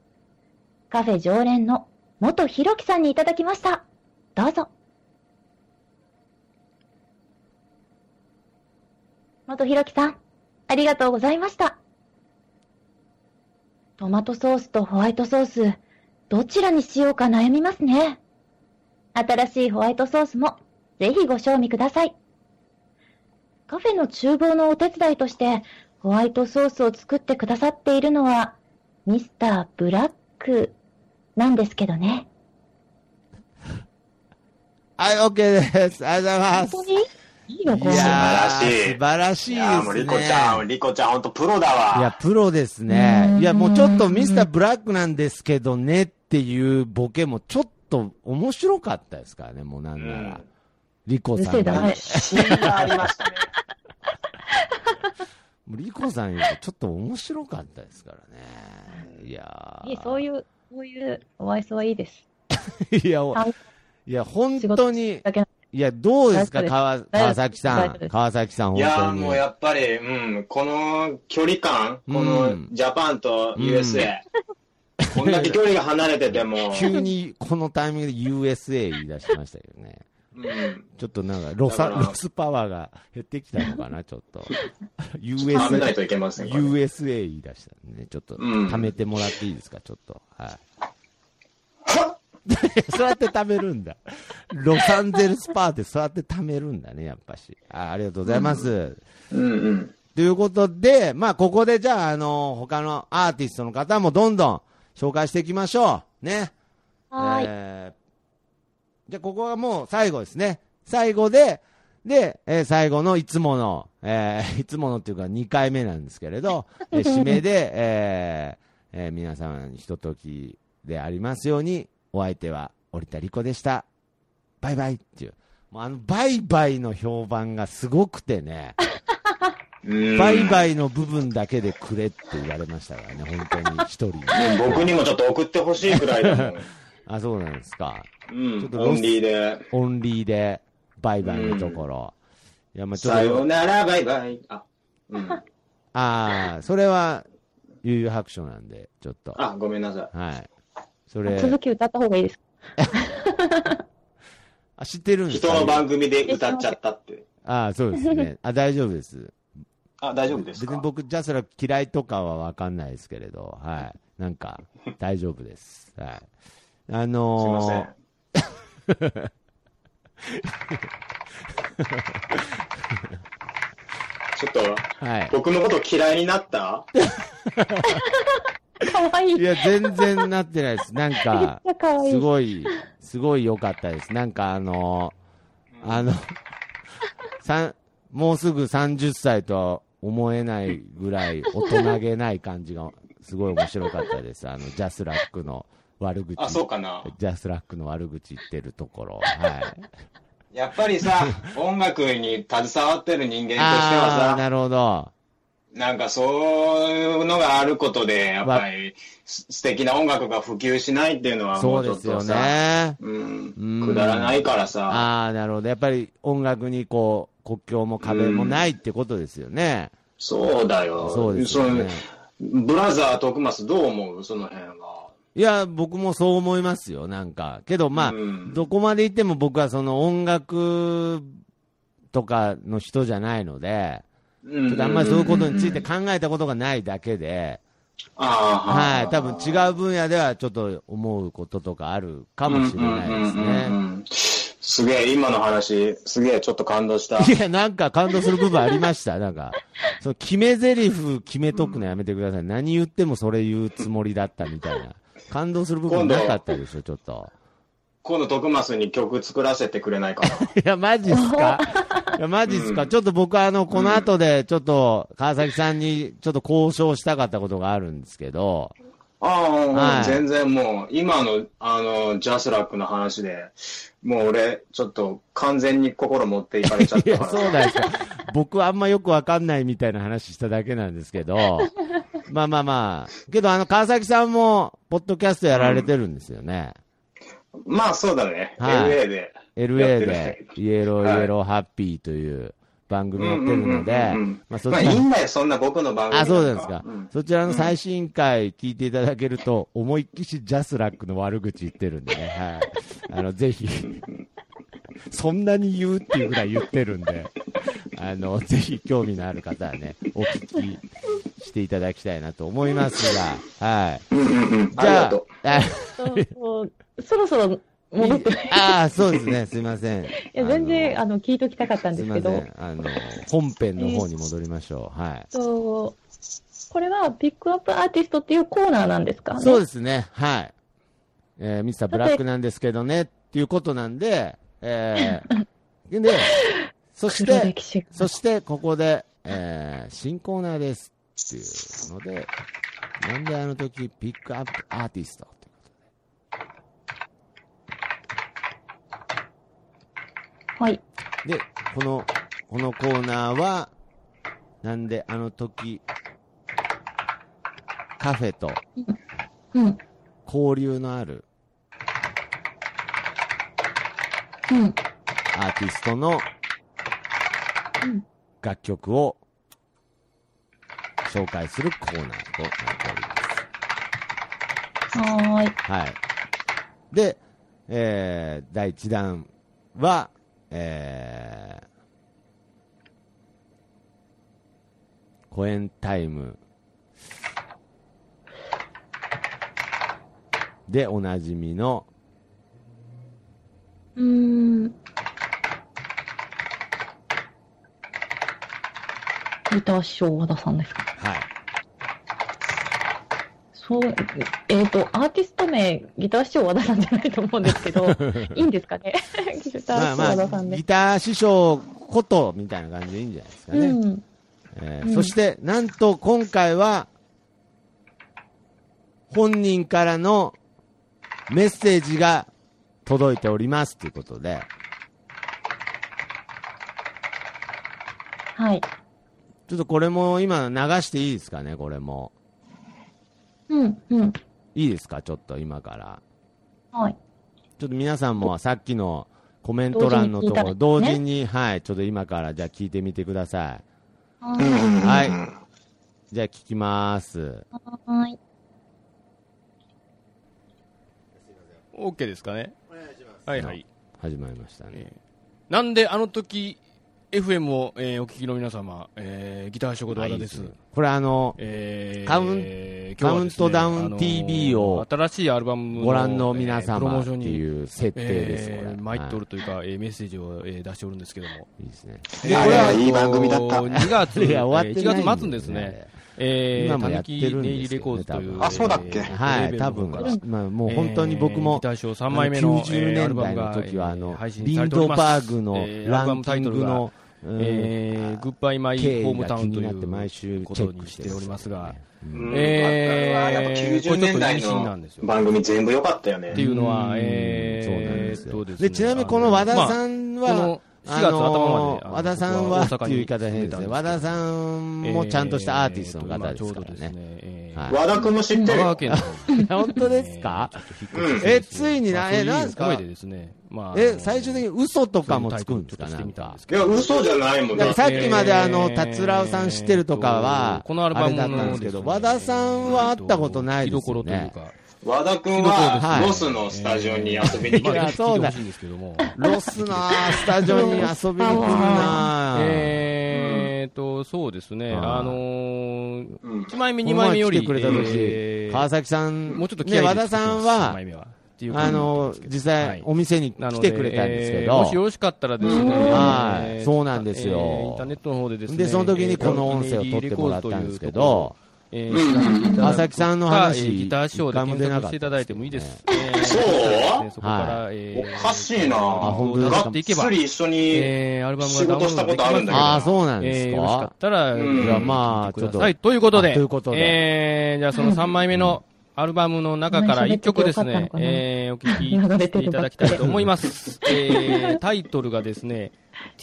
Speaker 3: カフェ常連の元ひろきさんにいただきました。どうぞ。元ひろきさん、ありがとうございました。トマトソースとホワイトソース、どちらにしようか悩みますね。新しいホワイトソースもぜひご賞味ください。カフェの厨房のお手伝いとして、ホワイトソースを作ってくださっているのは、ミスターブラックなんですけどね。
Speaker 2: はい、OK です。ありが
Speaker 3: 本
Speaker 2: とうご
Speaker 3: 当
Speaker 2: ざい
Speaker 3: にいい
Speaker 2: ま
Speaker 3: の
Speaker 2: す。
Speaker 3: こういうの
Speaker 2: ー素
Speaker 4: 素
Speaker 2: 晴らしい
Speaker 4: い
Speaker 2: で
Speaker 4: やーも
Speaker 2: す
Speaker 4: う
Speaker 2: ね。
Speaker 4: リコちゃん、リコちゃん、ほんとプロだ
Speaker 2: いや、
Speaker 4: わ。
Speaker 2: プロですね
Speaker 3: う。ん
Speaker 2: いや、もうちょっとミスターブラックなんですけどねっていうボケもちょっと面白かったですからね、もうな
Speaker 4: うん
Speaker 2: なら
Speaker 4: ん。。
Speaker 2: リコさ
Speaker 3: う
Speaker 2: ん
Speaker 3: るせえ
Speaker 2: が
Speaker 3: だ
Speaker 2: ね
Speaker 3: ね。
Speaker 4: 品がありましたね。
Speaker 2: もうリコさんよりちょっと面白かったですからね。いやー
Speaker 3: いい、そういう、そういうお愛想はいいです。
Speaker 2: いや、
Speaker 3: あ
Speaker 2: いや、本当に
Speaker 3: だ、け
Speaker 2: いや、どうですか、
Speaker 3: 大
Speaker 2: 川川崎さ
Speaker 3: 大丈夫で
Speaker 2: ん。
Speaker 3: す
Speaker 2: 川崎さん、
Speaker 4: い
Speaker 2: 本
Speaker 4: や
Speaker 2: 当
Speaker 4: ー
Speaker 2: に。
Speaker 4: もうやっぱり、うん、この距離感、こ
Speaker 2: う
Speaker 4: の
Speaker 2: ん
Speaker 4: ジャパンと
Speaker 2: うん
Speaker 4: USA、こんだけ距離が離れてても、
Speaker 2: 急にこのタイミングで USA 言い出しましたけどね。
Speaker 4: うん、
Speaker 2: ちょっとなんか、ロサ、
Speaker 4: だから
Speaker 2: ロスパワーが減ってきたのかな、ちょっ と。
Speaker 4: はめな
Speaker 2: USA
Speaker 4: いといけませんからね、
Speaker 2: USA 言い出したんでね、ちょっと、
Speaker 4: うん
Speaker 2: 貯めてもらっていいです か、ちょっと。はい。そうやって貯めるんだ。ロサンゼルスパーってそうやって貯めるんだね、やっぱし。あありがとうございます。
Speaker 4: うんうん。
Speaker 2: ということで、まあ、ここでじゃあ、あの、他のアーティストの方もどんどん紹介していきましょう。ね。
Speaker 3: はーい。
Speaker 2: えーじゃあ、ここはもう最後ですね。最後で、で、えー最後のいつもの、えー いつものっていうか2回目なんですけれど、えー締めで、えーえー皆様にひとときでありますように、お相手は折田理子でした。バイバイっていう。もうあの、バイバイの評判がすごくてね、
Speaker 4: うん
Speaker 2: バイバイの部分だけでくれって言われましたからね、本当に一人に。
Speaker 4: 僕にもちょっと送ってほしいくらいだも ん。
Speaker 2: あ、そうなんですか。
Speaker 4: うん
Speaker 2: ちょっ、とロス
Speaker 4: オンリーで。
Speaker 2: オンリーで、バイバイのところ。いや、まあちょ
Speaker 4: さ
Speaker 2: っ
Speaker 4: よ
Speaker 2: と、
Speaker 4: なら、バイバイ。あ、うん。
Speaker 2: ああ、それは、悠々白書なんで、ちょっと。
Speaker 4: あ、ごめんなさ
Speaker 2: はい。それ、
Speaker 3: 続き歌った方がいいです。
Speaker 2: あ、知ってるん
Speaker 4: い。
Speaker 2: ですか
Speaker 4: 人の番組で歌っちゃったって。
Speaker 2: ああ、そうです ね。あ、大丈夫です。
Speaker 4: あ、大丈夫です
Speaker 2: 別に
Speaker 4: か
Speaker 2: 僕、ジャスラ嫌いとかはわかんないですけれど、はい。なんか、大丈夫です。はい。あ
Speaker 4: すい
Speaker 2: のー
Speaker 4: ません。 ちょっと、
Speaker 2: はい。
Speaker 4: 僕のこと嫌いになっ
Speaker 3: か
Speaker 4: た
Speaker 3: わいい。
Speaker 2: い
Speaker 3: めっ
Speaker 2: や、全然なってないです。なんか、
Speaker 3: ちゃかわい
Speaker 2: す
Speaker 3: い。
Speaker 2: ごい、すごい良かったです。なんかあのーあの、さん、もうすぐ30歳とは思えないぐらい大人げない感じが、すごい面白かったです。あの、ジャスラックの悪口。
Speaker 4: あ、そうかな。
Speaker 2: ジャスラックの悪口言ってるところ。はい。
Speaker 4: やっぱり さ、音楽に携わってる人間として
Speaker 2: あ
Speaker 4: は
Speaker 2: ー、
Speaker 4: さ、
Speaker 2: なるほど。
Speaker 4: なんかそういうのがあることで、やっぱりす素敵な音楽が普及しないっていうのはも
Speaker 2: そう
Speaker 4: うちょ
Speaker 2: で
Speaker 4: っ
Speaker 2: すよ
Speaker 4: とさ、
Speaker 2: ね。
Speaker 4: うん、くだらないからさ、
Speaker 2: ああ、なるほど。やっぱり音楽にこう、国境も壁もないってことですよね。
Speaker 4: そうだよ。
Speaker 2: そうですよね。
Speaker 4: のブラザー徳松どう思うその辺は。
Speaker 2: いや、僕もそう思いますよ、なんか。けど、まあ、
Speaker 4: うん
Speaker 2: どこまで行っても僕はその音楽とかの人じゃないので、
Speaker 4: うん
Speaker 2: ちょっとあんまりそういうことについて考えたことがないだけで、
Speaker 4: ああ
Speaker 2: はい、多分違う分野ではちょっと思うこととかあるかもしれないです
Speaker 4: うんうん
Speaker 2: ね。
Speaker 4: うんうんすげえ、今の話、すげえちょっと感動した。
Speaker 2: いや、なんか感動する部分ありました。なんか、その決め台詞決めとくのやめてください。何言ってもそれ言うつもりだったみたいな。感動する部分なかったでしょ、ちょっと。
Speaker 4: 今度、徳松に曲作らせてくれないか な。
Speaker 2: いや、マジっすかいや、マジっすか、
Speaker 4: うん
Speaker 2: ちょっと僕あの、この後で、ちょっと、川崎さんに、ちょっと交渉したかったことがあるんですけど、
Speaker 4: ああ、うん
Speaker 2: はい
Speaker 4: 全然もう、今の、あの、ジャスラックの話で、もう俺、ちょっと完全に心持っていかれちゃっ
Speaker 2: い
Speaker 4: た
Speaker 2: や、
Speaker 4: から。
Speaker 2: そうなんですよ。僕はあんまよくわかんないみたいな話しただけなんですけど、まあまあまあ、けどあの、川崎さんも、ポッドキャストやられてるんですよね。
Speaker 4: まあそうだね。
Speaker 2: はい
Speaker 4: LA で。やっ
Speaker 2: LA
Speaker 4: てるんだけ
Speaker 2: で
Speaker 4: ど、
Speaker 2: イエロ
Speaker 4: は
Speaker 2: ー
Speaker 4: い
Speaker 2: イエローハッピーという番組やってるので
Speaker 4: うんうんうんうん、
Speaker 2: まあそっ
Speaker 4: まあ
Speaker 2: ち
Speaker 4: いい
Speaker 2: の
Speaker 4: んだよ、そんな僕の番組
Speaker 2: あ、そうなんですか、
Speaker 4: うん
Speaker 2: そちらの最新回聞いていただけると、思いっきしジャスラックの悪口言ってるんでね。はい。あの、ぜひ、そんなに言うっていうぐらい言ってるんで、あの、ぜひ興味のある方はね、お聞きしていただきたいなと思いますが、はい。
Speaker 4: うんうんうん。
Speaker 2: じ
Speaker 4: あ
Speaker 2: ゃ
Speaker 4: りが
Speaker 2: あ
Speaker 4: とう。、
Speaker 2: あ
Speaker 6: そうそろそろ戻って、い
Speaker 2: あー、そうですね。すいません。い
Speaker 6: や全然あの聞いときたかったんですけ
Speaker 2: すい
Speaker 6: ど
Speaker 2: ませ、ん。あの、本編の方に戻りましょう。はい。
Speaker 6: とこれはピックアップアーティストっていうコーナーなんですかね。
Speaker 2: そう
Speaker 6: で
Speaker 2: ですね、はい。えーミスターブラックなんですけどね、っていうことなんで、え ーで、そして、
Speaker 6: 歴史が
Speaker 2: そして、ここで、えー新コーナーですっていうので、なんであの時、ピックアップアーティストってこ
Speaker 6: はい。
Speaker 2: とで、この、このコーナーは、なんであの時、カフェと
Speaker 6: うん
Speaker 2: 交流のある
Speaker 6: うん
Speaker 2: アーティストの
Speaker 6: うん
Speaker 2: 楽曲を紹介するコーナーとなっております。
Speaker 6: はーい
Speaker 2: はい。で、えー、第1弾は、えー、コエンタイムでおなじみの
Speaker 6: うーん。ギター師匠和田さんですか。
Speaker 2: はい。
Speaker 6: そうえっ、とアーティスト名ギター師匠和田さんじゃないと思うんですけ ど、いいんですかね。ギター師匠和田さんで。
Speaker 2: ギター師匠ことみたいな感じでいいんじゃないですかね。
Speaker 6: うん。
Speaker 2: えー
Speaker 6: うん
Speaker 2: そして、なんと今回は、本人からのメッセージが届いておりますということで、
Speaker 6: はい。
Speaker 2: ちょっとこれも今流していいですかね、これも。
Speaker 6: うんうん。
Speaker 2: いいですか、ちょっと今から。
Speaker 6: はい。
Speaker 2: ちょっと皆さんもさっきのコメント欄のところ、同
Speaker 6: 同
Speaker 2: 時
Speaker 6: 時
Speaker 2: に、はい、ちょっと今からじゃあ聞いてみてくださ
Speaker 6: は
Speaker 4: うん
Speaker 6: ーい。
Speaker 4: うんうん
Speaker 2: はいい。じゃあ聞きます。
Speaker 6: はーい。
Speaker 7: OK ですかねはいはい、
Speaker 2: 始まりましたね。
Speaker 7: えーなんであの時 FM を、えーお聞きの皆様、えーギター職と和田です
Speaker 2: あいいねこれあの、
Speaker 7: えー
Speaker 2: カウン
Speaker 7: えー
Speaker 2: カ
Speaker 7: 今日
Speaker 2: ウン
Speaker 7: はですね
Speaker 2: トダウ
Speaker 7: あ
Speaker 2: ン
Speaker 7: のー
Speaker 2: TV を
Speaker 7: 新しいアルバムの
Speaker 2: ご覧の皆
Speaker 7: えープロ
Speaker 2: 様
Speaker 7: モ
Speaker 2: っ
Speaker 7: ーシ
Speaker 2: て
Speaker 7: ョンに
Speaker 2: いう設定です、これ。
Speaker 7: えー参っと
Speaker 2: は
Speaker 7: るというか、えーメッセージを、えー出しておるんですけども、
Speaker 2: いいいですね。
Speaker 7: え
Speaker 4: いや
Speaker 7: ーこれは
Speaker 4: あれはいい番組だった
Speaker 7: あのー2月、
Speaker 2: いや終わってないんだよね
Speaker 7: 1月末んですね、え
Speaker 2: 今
Speaker 7: ー、
Speaker 2: も
Speaker 7: た
Speaker 2: や
Speaker 7: ぬ
Speaker 2: って
Speaker 7: き
Speaker 2: るん
Speaker 7: ネ
Speaker 2: で
Speaker 7: イリ
Speaker 2: すけ
Speaker 7: レ
Speaker 2: どね
Speaker 7: コーズとい
Speaker 2: 多
Speaker 7: う、
Speaker 4: 分あそうだっけ
Speaker 7: えー
Speaker 2: はい、
Speaker 7: レーベル
Speaker 2: 多
Speaker 7: の方
Speaker 2: 分
Speaker 7: から、
Speaker 2: まあもう本当に僕も、
Speaker 7: えーギター賞3枚目の、え
Speaker 2: 90
Speaker 7: ーアル
Speaker 2: 年
Speaker 7: バ
Speaker 2: 代
Speaker 7: ムが
Speaker 2: の時は、あ
Speaker 7: えー
Speaker 2: の
Speaker 7: 配、信
Speaker 2: リ
Speaker 7: さ
Speaker 2: ン
Speaker 7: れており
Speaker 2: ド
Speaker 7: ます
Speaker 2: バーグの
Speaker 7: えーア
Speaker 2: ラ
Speaker 7: ルバ
Speaker 2: ン
Speaker 7: ム
Speaker 2: キ
Speaker 7: タイ
Speaker 2: ン
Speaker 7: トル
Speaker 2: グ
Speaker 7: が
Speaker 2: の、うん
Speaker 7: えーグッバイマイホームタウンと
Speaker 2: 経緯が気になって毎
Speaker 7: い
Speaker 2: 週
Speaker 7: う
Speaker 2: チェック
Speaker 7: こ
Speaker 2: して
Speaker 7: と
Speaker 2: る
Speaker 7: にしておりますが、
Speaker 4: うん
Speaker 7: えー
Speaker 4: あれはやっぱ90年代
Speaker 7: これちょっと意味深なんですよ
Speaker 4: の番組全部良かったよね。
Speaker 7: っていうのは、
Speaker 2: そうなんで
Speaker 7: え
Speaker 2: す
Speaker 7: ーっ
Speaker 2: よ
Speaker 7: とですね
Speaker 2: で、ちなみにこの和田さん
Speaker 7: まあこ
Speaker 2: は
Speaker 7: の、4月頭まで
Speaker 2: の
Speaker 7: あの
Speaker 2: 和田さんはって
Speaker 7: 僕は大阪に
Speaker 2: いう言い方変ですね。和田さんもちゃんとしたアーティストの方ですからね。
Speaker 7: ね
Speaker 2: はい
Speaker 4: 和田くんも知って
Speaker 7: 香
Speaker 4: るよ
Speaker 7: 川県の。
Speaker 2: 本当です か
Speaker 4: うん
Speaker 2: え、ついにな、え、
Speaker 7: な
Speaker 2: なんですか
Speaker 7: 声でですね。まあ、
Speaker 2: え、最終的に
Speaker 7: に
Speaker 2: 嘘とかもつくんですかなんか。
Speaker 4: いや、嘘じゃないもん
Speaker 2: だか
Speaker 4: だ
Speaker 2: ら
Speaker 4: って
Speaker 2: さっきまであの、達郎さん知ってるとかは、
Speaker 7: このアル
Speaker 2: あ
Speaker 7: バ
Speaker 2: れ
Speaker 7: ム
Speaker 2: だ
Speaker 7: の
Speaker 2: ったんですけ
Speaker 7: で
Speaker 2: ど、
Speaker 7: ね
Speaker 2: 和田さんは会ったことないですよ
Speaker 7: 聞きどころという
Speaker 2: ね。
Speaker 7: か。
Speaker 4: 和田くん
Speaker 2: は
Speaker 4: はいロスのスタジオに遊び
Speaker 2: い
Speaker 4: に来て
Speaker 2: や
Speaker 7: まあ
Speaker 2: そうだ
Speaker 7: 聞いてほしいんですけども。
Speaker 2: ロスなあスタジオに遊びに来るなあ
Speaker 7: えーっと、と、そうです
Speaker 2: は
Speaker 7: ね、
Speaker 2: い
Speaker 7: あのー、
Speaker 4: うん。
Speaker 7: 1枚目、
Speaker 2: こ
Speaker 7: 2
Speaker 2: の前
Speaker 7: 枚目より、
Speaker 2: 来てくれた時、
Speaker 7: えー
Speaker 2: 川崎さん、
Speaker 7: もうちょっと気合
Speaker 2: ね、
Speaker 7: い入
Speaker 2: 和
Speaker 7: れて
Speaker 2: 田さん
Speaker 7: 一枚
Speaker 2: は、
Speaker 7: 目はっていう感
Speaker 2: あ
Speaker 7: じなん
Speaker 2: の
Speaker 7: ですけ、ど
Speaker 2: 実
Speaker 7: は
Speaker 2: 際
Speaker 7: い、
Speaker 2: お店に
Speaker 7: なの
Speaker 2: 来てくれたんですけど、
Speaker 7: えーもしよろしかったらですね、
Speaker 2: はい
Speaker 7: えー
Speaker 2: そうなんですよ
Speaker 7: えーインターネットの方でですね、
Speaker 2: で、その時にこの音声を撮ってもらったんですけど、
Speaker 7: えー、調べていただく
Speaker 2: 川崎さんの話
Speaker 7: えーギターショーで検索していただいてもいいです。えー
Speaker 4: そう
Speaker 7: そこから、えー
Speaker 4: おかしいな
Speaker 7: あ本当です
Speaker 4: が
Speaker 7: か
Speaker 4: っつり一緒に、
Speaker 7: えーアルバムが
Speaker 4: 仕事したことあるんだけど
Speaker 2: ああ、そうなんです
Speaker 7: えー
Speaker 2: か。
Speaker 7: よろしかったら、
Speaker 4: うん
Speaker 2: じゃあまあ、ちょっと、
Speaker 7: は
Speaker 2: はい
Speaker 7: い、、ということで、
Speaker 2: あということで
Speaker 7: えーじゃあその3枚目のアルバムの中から1曲です
Speaker 6: うん
Speaker 7: ね、えーお聞
Speaker 6: 流れ
Speaker 7: きしてて
Speaker 6: る
Speaker 7: いただきたいと思い ます。えータイトルがですね、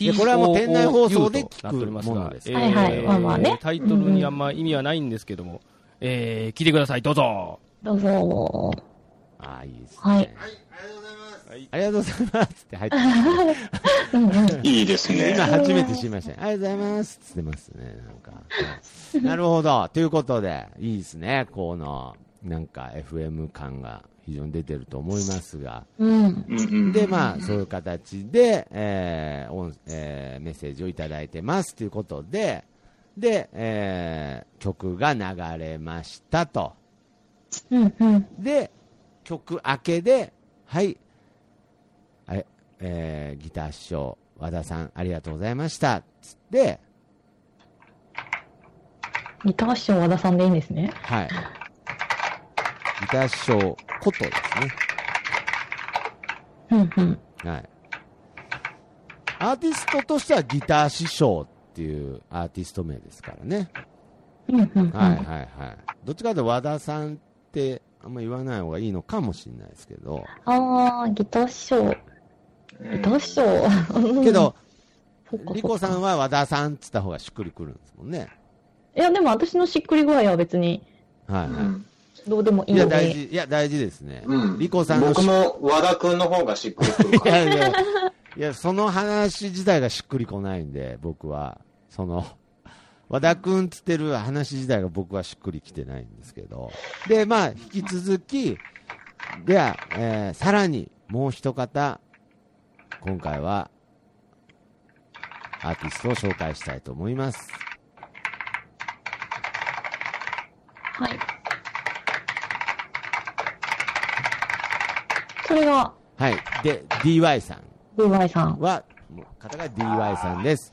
Speaker 2: やこれはもう店内放送で
Speaker 7: TOOU となっております
Speaker 2: 聞くも
Speaker 7: が
Speaker 2: のです
Speaker 7: え
Speaker 6: はいはいまあまあね
Speaker 7: ータイトルにあんま意味はないんですけども、えー聞いてください、どうぞ。
Speaker 6: どうぞ。
Speaker 2: ああ、いいですね。
Speaker 6: はい
Speaker 2: ありがとうございますって入ってます ね
Speaker 4: いいです
Speaker 2: 今
Speaker 4: ね。
Speaker 2: 初めて知りましたね。ありがとうございますって言ってますね。なんか。はいなるほど。ということで、いいですね。この、なんか FM 感が非常に出てると思いますが。
Speaker 6: うん。
Speaker 4: うんうん。
Speaker 2: で、まあ、そういう形で、えー音えーメッセージをいただいてますということで、で、えー曲が流れましたと。
Speaker 6: うん。うん。
Speaker 2: で、曲明けで、はい、あれ、えーギター師匠、和田さん、ありがとうございました。つって、
Speaker 6: ギター師匠和田さんでいいんですね。
Speaker 2: はい。ギター師匠ことです
Speaker 6: うん。うん。
Speaker 2: ね。はい。アーティストとしてはギター師匠っていうアーティスト名ですからね。
Speaker 6: うん。うん。
Speaker 2: はいはいはい。どっちかというと和田さんってあんま言わない方がいいのかもしれないですけど。
Speaker 6: ああ、ギター師匠。ギター師匠。
Speaker 2: けど、
Speaker 6: そっかそっか、
Speaker 2: リコさんは和田さんって言った方がしっくりくるんですもんね。
Speaker 6: いや、でも私のしっくり具合は別に
Speaker 2: はいは
Speaker 6: どうでもい
Speaker 2: い。
Speaker 6: い
Speaker 2: いや
Speaker 6: の
Speaker 2: 大
Speaker 6: で。
Speaker 2: 事、いや大事ですね。
Speaker 4: うん
Speaker 2: リコさんのし
Speaker 4: 僕も和田くんの方がしっくりくる
Speaker 2: い
Speaker 4: から。
Speaker 2: やいや、いや、その話自体がしっくりこないんで、僕は、その、和田くんつってる話自体が僕はしっくりきてないんですけど。で、まあ、引き続き、では、えーさらに、もう一方、今回は、アーティストを紹介したいと思います。
Speaker 6: はい。それが、
Speaker 2: はい。で、DY さん
Speaker 6: VY さん。
Speaker 2: は、もう方が DY さんです。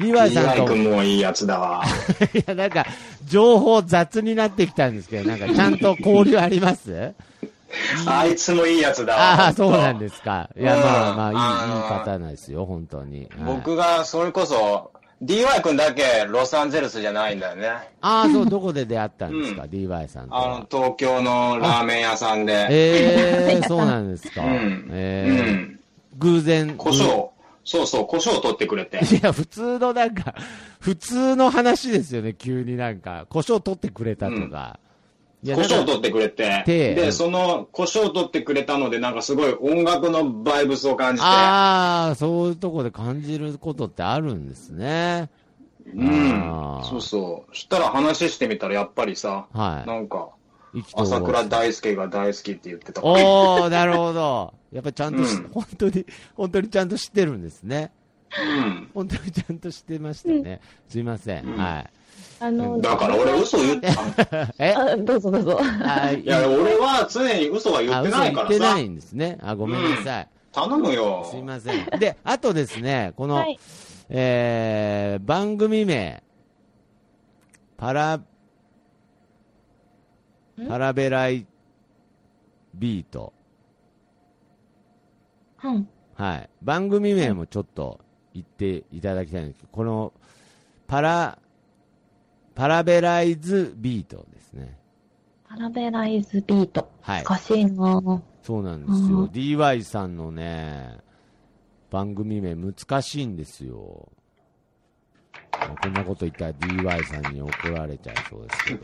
Speaker 4: 岩
Speaker 2: DY
Speaker 4: 井
Speaker 2: さんと、
Speaker 4: 君もいいやつだわ。
Speaker 2: いや、なんか、情報雑になってきたんですけど、なんか、ちゃんと交流あります
Speaker 4: あいつもいいやつだわ。
Speaker 2: ああ、そうなんですか。いや、
Speaker 4: うん
Speaker 2: まあま
Speaker 4: あ
Speaker 2: あ、いい、
Speaker 4: の
Speaker 2: いい方なんですよ、本当に。はい
Speaker 4: 僕がそれこそ、DY 君だけロサンゼルスじゃないんだよね。
Speaker 2: ああ、そう、どこで出会ったんですか、
Speaker 4: うん
Speaker 2: DY さんと
Speaker 4: あの、
Speaker 2: は。
Speaker 4: 東京のラーメン屋さんで。
Speaker 2: ええ、そうなんですか。
Speaker 4: うんう
Speaker 2: ええ、
Speaker 4: ん。
Speaker 2: 偶然。
Speaker 4: 胡椒、そうそう、胡椒を取ってくれて。
Speaker 2: いや、普通のなんか、普通の話ですよね、急になんか。胡椒取ってくれたとか。いや
Speaker 4: 胡椒を
Speaker 2: なん
Speaker 4: 取ってくれて。
Speaker 2: 手う
Speaker 4: で、
Speaker 2: ん
Speaker 4: その胡椒を取ってくれたので、なんかすごい音楽のバイブスを感じて。
Speaker 2: ああ、そういうとこで感じることってあるんですね。
Speaker 4: うん
Speaker 2: あー。
Speaker 4: そうそう。したら話してみたら、やっぱりさ、
Speaker 2: はい
Speaker 4: なんか、
Speaker 2: 意気投合
Speaker 4: 朝倉大輔が大好きって言ってたから。
Speaker 2: おー、なるほど。やっぱりちゃんとし、
Speaker 4: うん
Speaker 2: 本当に、本当にちゃんと知ってるんですね。
Speaker 4: う
Speaker 2: 本当にちゃんと知ってましたね。すいません。
Speaker 4: うん
Speaker 2: は
Speaker 6: あの、
Speaker 4: ん。だから俺嘘言った。
Speaker 2: い。え
Speaker 6: あどうぞどうぞ。
Speaker 2: はい。
Speaker 4: いや、俺は常に嘘は言
Speaker 2: あ、
Speaker 4: って
Speaker 2: 嘘
Speaker 4: ない
Speaker 2: 言
Speaker 4: か
Speaker 2: っ
Speaker 4: ら
Speaker 2: て
Speaker 4: さ
Speaker 2: な。いんですね。あ、ごめんなさい。
Speaker 4: 頼むよ。
Speaker 2: すいません。で、あとですね、この、
Speaker 6: はい
Speaker 2: えー、番組名、パラ、パラベライビート。
Speaker 6: うん。
Speaker 2: はい。番組名もちょっと言っていただきたいんですけど、この、パラ、パラベライズビートですね。
Speaker 6: パラベライズビート。
Speaker 2: はい。
Speaker 6: 難しいなぁ。
Speaker 2: そうなんです
Speaker 6: う
Speaker 2: よ。
Speaker 6: ん
Speaker 2: DY さんのね、番組名難しいんですよ。こんなこと言ったら DY さんに怒られちゃいそうです けど。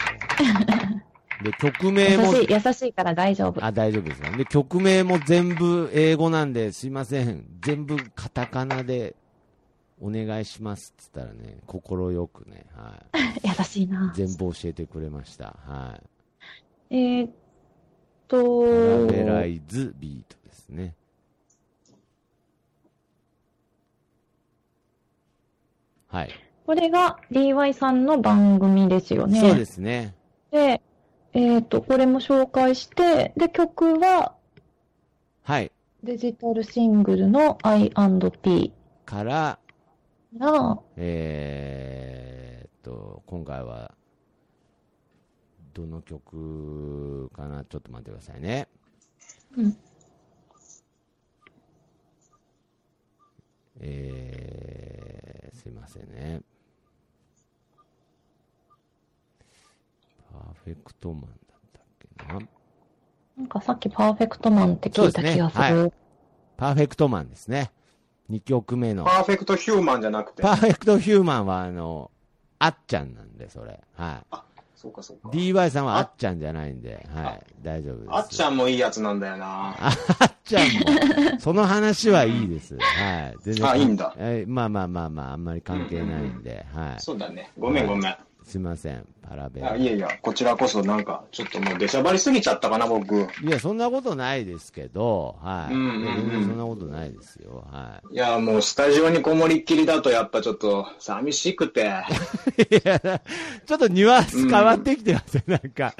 Speaker 2: で、曲名
Speaker 6: 優
Speaker 2: も、
Speaker 6: しい、優しいから大丈夫。
Speaker 2: あ、大丈夫ですか。で、曲名も全部英語なんで、すいません。全部カタカナでお願いしますって言ったらね、快くね、はい。
Speaker 6: 優しいなぁ。
Speaker 2: 全部教えてくれました。はい。
Speaker 6: えーっ
Speaker 2: パラ
Speaker 6: と、
Speaker 2: ベライズビートですね。はい。
Speaker 3: これが DY さんの番組ですよね。
Speaker 2: そうですね。
Speaker 3: で、えっ、と、これも紹介して、で、曲は
Speaker 2: はい。
Speaker 3: デジタルシングルの I&P
Speaker 2: から、
Speaker 3: が、
Speaker 2: えーっと、今回は、どの曲かなちょっと待ってくださいね。
Speaker 3: うん
Speaker 2: えー、すいませんね。パーフェクトマンだったっけな
Speaker 3: なんかさっきパーフェクトマンって聞いた気がす
Speaker 2: そうですね
Speaker 3: る。
Speaker 2: パーフェクトマンですね。2曲目の
Speaker 4: パ。ーフェクトヒューマンじゃなくて
Speaker 2: パ。ーフェクトヒューマンは、あの、あっちゃんなんで、それ。はい。
Speaker 4: そうかそうか。
Speaker 2: DY さんはあっちゃんじゃないんで、はい、大丈夫です。
Speaker 4: あっちゃんもいいやつなんだよな。
Speaker 2: あっちゃんも、その話はいいです。はい。全
Speaker 4: あいいんだ
Speaker 2: えまあまあまあまあ、あんまり関係ないんで、はい。
Speaker 4: そうだね。ごめんごめん。
Speaker 2: すいません、パラベ
Speaker 4: あいやいや、こちらこそなんか、ちょっともう出しゃばりすぎちゃったかな、僕。い
Speaker 2: いや、そんなことないですけど、はい。
Speaker 4: うんうんうん
Speaker 2: いや全然そんなことない ですよ、は
Speaker 4: や、もうスタジオにこもりっきりだとやっぱちょっと寂しく て。
Speaker 2: い。いや、ちょっとニュアンス変わってきてますよ、なんか。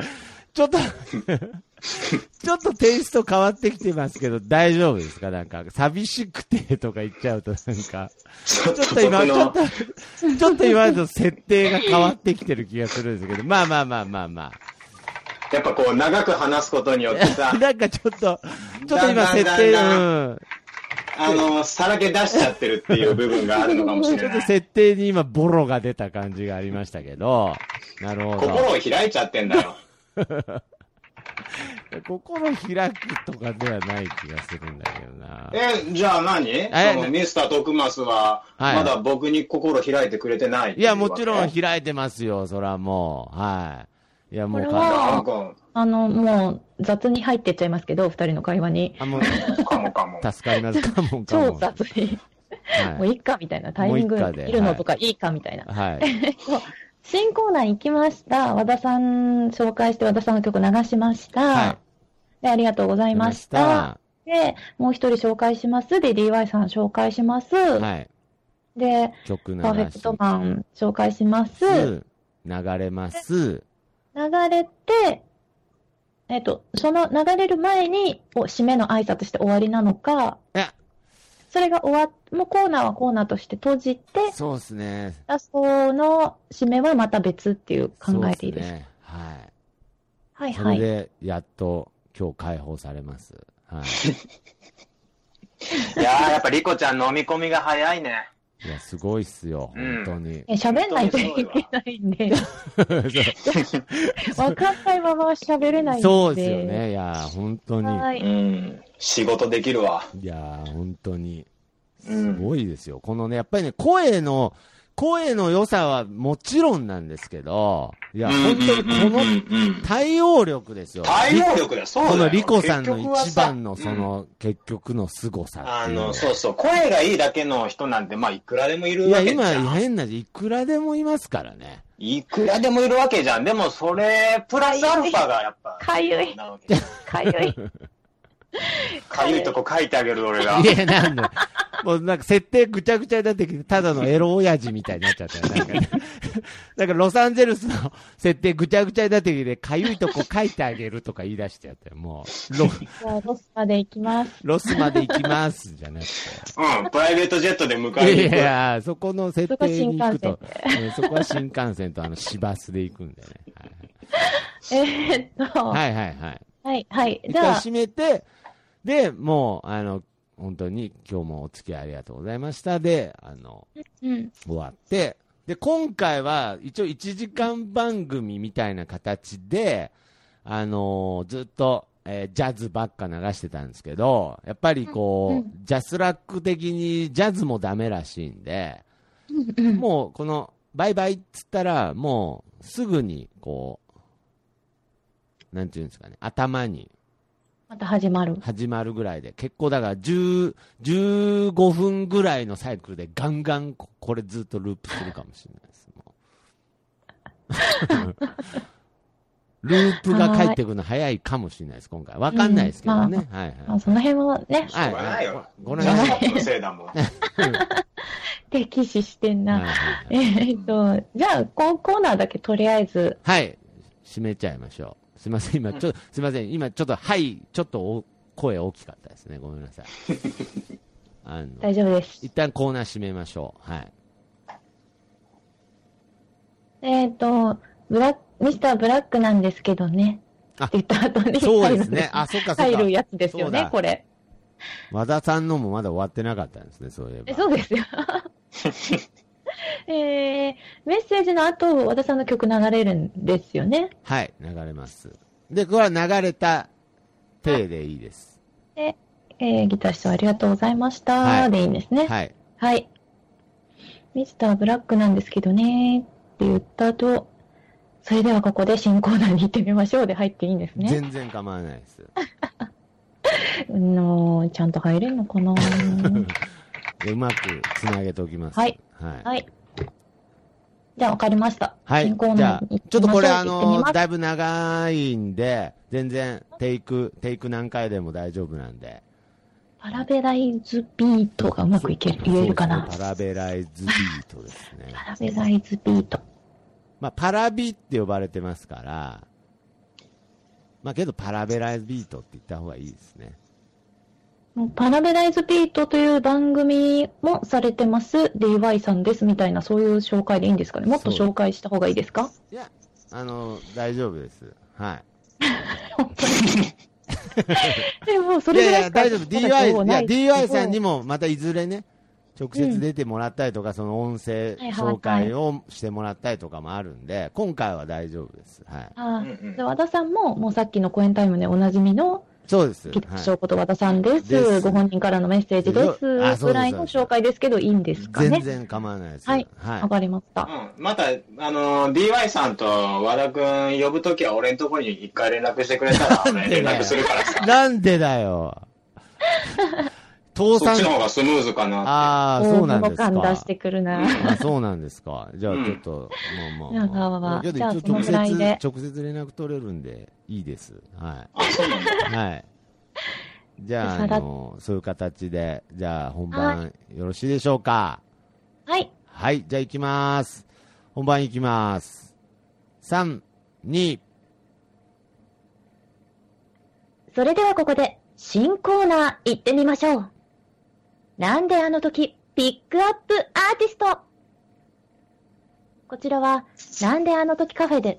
Speaker 2: ちょ っと、ちょっとテイスト変わってきてますけど、大丈夫ですかなんか、寂しくてとか言っちゃうと、なんか。
Speaker 4: ちょっ
Speaker 2: ちょっと
Speaker 4: と僕
Speaker 2: 今、ちょっ
Speaker 4: の
Speaker 2: と、ちょっと今と設定が変わってきてる気がするんですけど、まあまあまあまあま
Speaker 4: やっぱこう長く話すことによってさ
Speaker 2: あ。、なんかちょっと、ちょっと今設定、
Speaker 4: だんだん
Speaker 2: うん。
Speaker 4: あの、さらけ出しちゃってるっていう部分があるのかもし
Speaker 2: ち
Speaker 4: れ
Speaker 2: ょっと
Speaker 4: ない。
Speaker 2: 設定に今ボロが出た感じがありましたけど、なるほ
Speaker 4: 心
Speaker 2: ど。
Speaker 4: を開いちゃってんだ よ。
Speaker 2: 心開くとかではない気がするんだけどな。
Speaker 4: え、じゃあ何
Speaker 2: え
Speaker 4: そのミスター徳スは、
Speaker 2: はい
Speaker 4: まだ僕に心開いてくれてないって
Speaker 2: いう
Speaker 4: わ
Speaker 2: や、
Speaker 4: け
Speaker 2: もちろん開いてますよ、そらもう。はい。いや、もう
Speaker 3: これ
Speaker 2: か、
Speaker 3: は
Speaker 4: なん か、
Speaker 3: あの、もう雑に入ってっちゃいますけど、二人の会話に。
Speaker 2: あ、もう、
Speaker 4: かもかも。
Speaker 2: 助かります。かもんかも
Speaker 3: 超。雑に。も
Speaker 2: は
Speaker 3: う
Speaker 2: い。
Speaker 3: いっかみたいなタイミング
Speaker 2: もういっかで
Speaker 3: いるのとかいいかみたいな。
Speaker 2: はい。
Speaker 3: 新コーナー行きました。和田さん紹介して和田さんの曲流しました。
Speaker 2: はい
Speaker 3: で、ありがとうございました。
Speaker 2: 出
Speaker 3: で、もう一人紹介します。で、DY さん紹介します。
Speaker 2: ましたはい。
Speaker 3: で、
Speaker 2: 曲流
Speaker 3: パーフェク
Speaker 2: し
Speaker 3: トマン紹介します。
Speaker 2: ます。流れます。
Speaker 3: 流れて、えっと、その流れる前に、お締めの挨拶して終わりなのか
Speaker 2: え、
Speaker 3: それが終わっ、もうコーナーはコーナーとして閉じて、
Speaker 2: そうですね。
Speaker 3: ラストの締めはまた別っていう考えていいです
Speaker 2: そう
Speaker 3: か
Speaker 2: っね。はい。
Speaker 3: はい
Speaker 2: そ
Speaker 3: は
Speaker 2: れ
Speaker 3: い。
Speaker 2: で、やっと、今日解放されます。はい。
Speaker 4: いやー、やっぱリコちゃん飲み込みが早いね。
Speaker 2: いや、すごいっすよ、
Speaker 4: う
Speaker 2: 本
Speaker 4: ん
Speaker 2: 当に。
Speaker 3: え喋んないといけないんで、わかんないまま喋れないんで。
Speaker 2: そうですよ。ね。いや、本当に。
Speaker 3: は
Speaker 4: う
Speaker 3: い。
Speaker 4: ん。仕事できるわ。
Speaker 2: いや、本当に。
Speaker 4: う
Speaker 2: す
Speaker 4: ん。
Speaker 2: ごいですよ。このね、やっぱりね、声の、声の良さはもちろんなんですけど、いや、本当にこ
Speaker 4: うんうん
Speaker 2: の
Speaker 4: うんうん
Speaker 2: 対応力ですよ。
Speaker 4: 対応力だよ、そうだ
Speaker 2: こ
Speaker 4: よ。
Speaker 2: のリコさんの
Speaker 4: 結局は
Speaker 2: 一
Speaker 4: さ
Speaker 2: 番のそ、の、結局の凄
Speaker 4: う
Speaker 2: さ
Speaker 4: ん
Speaker 2: っ
Speaker 4: あ
Speaker 2: ていう
Speaker 4: の、そうそう、声がいいだけの人なんて、まあ、いくらでもいる
Speaker 2: いや、
Speaker 4: わけじ
Speaker 2: 今、
Speaker 4: ゃん。
Speaker 2: 変な、いくらでもいますからね。
Speaker 4: いくらでもいるわけじゃん。でも、それ、プラスアルファがやっぱ、
Speaker 3: かゆい、
Speaker 4: なわけ
Speaker 3: かゆい。
Speaker 4: かゆいとこ書いてあげる、俺が
Speaker 2: い。や、なんだよもうなんか設定ぐちゃぐちゃになってきて、ただのエロ親父みたいになっちゃったよ。なんか、 ね、なんかロサンゼルスの設定ぐちゃぐちゃになってきて、かゆいとこ書いてあげるとか言い出しちゃったよ。もう、 ロ
Speaker 3: じゃあ、ロスまで行きます。
Speaker 2: ロスまで行きます、じゃなく
Speaker 4: うん、プライベートジェットで迎
Speaker 2: て。
Speaker 4: え
Speaker 2: い
Speaker 4: に行く。
Speaker 2: やいや、そこの設定に行くと、うんそこは新幹線とあの、市バスで行くんでね。
Speaker 3: えーっと、は
Speaker 2: はいはいはいはいはい。
Speaker 3: い、はい、
Speaker 2: 一
Speaker 3: じ
Speaker 2: 回
Speaker 3: ゃあ、
Speaker 2: 閉めて、で、もう、あの、本当に今日もお付き合いありがとうございました。で、あの、
Speaker 3: うん、
Speaker 2: 終わって、で、今回は一応1時間番組みたいな形で、あのーずっと、えージャズばっか流してたんですけど、やっぱりこう、ジャスラック的にジャズもダメらしいんで、もうこの、バイバイっつったら、もうすぐにこう、なんていうんですかね、頭に
Speaker 3: また始まる。
Speaker 2: 始まるぐらいで、結構だから10 15分ぐらいのサイクルでガンガンここれずっとループするかもしれないです。もう ループが帰ってくるの早いかもしれないです、今回。わかんないですけどね。
Speaker 3: うん
Speaker 2: はいはい。
Speaker 3: まあ、その辺はね、
Speaker 4: しょうがない
Speaker 2: はい
Speaker 4: よ
Speaker 2: ご。ご
Speaker 4: ジャ
Speaker 2: 覧
Speaker 4: スラックのせいだもん。
Speaker 6: 敵視してんな。
Speaker 2: は
Speaker 6: えーっと、じゃあ、こうコーナーだけとりあえず、
Speaker 2: い。閉めちゃいましょう。すいません、今、ちょっと、すいません、今、ちょっと、はい、ちょっとお、声大きかったですね。ごめん なさい。あの、
Speaker 6: 大丈夫です。
Speaker 2: 一旦コーナー閉めましょう。はい。
Speaker 6: えーっと、ブラック、ミスターブラックなんですけどね。
Speaker 2: あ
Speaker 6: って言った後に
Speaker 2: そうですね。あ、そっかそっ
Speaker 6: 入
Speaker 2: か
Speaker 6: る。やつですよ
Speaker 2: そう
Speaker 6: ね
Speaker 2: だ、
Speaker 6: これ。
Speaker 2: 和田さんのもまだ終わってなかったんですね、そういえ
Speaker 6: え
Speaker 2: ば。
Speaker 6: そうですよ。 えーメッセージの後、和田さんの曲流れるんですよね。
Speaker 2: はい、流れます。で、これは流れた手でいいです。
Speaker 6: えーギター師匠ありがとうございました。
Speaker 2: はい
Speaker 6: でいいんですね。
Speaker 2: はい。
Speaker 6: はい。ミスターブラックなんですけどね、って言った後、それではここで新コーナーに行ってみましょうで入っていいんですね。
Speaker 2: 全然構わないです。
Speaker 6: うんのちゃんと入れるの かな
Speaker 2: でうまくつなげておきます。
Speaker 6: はい。
Speaker 2: はい。
Speaker 6: はい。じゃあ、わかりました。
Speaker 2: はい
Speaker 6: 新コー。
Speaker 2: じ
Speaker 6: ナー
Speaker 2: ゃあ
Speaker 6: に行、
Speaker 2: ちょっとこれ、
Speaker 6: 行っ
Speaker 2: あ
Speaker 6: てみ
Speaker 2: の
Speaker 6: ま、す
Speaker 2: だいぶ長いんで、全然、テイク、テイク何回でも大丈夫なんで。
Speaker 6: パラベライズビートがうまくいける、言えるか
Speaker 2: そう
Speaker 6: な
Speaker 2: で。すねパラベライズビートですね。
Speaker 6: パラベライズビート。
Speaker 2: まあ、パラビって呼ばれてますから、まあ、けど、パラベライズビートって言った方がいいですね。
Speaker 6: もうパラベライズビートという番組もされてます、DY さんですみたいな、そういう紹介でいいんですかね。もっと
Speaker 2: そう
Speaker 6: 紹介した方がいいですか
Speaker 2: いや、あの、大丈夫です。はい。
Speaker 6: でも、そ
Speaker 2: い
Speaker 6: れぐ
Speaker 2: や
Speaker 6: ら
Speaker 2: い
Speaker 6: いしか
Speaker 2: や、大丈夫。
Speaker 6: 情報ない
Speaker 2: DY、いや、DY さんに
Speaker 6: も。
Speaker 2: も、またいずれね、直接出てもらったりとか、その音声
Speaker 6: はいはい
Speaker 2: 紹介をしてもらったりとかもあるんで、今回は大丈夫です。はい。
Speaker 6: あ
Speaker 4: うんうん
Speaker 6: あで和田さんも、もうさっきのコエンタイムでおなじみの、
Speaker 2: そうです。
Speaker 6: ギター
Speaker 2: は
Speaker 6: 証こと和田さんです、
Speaker 2: です
Speaker 6: ご本人からのメッセージで
Speaker 2: よあ
Speaker 6: す。
Speaker 2: そうです
Speaker 6: ぐらいの紹介ですけど、いいんですか
Speaker 2: い。
Speaker 6: ね
Speaker 2: 全。然構わないです。
Speaker 6: はい
Speaker 2: は
Speaker 6: わかりました。
Speaker 4: うん、また、あの、DY さんと和田くん呼ぶときは俺のとこに一回連絡してくれ たら、
Speaker 2: なん
Speaker 4: 俺
Speaker 2: で
Speaker 4: 連
Speaker 2: だよ
Speaker 4: 絡するからさ。
Speaker 2: い。なんでだ よ。倒
Speaker 4: そっ
Speaker 2: 産
Speaker 4: ち。の方がスムーズかな。
Speaker 2: ああ、そうなんです
Speaker 6: 大物感出して
Speaker 2: か。
Speaker 6: くるな。
Speaker 2: あそうなんですか。じゃあ
Speaker 4: うん
Speaker 2: ちょっと、まあまあ、
Speaker 6: まあまあまあ
Speaker 2: けど
Speaker 6: じゃあ
Speaker 2: 一応
Speaker 6: その
Speaker 2: 直
Speaker 6: ぐ
Speaker 2: 接、
Speaker 6: らいで
Speaker 2: 直接連絡取れるんで、いいです。はい。
Speaker 4: あ、そうなんだ。
Speaker 2: はい。じゃあ、
Speaker 6: さ
Speaker 2: あ
Speaker 6: ら
Speaker 2: の、そういう形で、じゃあ本
Speaker 6: は
Speaker 2: 番よろしいでしょうか。
Speaker 6: はい。
Speaker 2: はい、じゃあ行きます。本番行きます。3、2、
Speaker 3: それではここで新コーナー行ってみましょう。なんであの時、ピックアップアーティスト。こちらは、なんであの時カフェで、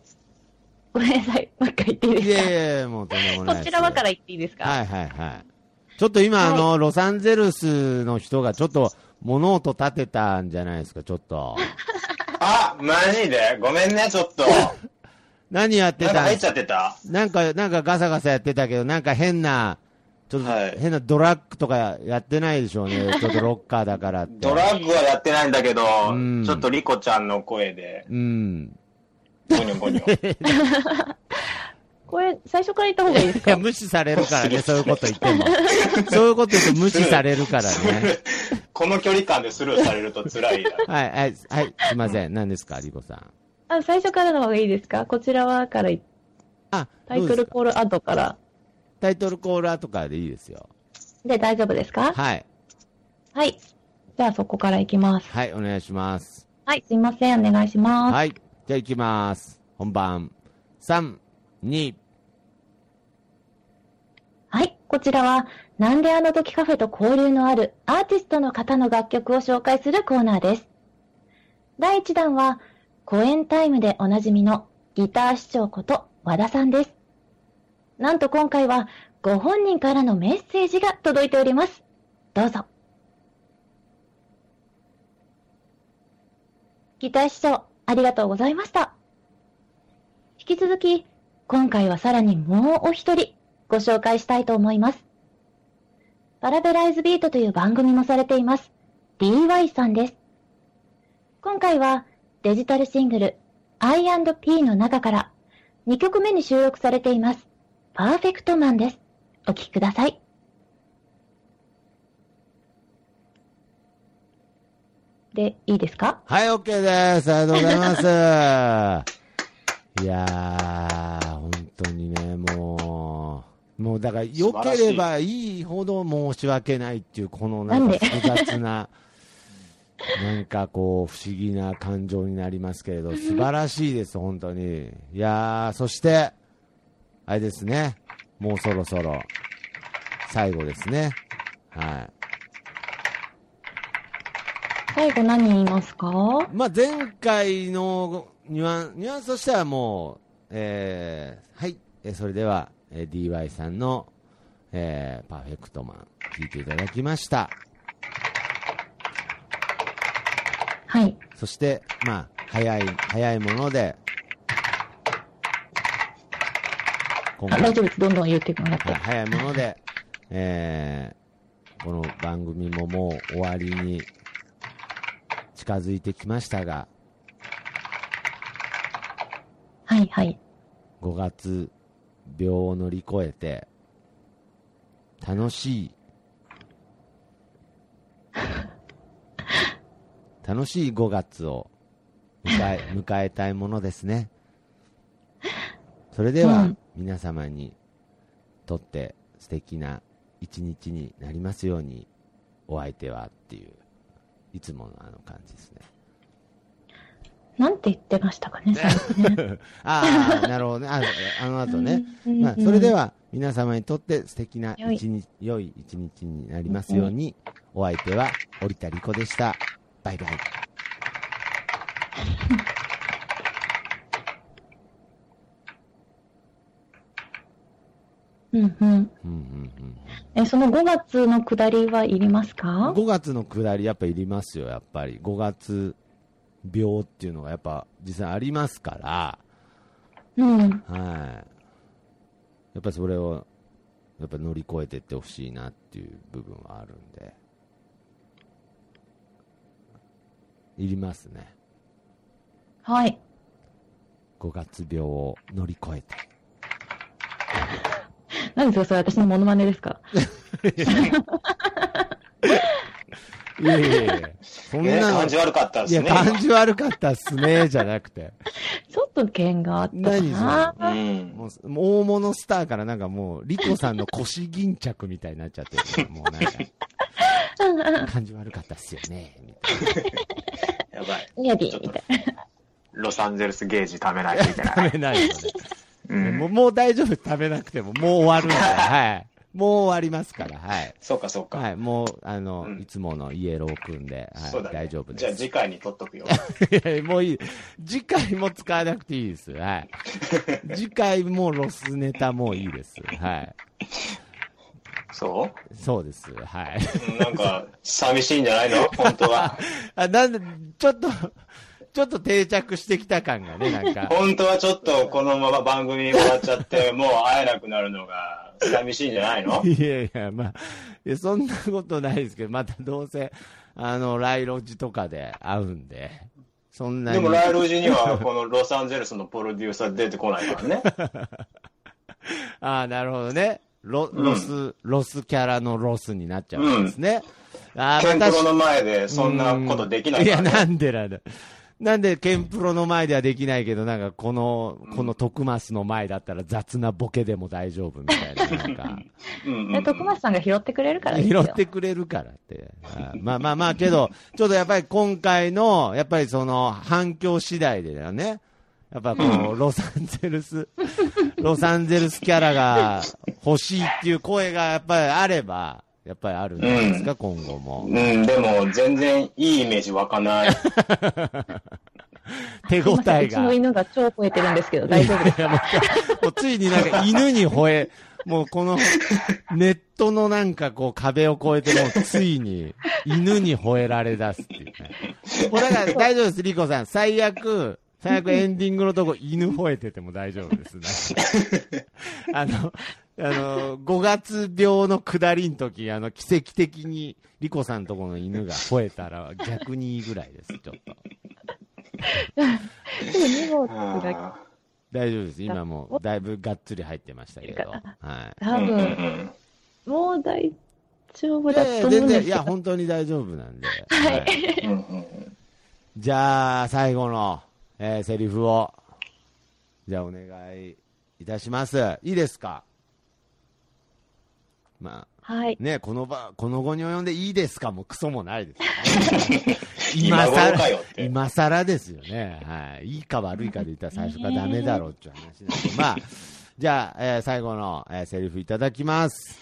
Speaker 6: ごめんなさい。もう一回言っていい
Speaker 2: い
Speaker 6: ですか
Speaker 2: えいえ、 もうとんでもない
Speaker 6: こ
Speaker 2: です
Speaker 6: ちらはから言っていいですか
Speaker 2: はいはいはい。ちょっと今、あの、ロサンゼルスの人がちょっと物音立てたんじゃないですか、ちょっ と。
Speaker 4: あ、マジでごめんね、ちょっ と。
Speaker 2: 何やって
Speaker 4: なんか
Speaker 2: た
Speaker 4: 入っちゃってた
Speaker 2: なんか、なんかガサガサやってたけど、なんか変な、ちょっと
Speaker 4: はい
Speaker 2: 変なドラッグとかやってないでしょうね。ちょっとロッカーだからって。
Speaker 4: ドラッグはやってないんだけど
Speaker 2: うん、
Speaker 4: ちょっとリコちゃんの声で、
Speaker 2: うん。
Speaker 4: ゴニョゴニョ。
Speaker 6: これ、最初から言った方がいいです
Speaker 2: いや、
Speaker 6: か
Speaker 2: 無視されるからね、そういうこと言っても。 そういうこと言うと無視されるから ね。
Speaker 4: この距離感でスルーされると辛 いな。
Speaker 2: はい、はい、はい、すいません。何ですか、リコさん。
Speaker 6: あ、最初からの方がいいですかこちらはから言っ
Speaker 2: あ、
Speaker 6: タイト
Speaker 2: ど
Speaker 6: ル
Speaker 2: うですか
Speaker 6: コール後から。
Speaker 2: タイトルコーラーとかでいいですよ。
Speaker 6: で、大丈夫ですか
Speaker 2: はい、
Speaker 6: はい。じゃあそこから行きます。
Speaker 2: はい、お願いします。
Speaker 6: はい、すいません。お願いします。
Speaker 2: はい、じゃあ行きます。本番。3、2、
Speaker 3: はい、こちらは、なんであの時カフェと交流のあるアーティストの方の楽曲を紹介するコーナーです。第1弾は、公演タイムでおなじみのギター師匠こと和田さんです。なんと今回は、ご本人からのメッセージが届いております。どうぞ。ギター師匠、ありがとうございました。引き続き、今回はさらにもうお一人、ご紹介したいと思います。パラベライズビートという番組もされています。DY さんです。今回はデジタルシングル I&P の中から2曲目に収録されています。パーフェクトマンです。お聴きください。
Speaker 6: で、いいですか
Speaker 2: はい、OK です。ありがとうございます。い やー、本当にね、もう、もうだから、良ければいいほど申し訳ないっていう、このなん
Speaker 6: な
Speaker 2: か
Speaker 6: んで
Speaker 2: 複雑な、なんかこう、不思議な感情になりますけれど、素晴らしいです、本当に。いやー、そして、あれですね、もうそろそろ、最後ですね。はい。
Speaker 6: 最後何言いますか
Speaker 2: まあ、前回のニュアンニュアンスとしてはもう、えーはい、えーそれでは、えー DY さんの、えーパーフェクトマン、聞いていただきました。
Speaker 6: はい。
Speaker 2: そして、まあ、早い、早いもので、今
Speaker 6: あ
Speaker 2: 回
Speaker 6: 大、丈夫です。どんどん言ってもらって
Speaker 2: はい。早いもので、えーこの番組ももう終わりに近づいてきましたが、
Speaker 6: はいはい。
Speaker 2: 5月病を乗り越えて、楽し い、楽しい5月を迎え、 迎えたいものですね。それで
Speaker 6: う
Speaker 2: は
Speaker 6: ん
Speaker 2: 皆様にとって素敵な一日になりますように、お相手はっていう、いつものあの感じですね。
Speaker 6: なんて言ってましたかね、最後ね。
Speaker 2: あ あ、なるほどね。ああの後ね。
Speaker 6: うん
Speaker 2: まあ、それで
Speaker 6: は。
Speaker 2: は皆様にとって素敵な
Speaker 6: 良い
Speaker 2: 一日、良い一日になりますように、お相手は折田理子でした。バイバイ。
Speaker 6: うんうん。
Speaker 2: うんうんうん
Speaker 6: え、その5月の下りはいりますか
Speaker 2: 5月の下りやっぱいりますよ、やっぱり。5月病っていうのがやっぱ実際ありますから、
Speaker 6: うん。
Speaker 2: はい。やっぱそれを、やっぱ乗り越えていってほしいなっていう部分はあるんで。いりますね。
Speaker 6: はい。
Speaker 2: 5月病を乗り越えて。
Speaker 6: なんですかそれ私のモノマネですか
Speaker 2: いやいやいや、そん
Speaker 4: え
Speaker 2: なの
Speaker 4: 感じ悪かったで
Speaker 2: い
Speaker 4: す
Speaker 2: や、
Speaker 4: ね。
Speaker 2: 感じ悪かったっすね、じゃなくて。
Speaker 6: ちょっと剣があったか
Speaker 2: 何それ
Speaker 6: な
Speaker 4: 今うん。
Speaker 2: もう、もう大物スターからなんかもう、リコさんの腰巾着みたいになっちゃってるからもうなんか、感じ悪かったっすよね、みたい
Speaker 4: やばい。
Speaker 6: ヤディみたいな。
Speaker 4: ロサンゼルスゲージ貯めないとい けな
Speaker 2: な。
Speaker 4: い。
Speaker 2: 食べないよね。
Speaker 4: う。
Speaker 2: もうんもう大丈夫、食べなくても、もう終わるんで、はい。もう終わりますから、はい。
Speaker 4: そうか、そうか。
Speaker 2: はい、もう、あの、
Speaker 4: うん
Speaker 2: いつものイエローくんで、は
Speaker 4: そうだ
Speaker 2: い、
Speaker 4: ね。
Speaker 2: 大丈夫です。
Speaker 4: じゃあ次回に取っとくよ。
Speaker 2: いやもういい。次回も使わなくていいです。はい。次回もロスネタもういいです。はい。
Speaker 4: そ
Speaker 2: そうです。はい。
Speaker 4: うなんか、寂しいんじゃ ないの本当は。
Speaker 2: あ、なんで、ちょっと、ちょっと定着してきた感がね、なんか。
Speaker 4: 本当はちょっとこのまま番組終わっちゃって、もう会えなくなるのが寂しいんじゃないの
Speaker 2: いやいや、まあ、いやそんなことないですけど、またどうせ、あの、来ロジとかで会うんで、そんなに。
Speaker 4: でもライロジにはこのロサンゼルスのプロデューサー出てこないからね。
Speaker 2: ああ、なるほどね。ロ、
Speaker 4: うん
Speaker 2: ロス、ロスキャラのロスになっちゃうんですね。 ああ、
Speaker 4: ケン
Speaker 2: ま
Speaker 4: プ
Speaker 2: た
Speaker 4: ロの前でそんなことできないか
Speaker 2: や、
Speaker 4: ら、ね。
Speaker 2: なんでなんだ。なんで、ケンプロの前ではできないけど、なんか、この、この徳マスの前だったら雑なボケでも大丈夫みたいな、なん か、
Speaker 4: うんうん
Speaker 6: え、徳松さんが拾ってくれるからです
Speaker 2: 拾
Speaker 6: よ。
Speaker 2: ってくれるからって。あまあまあまあ、けど、ちょっとやっぱり今回の、やっぱりその、反響次第でだよね。やっぱこの、ロサンゼルス、 ロサンゼルスキャラが欲しいっていう声がやっぱりあれば、やっぱりあるんじゃないですか、今後も。
Speaker 4: うん、でも全然いいイメージ湧かない。
Speaker 2: 手
Speaker 6: すい
Speaker 2: 応
Speaker 6: ません
Speaker 2: え
Speaker 6: うち
Speaker 2: が。
Speaker 6: の犬が超吠えてるんですけど、大丈夫です。
Speaker 2: いやもうもうついになんか犬に吠え、もうこのネットのなんかこう壁を越えてもうついに犬に吠えられ出すっていうね。もうだから大丈夫です、リコさん。最悪、最悪エンディングのとこ犬吠えてても大丈夫です。なんかあの、あの、5月病の下りの時、あの、奇跡的にリコさんとこの犬が吠えたら逆にいいぐらいです、ちょっと。
Speaker 6: でも荷物が
Speaker 4: あ
Speaker 2: 大丈夫です。今もうだいぶがっつり入ってましたけど。はい。
Speaker 4: ー
Speaker 6: 多
Speaker 4: うんうんう
Speaker 6: 分、
Speaker 4: ん
Speaker 6: もう大丈夫
Speaker 2: いや
Speaker 6: だと
Speaker 2: いや
Speaker 6: 思うんで
Speaker 2: 全然、
Speaker 6: す
Speaker 2: い
Speaker 6: けど
Speaker 2: や、。本当に大丈夫なんで。
Speaker 6: はい
Speaker 4: うんうん
Speaker 2: じゃあ、最後の、えーセリフを、じゃあ、お願いいたします。いいですかまあ、
Speaker 6: はい。
Speaker 2: ね、この場、この後に及んでいいですかもうクソもないですよ今
Speaker 4: 今
Speaker 2: 更
Speaker 4: 頃かよって
Speaker 2: 今更ですよね。はい。いいか悪いかで言ったら最初からダメだろうっていう話なんで。まあ、じゃあ、えー最後の、えーセリフいただきます。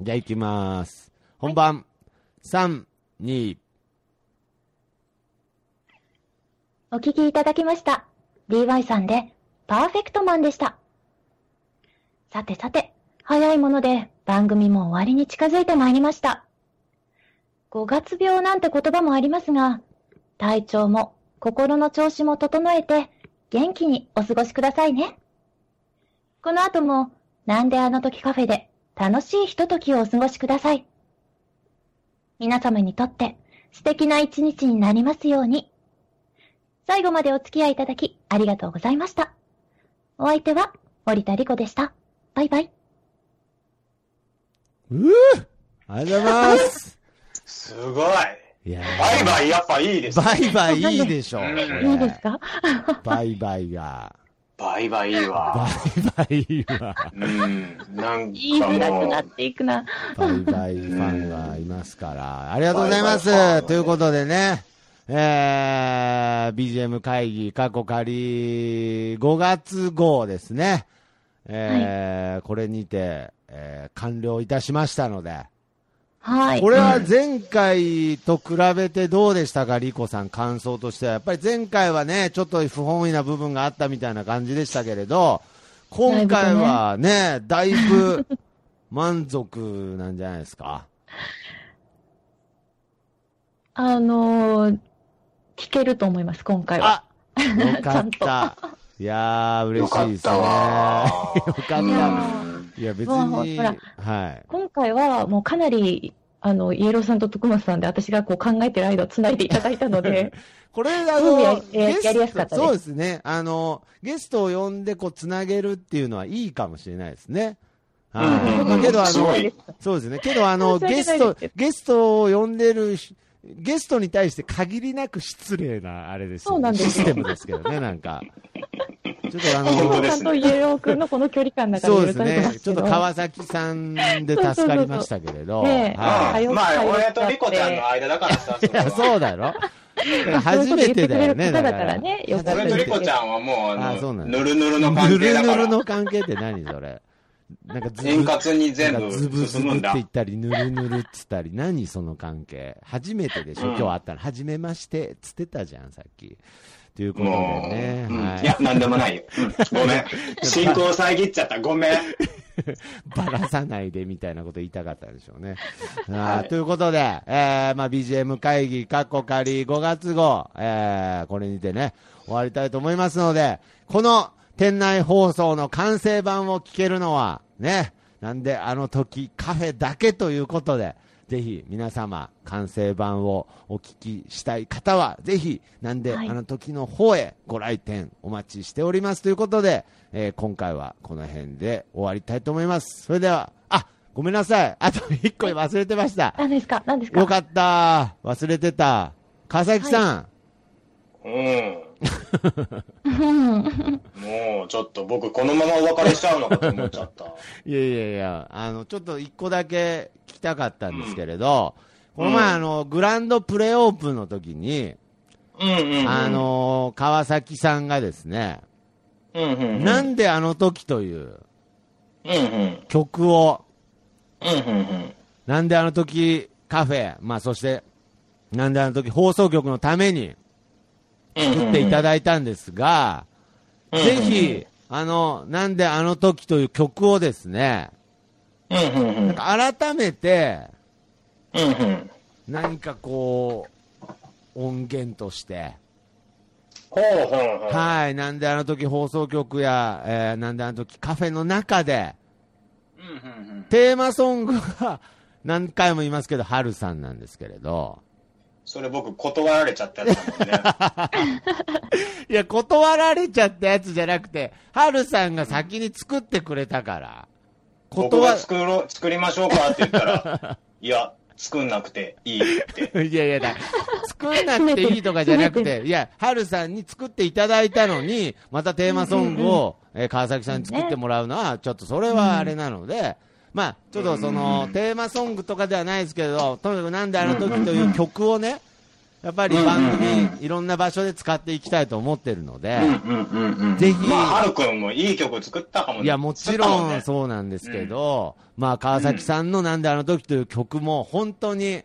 Speaker 2: じゃあ行きます。本番、3、2、
Speaker 3: お聞きいただきました。DY さんで、パーフェクトマンでした。さてさて、早いもので番組も終わりに近づいてまいりました。5月病なんて言葉もありますが、体調も心の調子も整えて元気にお過ごしくださいね。この後も、なんであの時カフェで楽しいひとときをお過ごしください。皆様にとって素敵な一日になりますように。最後までお付き合いいただき、ありがとうございました。お相手は、森田理子でした。バイバイ。
Speaker 2: ありがとうございます。
Speaker 4: すごい。
Speaker 2: いや
Speaker 4: バイバイやっぱいいです。
Speaker 2: バイバイいいでしょ。
Speaker 4: うん
Speaker 6: いいですか
Speaker 2: バイバイが。
Speaker 4: バイバイいいわ
Speaker 2: バ。イバイは。
Speaker 4: うん。なん
Speaker 6: 言い
Speaker 4: か
Speaker 6: づらく
Speaker 4: も
Speaker 6: なっ
Speaker 4: う、
Speaker 6: ていくな。
Speaker 2: バイバイファンがいますから。ありがとうございます。
Speaker 4: バイバイファン
Speaker 2: ということでね、えー、BGM 会議過去仮5月号ですね。えーこれにて、えー完了いたしましたので。
Speaker 3: はい。
Speaker 2: これは前回と比べてどうでしたか、リコさん、感想としては。やっぱり前回はね、ちょっと不本意な部分があったみたいな感じでしたけれど、今回はね、だいぶ満足なんじゃないですか。
Speaker 6: あのー、聞けると思います、今回は。
Speaker 2: あよかった。いやー、嬉
Speaker 4: よ
Speaker 2: しい
Speaker 4: かっ
Speaker 2: です
Speaker 4: た
Speaker 2: ね。よ
Speaker 4: わ
Speaker 2: か。った。
Speaker 4: うん
Speaker 2: いや、別
Speaker 6: もう
Speaker 2: に、
Speaker 6: ほら
Speaker 2: はい。
Speaker 6: 今回はもうかなり、あの、イエローさんと徳松さんで私がこう考えてる間を繋いでいただいたので、
Speaker 2: これ、あ
Speaker 6: うんや
Speaker 2: の、
Speaker 6: や
Speaker 2: ゲスト
Speaker 6: やりやすかったです
Speaker 2: そうですね。あの、ゲストを呼んで、こう、つなげるっていうのはいいかもしれないですね。はい。
Speaker 4: うん
Speaker 2: まあけど、あ
Speaker 4: すご
Speaker 2: の、
Speaker 4: い。
Speaker 2: そうですね。けど、あの、
Speaker 6: 申し
Speaker 2: ゲス
Speaker 6: 訳ない
Speaker 2: ト
Speaker 6: ですけど、
Speaker 2: ゲストを呼んでるし、ゲストに対して限りなく失礼な、あれですよね
Speaker 6: そうなんですよ
Speaker 2: システムですけどね、なんか。ちょっと あ
Speaker 6: 徳
Speaker 2: の
Speaker 4: 本、当
Speaker 6: 松
Speaker 4: で
Speaker 6: さ
Speaker 4: す
Speaker 6: ん
Speaker 4: ね
Speaker 6: とイエロー君のこの距離感の中
Speaker 2: そ
Speaker 6: で
Speaker 2: うです
Speaker 6: 許されてま
Speaker 2: ね
Speaker 6: す。
Speaker 2: ち
Speaker 6: け
Speaker 2: ょっ
Speaker 6: ど、
Speaker 2: と川崎さんで助かりましたけれ
Speaker 6: そうそうそう
Speaker 2: ど。
Speaker 6: そうねえ
Speaker 2: はい。
Speaker 4: うんまあ、俺とリコちゃんの間だからさ、そ
Speaker 2: い
Speaker 4: こ
Speaker 2: や、
Speaker 4: は
Speaker 2: そうだろ。初めてだよね、
Speaker 6: そういうこと言ってくれる方だからねよかった
Speaker 4: 俺
Speaker 6: です
Speaker 4: とリコちゃんはもう、あ
Speaker 2: あそうな
Speaker 4: の、
Speaker 2: んだ
Speaker 4: ぬるぬるの関係だ
Speaker 2: ぬ
Speaker 4: か
Speaker 2: るぬる
Speaker 4: ら、
Speaker 2: の関係って何それ。なんかず
Speaker 4: 円滑に全
Speaker 2: なんかズ
Speaker 4: 部
Speaker 2: ブズ
Speaker 4: 進
Speaker 2: ブっ
Speaker 4: むん
Speaker 2: て
Speaker 4: だ
Speaker 2: 言。ったり、ぬるぬるっつったり、何その関係。初めてでしょ、
Speaker 4: うん
Speaker 2: 今日会ったの。初めましてっつってたじゃん、さっき。ということで
Speaker 4: もう、
Speaker 2: ね。
Speaker 4: うん
Speaker 2: はい
Speaker 4: や、なんでもないよ。うんご めん。進行遮っちゃった。ごめん。
Speaker 2: ばらさないでみたいなこと言いたかったんでしょうね。あーということで、えーまあ、BGM 会議、カッコ仮5月号、えーこれにてね、終わりたいと思いますので、この店内放送の完成版を聞けるのは、ね、なんであの時カフェだけということで、ぜひ皆様、完成版をお聞きしたい方は、ぜひ、なんで、
Speaker 3: はい
Speaker 2: あの時の方へご来店お待ちしておりますということで、えー今回はこの辺で終わりたいと思います。それでは、あ、ごめんなさい。あと1個忘れてました。
Speaker 6: 何ですか何ですか
Speaker 2: よかった。忘れてた。川崎さん。
Speaker 4: う
Speaker 6: うん
Speaker 4: ん。もう、ちょっと僕、このままお別れしちゃうのかと思っちゃった。
Speaker 2: い、やいやいや、あの、ちょっと1個だけ聞きたかったんですけれど、この前、
Speaker 4: うん
Speaker 2: あの、グランドプレオープンの時に、
Speaker 4: うんうんうん。
Speaker 2: あ、の、川崎さんがですね、
Speaker 4: うんうんうん。
Speaker 2: なんであの時という
Speaker 4: うんうん。
Speaker 2: 曲を、
Speaker 4: うんうんうん。
Speaker 2: なんであの時カフェ、まあそして、なんであの時放送局のために作っていただいたんですが、
Speaker 4: うんうん
Speaker 2: ぜひ、あの、なんであの時という曲をですね、
Speaker 4: うんうんうん。うん
Speaker 2: 改めて
Speaker 4: うん。
Speaker 2: 何かこう、音源として、
Speaker 4: ほうほうほう。
Speaker 2: はい、なんであの時放送局や、えーなんであの時カフェの中で、
Speaker 4: うんうん
Speaker 2: テーマソングは何回も言いますけど、春さんなんですけれど、
Speaker 4: それ僕、断られちゃったやつだもんね。
Speaker 2: いや、断られちゃったやつじゃなくて、ハルさんが先に作ってくれたから。
Speaker 4: 僕
Speaker 2: 断
Speaker 4: が作ろう、作りましょうかって言ったら、いや、作んなくていいって。
Speaker 2: いやいやだ、作んなくていいとかじゃなくて、いや、ハルさんに作っていただいたのに、またテーマソングを、えー川崎さんに作ってもらうのは、ちょっとそれはあれなので、まあ、ちょっとその、テーマソングとかではないですけど、とにかくなんであの時という曲をね、やっぱり番組、いろんな場所で使っていきたいと思ってるので、ぜひ
Speaker 4: まあ、はるくんもいい曲作ったかもね。
Speaker 2: いや、もち
Speaker 4: 作った
Speaker 2: ろ
Speaker 4: もね
Speaker 2: んそうなんですけど、まあ、川崎さんのなんであの時という曲も、本当に、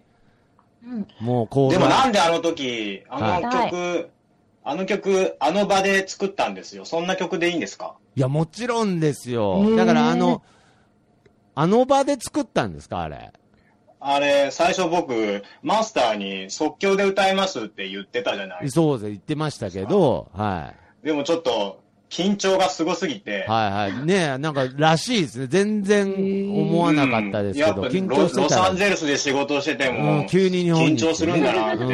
Speaker 6: うん
Speaker 2: もうこう、
Speaker 4: でもなんであの時、あの曲、あの曲、あの場で作ったんですよ。そんな曲でいいんですか
Speaker 2: いや、もちろんです
Speaker 6: へ
Speaker 2: よ。
Speaker 6: ー
Speaker 2: だから、あの、あの場で作ったんですか、あれ。
Speaker 4: あれ、最初僕、マスターに即興で歌いますって言ってたじゃないですか。
Speaker 2: そうです、言ってましたけど、は
Speaker 4: でもちょっと、緊張がすごすぎて
Speaker 2: い。、はいはい。ねえ、なんか、らしいですね。全然思わなかったですけど、
Speaker 4: うん
Speaker 2: 緊張して
Speaker 4: ロ
Speaker 2: た
Speaker 4: ロサ
Speaker 2: ら
Speaker 4: ン。ゼルスで仕事してて
Speaker 2: う
Speaker 4: も、
Speaker 2: ん、急に日本
Speaker 4: 緊
Speaker 2: に来てね、
Speaker 4: 張するんだなって。
Speaker 2: うん。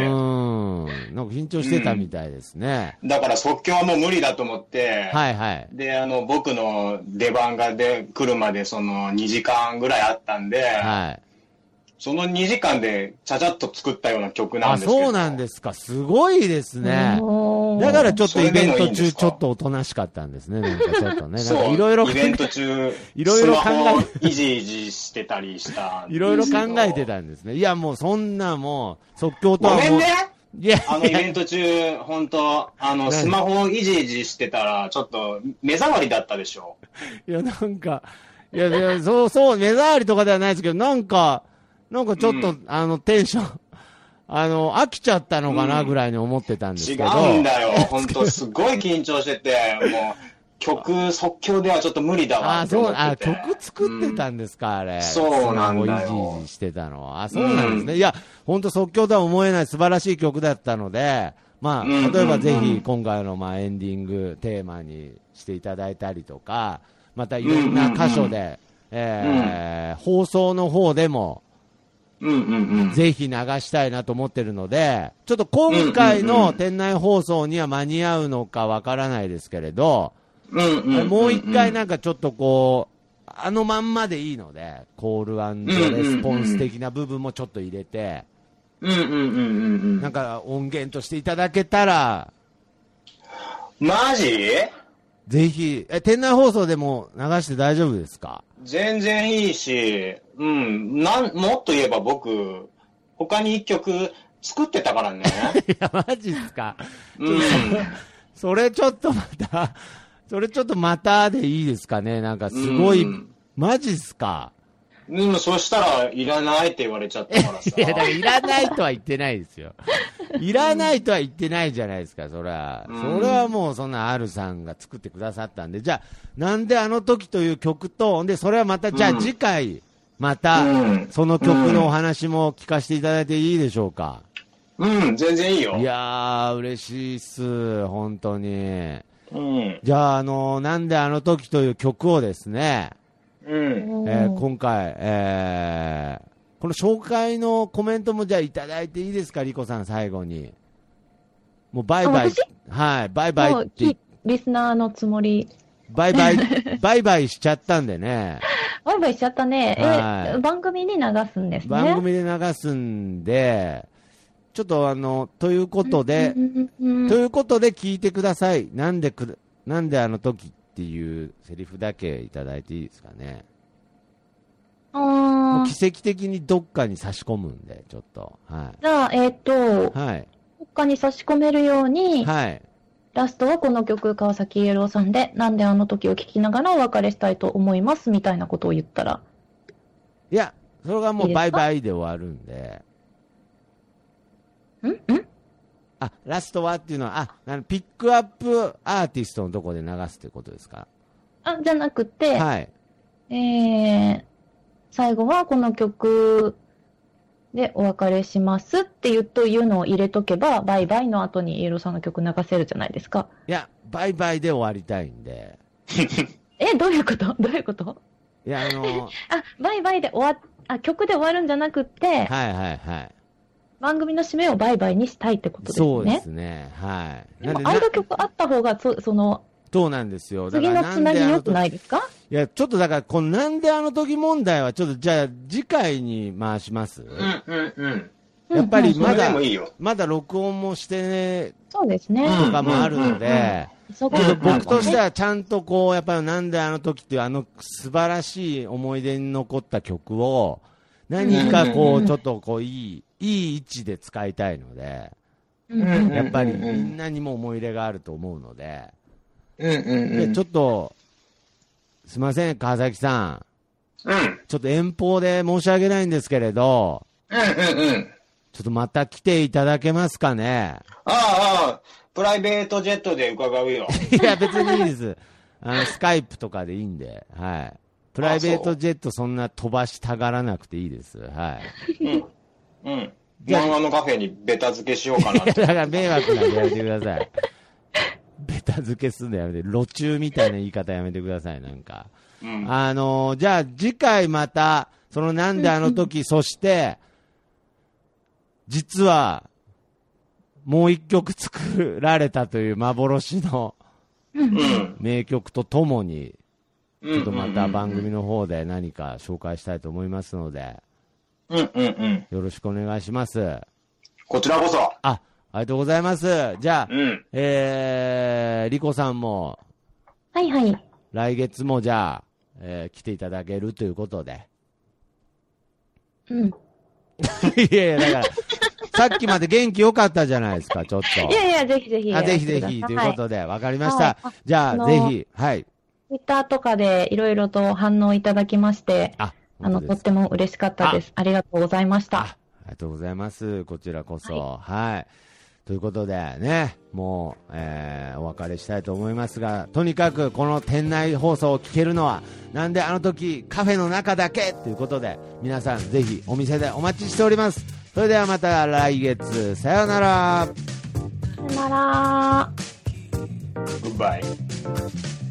Speaker 2: なんか緊張してたみたいですね。
Speaker 4: だから即興はもう無理だと思って、
Speaker 2: はいはい。
Speaker 4: で、あの、僕の出番がで来るまで、その2時間ぐらいあったんで、
Speaker 2: はい。
Speaker 4: その2時間で、ちゃちゃっと作ったような曲なん
Speaker 2: あ、
Speaker 4: ですけど。
Speaker 2: そうなんですか。すごいですね。
Speaker 6: おー
Speaker 2: だからちょっとイベン
Speaker 4: それでもいい
Speaker 2: ト
Speaker 4: んです
Speaker 2: 中、
Speaker 4: か
Speaker 2: ちょっとおとなしかったんですね。なんかちょっとね。なん
Speaker 4: そ
Speaker 2: か
Speaker 4: う、
Speaker 2: いろいろ考
Speaker 4: イ
Speaker 2: え
Speaker 4: ベント中、
Speaker 2: いろいろ考え
Speaker 4: スマホをいじいじしてたりしたんですけど。
Speaker 2: いろいろ考えてたんですね。いや、もうそんなもう、即興と
Speaker 4: ご
Speaker 2: はもう。
Speaker 4: めんね
Speaker 2: いや、
Speaker 4: あのイベント中、本当あの、
Speaker 2: 何
Speaker 4: スマホをいじいじしてたら、ちょっと、目障りだったでしょ。
Speaker 2: いや、なんか、いや、いや、そうそう、目障りとかではないですけど、なんか、なんかちょっと、
Speaker 4: うん
Speaker 2: あの、テンション、あの、飽きちゃったのかな
Speaker 4: うん
Speaker 2: ぐらいに思ってたんです
Speaker 4: 違
Speaker 2: けど。
Speaker 4: うん だよ。本当すごい緊張してて、もう、曲即興ではちょっと無理だわ
Speaker 2: あ
Speaker 4: っ
Speaker 2: ー、
Speaker 4: て思
Speaker 2: そ
Speaker 4: っ
Speaker 2: う、あー、
Speaker 4: てて。
Speaker 2: 曲作ってたんですか、あれ。
Speaker 4: そうなんだ
Speaker 2: ス
Speaker 4: よ
Speaker 2: マホいじいじしてたのは。あ、そうなんですね。いや、ほんと即興とは思えない素晴らしい曲だったので、まあ、
Speaker 4: うんうんうん
Speaker 2: 例えばぜひ今回のまあエンディングテーマにしていただいたりとか、またいろんな箇所で、えー放送の方でも
Speaker 4: うんうん
Speaker 2: ぜひ流したいなと思ってるので、ちょっと今回の店内放送には間に合うのかわからないですけれど、
Speaker 4: うん。うんうんん
Speaker 2: もう一回なんかちょっとこう、あのまんまでいいので、コールレスポンス的な部分もちょっと入れて、
Speaker 4: うんうんうんうんうん。
Speaker 2: なんか音源としていただけたら、
Speaker 4: マジ
Speaker 2: ぜひ、え、店内放送でも流して大丈夫ですか
Speaker 4: 全然いいし、うん。なん、もっと言えば僕、他に一曲作ってたか らね。
Speaker 2: いや、マジっすか。
Speaker 4: うん。
Speaker 2: それちょっとまた、それちょっとまたでいいですかねなんかすごい、
Speaker 4: うん
Speaker 2: マジっすか。
Speaker 4: でもそしたら、いらないって言われちゃったから さ。
Speaker 2: いや、だからいらないとは言ってないですよ。いらないとは言ってないじゃないですか、それは。
Speaker 4: うん
Speaker 2: それはもうそんな R さんが作ってくださったんで、じゃあ、なんであの時という曲と、ほんで、それはまた、じゃあ
Speaker 4: うん
Speaker 2: 次回、また
Speaker 4: うん、
Speaker 2: その曲のお話も聞かせていただいていいでしょうか。
Speaker 4: うん、全然いいよ。
Speaker 2: いやー、嬉しいっす、本当に。
Speaker 4: うん。
Speaker 2: じゃあ、あの、なんであの時という曲をですね、
Speaker 4: うん。
Speaker 2: えー今回、えーこの紹介のコメントもじゃあいただいていいですか、リコさん、最後に。もうバイバ
Speaker 6: あ
Speaker 2: イ
Speaker 6: 私、
Speaker 2: はい、バイバイ
Speaker 6: も
Speaker 2: っ
Speaker 6: う
Speaker 2: て
Speaker 6: き、リスナーのつもり。
Speaker 2: バイ バイ、バイバイしちゃったんでね、
Speaker 6: バイバイしちゃったね。
Speaker 2: は
Speaker 6: え、
Speaker 2: い
Speaker 6: 番組に流すんですね。
Speaker 2: 番組で流すんで、ちょっとあの、ということで、
Speaker 6: うんうんうん
Speaker 2: ということで聞いてください。なんでくる、なんであの時っていうセリフだけいただいていいですかね。も
Speaker 6: あ
Speaker 2: う
Speaker 6: ー
Speaker 2: 奇跡的にどっかに差し込むんで、ちょっと。は
Speaker 6: じゃあ、えっと
Speaker 2: い。、はい。
Speaker 6: 他に差し込めるように、
Speaker 2: はい。
Speaker 6: ラストはこの曲、川崎イエローさんで、なんであの時を聴きながらお別れしたいと思います、みたいなことを言ったら。
Speaker 2: いや、それが
Speaker 6: い
Speaker 2: も
Speaker 6: ういです
Speaker 2: バ
Speaker 6: か
Speaker 2: イバイで終わるんで。
Speaker 6: んん
Speaker 2: あ、ラストはっていうのは、あ、あのピックアップアーティストのとこで流すってことですか
Speaker 6: あ、じゃなくて、
Speaker 2: はい。
Speaker 6: えー、最後はこの曲でお別れしますって言うというのを入れとけば、バイバイの後にイエローさんの曲流せるじゃないですか。
Speaker 2: いや、バイバイで終わりたいんで。
Speaker 6: え、どういうこと どういうこと
Speaker 2: いや、あの、
Speaker 6: あ、バイバイで終わっ、あ、曲で終わるんじゃなくって、
Speaker 2: はいはいはい。
Speaker 6: 番組の締めをバイバイにしたいってことですね。
Speaker 2: そうですね。はい。
Speaker 6: で
Speaker 2: なん
Speaker 6: も
Speaker 2: で、な
Speaker 6: 間曲あった方がそ、その、
Speaker 2: そうなんですよ。だか
Speaker 6: 次
Speaker 2: ら
Speaker 6: の
Speaker 2: な
Speaker 6: つ
Speaker 2: ん
Speaker 6: なぎ
Speaker 2: であ
Speaker 6: 良
Speaker 2: の
Speaker 6: く
Speaker 2: 時
Speaker 6: ないですか
Speaker 2: いや、ちょっとだから、このなんであの時問題は、ちょっとじゃあ次回に回します。
Speaker 4: うんうんうん。
Speaker 2: やっぱり
Speaker 6: うんうん
Speaker 4: そ
Speaker 2: ま
Speaker 4: れで
Speaker 2: だ
Speaker 4: も、いいよ。
Speaker 2: まだ録音もしてね、
Speaker 6: そうですね。
Speaker 2: とかもあるの
Speaker 4: うんうんうん
Speaker 2: で、
Speaker 6: そこ
Speaker 2: ちょっと僕として
Speaker 6: は、
Speaker 2: はちゃんとこう、やっぱりなんであの時っていうあの素晴らしい思い出に残った曲を、何か
Speaker 6: う
Speaker 2: こう、
Speaker 6: ん
Speaker 2: ちょっとこう、いい、いい位置で使いたいので、
Speaker 6: うんう
Speaker 4: うん
Speaker 6: ん
Speaker 2: やっぱり
Speaker 4: うん
Speaker 2: み
Speaker 4: うん
Speaker 2: んなにも思い入れがあると思うので、
Speaker 4: うんうんう
Speaker 2: で
Speaker 4: ん。
Speaker 2: ちょっと、すいません、川崎さん。
Speaker 4: うん。
Speaker 2: ちょっと遠方で申し訳ないんですけれど、
Speaker 4: うんうんうん。
Speaker 2: ちょっとまた来ていただけますか ね。
Speaker 4: ああ、ああ、プライベートジェットで伺うよ。
Speaker 2: いや、別にいいです。あの、スカイプとかでいいんで、はい。プライベートジェットそんな飛ばしたがらなくていいです。はい。
Speaker 4: うん。うん。漫画のカフェにベタ付けしようかなっ
Speaker 2: いや
Speaker 4: て。
Speaker 2: だから迷惑なんでやめてください。ベタ付けすんのやめて、路中みたいな言い方やめてください、なんか。
Speaker 4: うん。
Speaker 2: あのーじゃあ次回また、そのなんであの時、そして、実は、もう一曲作られたという幻の
Speaker 4: うん。
Speaker 2: 名曲とともに、
Speaker 4: ち
Speaker 2: ちょっとまた番組の方で何か紹介したいと思いますので、
Speaker 4: うんうんうん。
Speaker 2: よろしくお願いします。あ、
Speaker 4: こちらこそ。
Speaker 2: ありがとうございます。じゃあ、
Speaker 4: うん。
Speaker 2: えー、リコさんも、
Speaker 3: はいはい。
Speaker 2: 来月もじゃあ、えー来ていただけるということで。
Speaker 6: うん。
Speaker 2: いやいや、だから、さっきまで元気良かったじゃないですか、ちょっ
Speaker 6: いや
Speaker 2: と。
Speaker 6: いや、ぜひぜひ。
Speaker 2: あぜひぜひ、というこ
Speaker 6: は
Speaker 2: とで、わかりました。じゃ
Speaker 6: あ
Speaker 2: あ、
Speaker 6: の
Speaker 2: ぜ
Speaker 6: ー
Speaker 2: ひ、はい。
Speaker 6: い。ツイッターとかでいろいろと反応いただきまして、
Speaker 2: あ、
Speaker 6: あの、とっ
Speaker 2: 本当です
Speaker 6: ても嬉しかったです。ありがとうございました。
Speaker 2: あありがとうございます。こちらこそ。はい。ということでね、もう、えーお別れしたいと思いますが、とにかくこの店内放送を聞けるのは、なんであの時カフェの中だけということで、皆さんぜひお店でお待ちしております。それではまた来月、さようなら。
Speaker 6: さよなら。
Speaker 4: グッバイ。
Speaker 2: 「